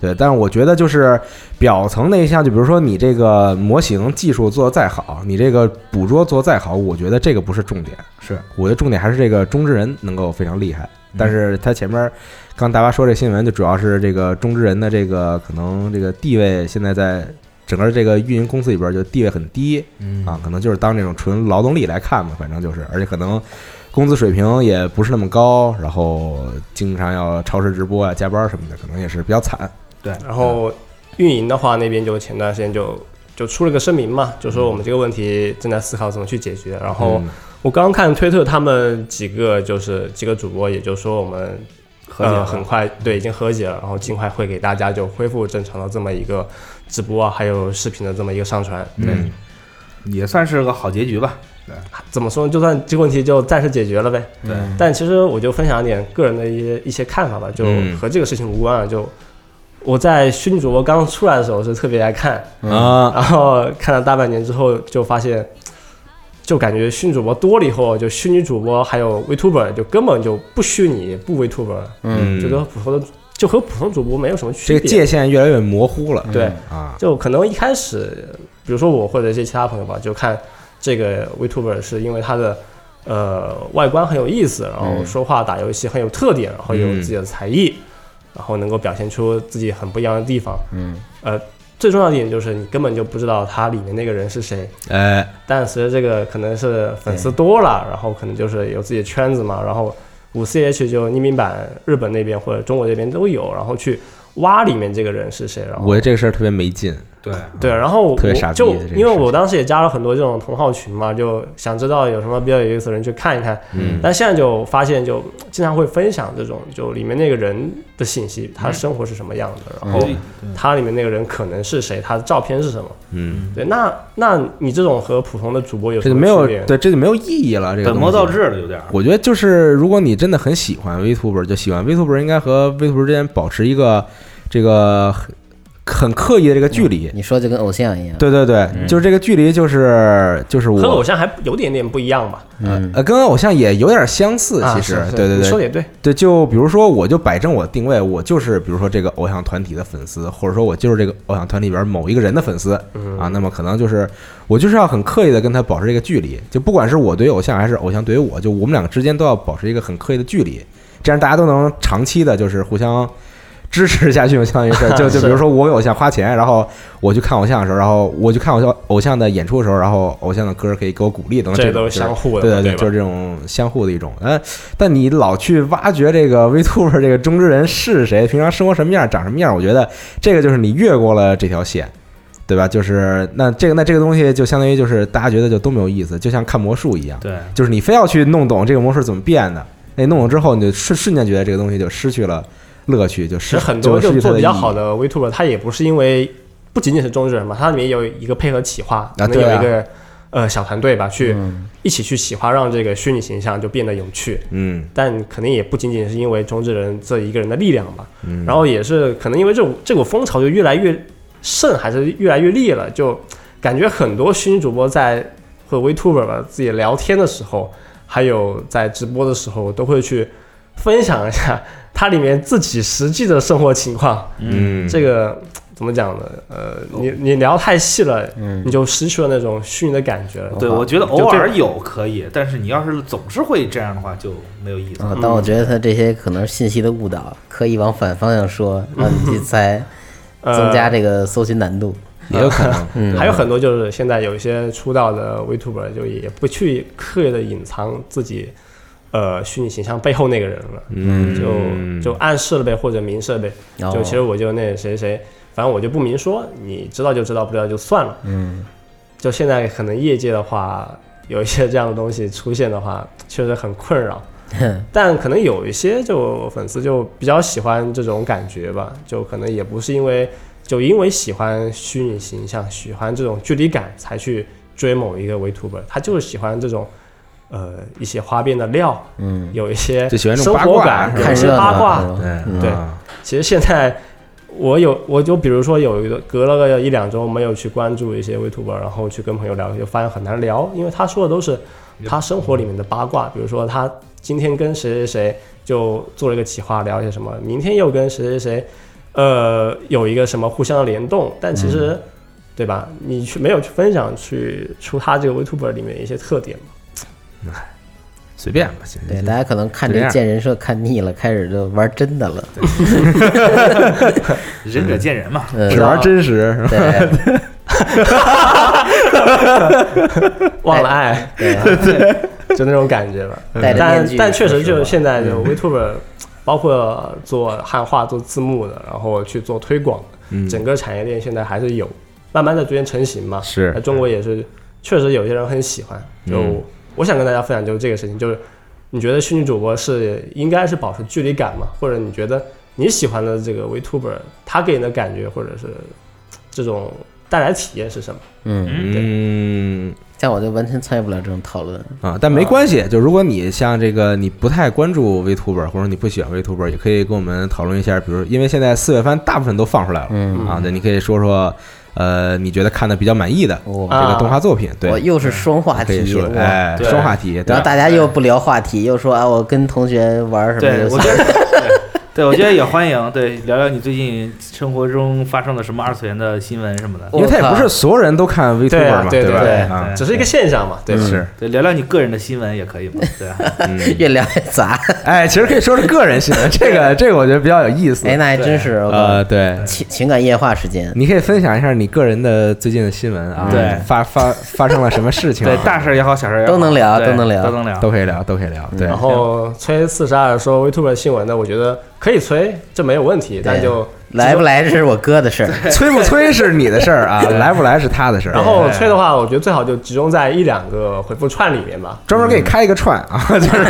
Speaker 7: 对，但是我觉得就是表层那一项，就比如说你这个模型技术做得再好，你这个捕捉做得再好，我觉得这个不是重点。
Speaker 9: 是
Speaker 7: 我的重点还是这个中之人能够非常厉害，但是他前面刚大巴说这新闻，就主要是这个中之人的这个可能这个地位现在在整个这个运营公司里边就地位很低
Speaker 9: 嗯
Speaker 7: 啊，可能就是当这种纯劳动力来看嘛，反正就是，而且可能工资水平也不是那么高，然后经常要超时直播啊、加班什么的，可能也是比较惨。
Speaker 8: 然后运营的话，那边就前段时间就就出了个声明嘛，就说我们这个问题正在思考怎么去解决。然后
Speaker 7: 嗯
Speaker 8: 我刚看推特，他们几个就是几个主播，也就说我们
Speaker 9: 和解了
Speaker 8: 呃很快对已经和解了，然后尽快会给大家就恢复正常的这么一个直播啊，还有视频的这么一个上传。对，
Speaker 9: 嗯，也算是个好结局吧。
Speaker 8: 怎么说呢？就算这个问题就暂时解决了呗。
Speaker 9: 对，
Speaker 8: 但其实我就分享一点个人的一些一些看法吧，就
Speaker 7: 嗯
Speaker 8: 和这个事情无关啊。就我在虚拟主播刚出来的时候是特别爱看，
Speaker 7: 啊，
Speaker 8: 然后看了大半年之后，就发现，就感觉虚拟主播多了以后，就虚拟主播还有 VTuber 就根本就不虚拟，不 VTuber，
Speaker 7: 嗯，
Speaker 8: 就跟普通的就和普通主播没有什么区
Speaker 7: 这
Speaker 8: 别。
Speaker 7: 个界限越来越模糊了，
Speaker 8: 对，
Speaker 7: 啊，
Speaker 8: 就可能一开始，比如说我或者一些其他朋友吧，就看这个 VTuber 是因为他的呃外观很有意思，然后说话打游戏很有特点，然后有自己的才艺，然后能够表现出自己很不一样的地方。
Speaker 3: 嗯，
Speaker 8: 呃，最重要的一点就是你根本就不知道他里面那个人是谁，
Speaker 7: 哎，
Speaker 8: 但随着这个可能是粉丝多了，然后可能就是有自己的圈子嘛，然后五 CH 就匿名版日本那边或者中国这边都有，然后去挖里面这个人是谁，然后
Speaker 7: 我这个事儿特别没劲，
Speaker 9: 对，
Speaker 8: 对，然后我
Speaker 7: 特别傻逼
Speaker 8: 就
Speaker 7: 的这个
Speaker 8: 因为
Speaker 7: 事
Speaker 8: 我
Speaker 7: 情
Speaker 8: 当时也加了很多这种同好群嘛，就想知道有什么比较有意思的人去看一看。
Speaker 7: 嗯
Speaker 8: 但现在就发现，就经常会分享这种就里面那个人的信息，
Speaker 7: 嗯
Speaker 8: 他生活是什么样的，然后他里面那个人可能是谁，他的照片是什么。
Speaker 7: 嗯，
Speaker 8: 对，那那你这种和普通的主播有
Speaker 7: 这
Speaker 8: 什
Speaker 7: 就
Speaker 8: 么
Speaker 7: 没有
Speaker 8: 区别？
Speaker 7: 对，这就没有意义了，这个
Speaker 9: 本末倒
Speaker 7: 东西
Speaker 9: 置了，有点儿。
Speaker 7: 我觉得就是，如果你真的很喜欢 Vtuber，就喜欢 Vtuber，应该和 Vtuber 之间保持一个这个很很刻意的这个距
Speaker 8: 嗯
Speaker 7: 离。
Speaker 3: 你说就跟偶像一样，，
Speaker 7: 对对对，就是这个距离，就是就是
Speaker 8: 和嗯偶
Speaker 7: 我
Speaker 8: 像还有点点不一样吧？
Speaker 3: 嗯，
Speaker 7: 呃跟偶像也有点相似，
Speaker 8: 啊
Speaker 7: 其实
Speaker 8: 是是
Speaker 7: 对对
Speaker 8: 你说
Speaker 7: 对
Speaker 8: 的也对，
Speaker 7: 对，就比如说我就摆正我的定位，我就是比如说这个偶像团体的粉丝，或者说我就是这个偶像团体里边某一个人的粉丝
Speaker 8: 嗯
Speaker 7: 啊，那么可能就是我就是要很刻意的跟他保持这个距离，就不管是我对偶像还是偶像对于我，就我们两个之间都要保持一个很刻意的距离，这样大家都能长期的就是互相。支持下去嘛，相当于 是，就就比如说我给偶像花钱，然后我去看偶像的时候，然后我去看偶像偶像的演出的时候，然后偶像的歌可以给我鼓励等等，
Speaker 8: 这
Speaker 7: 种
Speaker 8: 都
Speaker 7: 就
Speaker 8: 是
Speaker 7: 是
Speaker 8: 相互的
Speaker 7: 对
Speaker 8: 嘛，
Speaker 7: 对，
Speaker 8: 对
Speaker 7: 就是
Speaker 8: 吧？
Speaker 7: 这种相互的一种。呃，但你老去挖掘这个 Vtuber 这个中之人是谁，平常生活什么样，长什么样，我觉得这个就是你越过了这条线，对吧？就是那这个那这个东西就相当于就是大家觉得就都没有意思，就像看魔术一样，
Speaker 9: 对，
Speaker 7: 就是你非要去弄懂这个魔术是怎么变的，那弄懂之后，你就瞬瞬间觉得这个东西就失去了乐趣，就
Speaker 8: 其实
Speaker 7: 失
Speaker 8: 很多
Speaker 7: 就
Speaker 8: 就
Speaker 7: 失去它
Speaker 8: 做比较
Speaker 7: 意义
Speaker 8: 好的 Vtuber，他也不是因为不仅仅是中之人嘛，它里面有一个配合企划，
Speaker 7: 啊
Speaker 8: 可能
Speaker 7: 对
Speaker 8: 有
Speaker 7: 啊
Speaker 8: 一个呃小团队吧，去一起去企划，让这个虚拟形象就变得有趣。
Speaker 7: 嗯
Speaker 8: 但肯定也不仅仅是因为中之人这一个人的力量吧，
Speaker 7: 嗯，
Speaker 8: 然后也是可能因为这股这股风潮就越来越盛，还是越来越烈了，就感觉很多虚拟主播在和 Vtuber 吧自己聊天的时候，还有在直播的时候，都会去分享一下它里面自己实际的生活情况。
Speaker 7: 嗯
Speaker 8: 这个怎么讲呢？呃，你你聊太细了，你就失去了那个虚拟的感觉了。
Speaker 9: 对，
Speaker 8: 就
Speaker 9: 我觉得偶
Speaker 8: 这
Speaker 9: 尔有可以，但是你要是总是会这样的话，就没有意
Speaker 7: 嗯
Speaker 9: 思。
Speaker 3: 啊，但我觉得他这些可能是信息的误导，刻意往反方向说，让你去 猜，
Speaker 8: 呃
Speaker 3: 增加这个搜寻难度。
Speaker 7: 也有可能，
Speaker 3: 嗯
Speaker 8: 还有很多就是现在有一些出道的 Vtuber 就也不去刻意的隐藏自己，呃，虚拟形象背后那个人了，
Speaker 7: 嗯
Speaker 8: 就就暗示了呗，或者明示了呗。
Speaker 3: 哦
Speaker 8: 就其实我就那谁谁，反正我就不明说，你知道就知道，不知道就算了。
Speaker 3: 嗯，
Speaker 8: 就现在可能业界的话，有一些这样的东西出现的话，确实很困扰。但可能有一些就粉丝就比较喜欢这种感觉吧，就可能也不是因为就因为喜欢虚拟形象，喜欢这种距离感才去追某一个 Vtuber，他就是喜欢这种呃一些花边的料，嗯，有一些
Speaker 7: 就喜欢这种
Speaker 8: 生
Speaker 7: 八
Speaker 8: 活
Speaker 7: 卦
Speaker 8: 感，
Speaker 7: 是吧
Speaker 8: 有一
Speaker 3: 看
Speaker 8: 些
Speaker 3: 热闹
Speaker 8: 八卦
Speaker 3: 是，吧
Speaker 7: 嗯
Speaker 8: 对
Speaker 7: 啊
Speaker 8: 其实现在我有，我就比如说有一个隔了个一两周没有去关注一些微 t u 然后去跟朋友聊，就发现很难聊，因为他说的都是他生活里面的八卦，比如说他今天跟谁谁谁就做了一个企划聊一些什么，明天又跟谁谁谁，呃，有一个什么互相的联动，但其实、对吧，你去没有去分享去出他这个微 t u 里面一些特点嘛
Speaker 7: 随便吧，行
Speaker 3: 对，
Speaker 7: 行
Speaker 3: 大家可能看这见人设看腻了，开始就玩真的了。
Speaker 9: 仁者见仁嘛，
Speaker 3: 嗯，
Speaker 7: 只玩真实是吧？
Speaker 3: 对
Speaker 8: 忘了爱，
Speaker 3: 对，
Speaker 8: 就那种感觉吧。嗯
Speaker 3: 戴着面
Speaker 8: 但
Speaker 3: 具。
Speaker 8: 但确实就是
Speaker 3: 说实
Speaker 8: 现在就 VTuber，包括做汉化、做字幕的，然后去做推广的，
Speaker 3: 嗯
Speaker 8: 整个产业链现在还是有慢慢的逐渐成型嘛。
Speaker 7: 是
Speaker 3: 嗯
Speaker 8: 那中国也是确实有些人很喜欢，就我想跟大家分享就是这个事情，就是你觉得虚拟主播是应该是保持距离感吗？或者你觉得你喜欢的这个 Vtuber 他给你的感觉，或者是这种带来体验是什么？
Speaker 3: 嗯，
Speaker 7: 嗯
Speaker 3: 像我就完全参与不了这种讨论。
Speaker 7: 啊，但没关系，就如果你像这个你不太关注 Vtuber 或者你不喜欢 Vtuber，也可以跟我们讨论一下，比如因为现在四月番大部分都放出来了、
Speaker 3: 嗯，
Speaker 7: 啊，对，你可以说说，呃，你觉得看的比较满意的
Speaker 3: 我、
Speaker 7: 这
Speaker 8: 啊
Speaker 7: 个动画作品，对，
Speaker 3: 我又是双话
Speaker 7: 可以
Speaker 3: 题，
Speaker 7: 说，
Speaker 3: 我
Speaker 7: 哎，
Speaker 8: 对
Speaker 7: 双话题，对
Speaker 3: 然后大家又不聊话题，又说啊，我跟同学玩什么
Speaker 9: 对，
Speaker 3: 游
Speaker 9: 我
Speaker 3: 戏
Speaker 9: 觉得， 对对，我觉得也欢迎。对，聊聊你最近生活中发生的什么二次元的新闻什么的。
Speaker 7: 因为他也不
Speaker 3: 我靠
Speaker 7: 是所有人都看 Vtuber 嘛，
Speaker 8: 对啊对
Speaker 7: 吧？
Speaker 8: 对对
Speaker 7: 啊，
Speaker 8: 只是一个现象嘛，对吧？
Speaker 7: 是，
Speaker 9: 对，聊聊你个人的新闻也可以嘛。 对啊吧，
Speaker 7: 嗯，
Speaker 3: 越聊越杂。
Speaker 7: 哎，其实可以说是个人新闻，这个这个我觉得比较有意思，
Speaker 3: 哎，那还真是我嗯
Speaker 7: 呃，
Speaker 3: 靠
Speaker 7: 对。
Speaker 3: 情情感夜话时间。
Speaker 7: 你可以分享一下你个人的最近的新闻啊，
Speaker 9: 对
Speaker 7: 发发发生了什么事情啊、
Speaker 9: 对，大事儿也好，小事儿也好，
Speaker 3: 都能聊
Speaker 9: 对
Speaker 3: 都能聊
Speaker 9: 都能 聊。
Speaker 7: 都可以聊，都可以聊。对，
Speaker 8: 然后吹四十二说 Vtuber 新闻的，我觉得可以吹，这没有问题，但就
Speaker 3: 来不来这是我哥的事儿，
Speaker 7: 催不催是你的事儿啊，来不来是他的事儿。
Speaker 8: 然后吹的话，我觉得最好就集中在一两个回复串里面吧。
Speaker 7: 专门给你开一个串啊，就是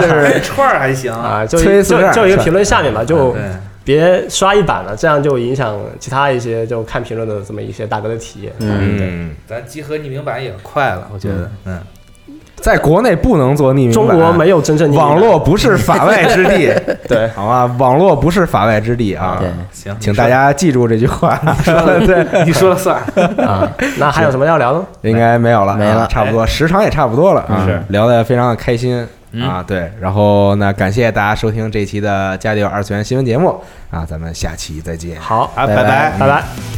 Speaker 7: 就是
Speaker 9: 串儿还行
Speaker 8: 啊，就
Speaker 7: 催
Speaker 8: 一
Speaker 7: 四十二啊
Speaker 8: 就就一个
Speaker 7: 是吧
Speaker 8: 评论下面吧，就
Speaker 9: 对
Speaker 8: 别刷一版了，这样就影响其他一些就看评论的这么一些大哥的体验。
Speaker 7: 嗯，
Speaker 9: 咱集合匿名版也快了，我觉得，嗯，
Speaker 7: 在国内不能做匿名版，啊
Speaker 8: 中国没有真正匿名 版
Speaker 7: 网络不是法外之地，
Speaker 8: 对
Speaker 7: 好吧？网络不是法外之地啊，
Speaker 3: 对，
Speaker 9: 行，
Speaker 7: 请大家记住这句话。对，
Speaker 9: 你说了算，
Speaker 8: 啊，那还有什么要聊的？
Speaker 7: 应该没有了，
Speaker 3: 没了
Speaker 7: 啊差不多，时长也差不多了啊，
Speaker 9: 是
Speaker 7: 聊得非常的开心
Speaker 9: 嗯
Speaker 7: 啊，对，然后那感谢大家收听这一期的《家里有二次元新闻节目》啊，咱们下期再见。
Speaker 8: 好，
Speaker 9: 啊，
Speaker 3: 拜拜
Speaker 9: 拜拜。
Speaker 8: 拜拜。
Speaker 6: 「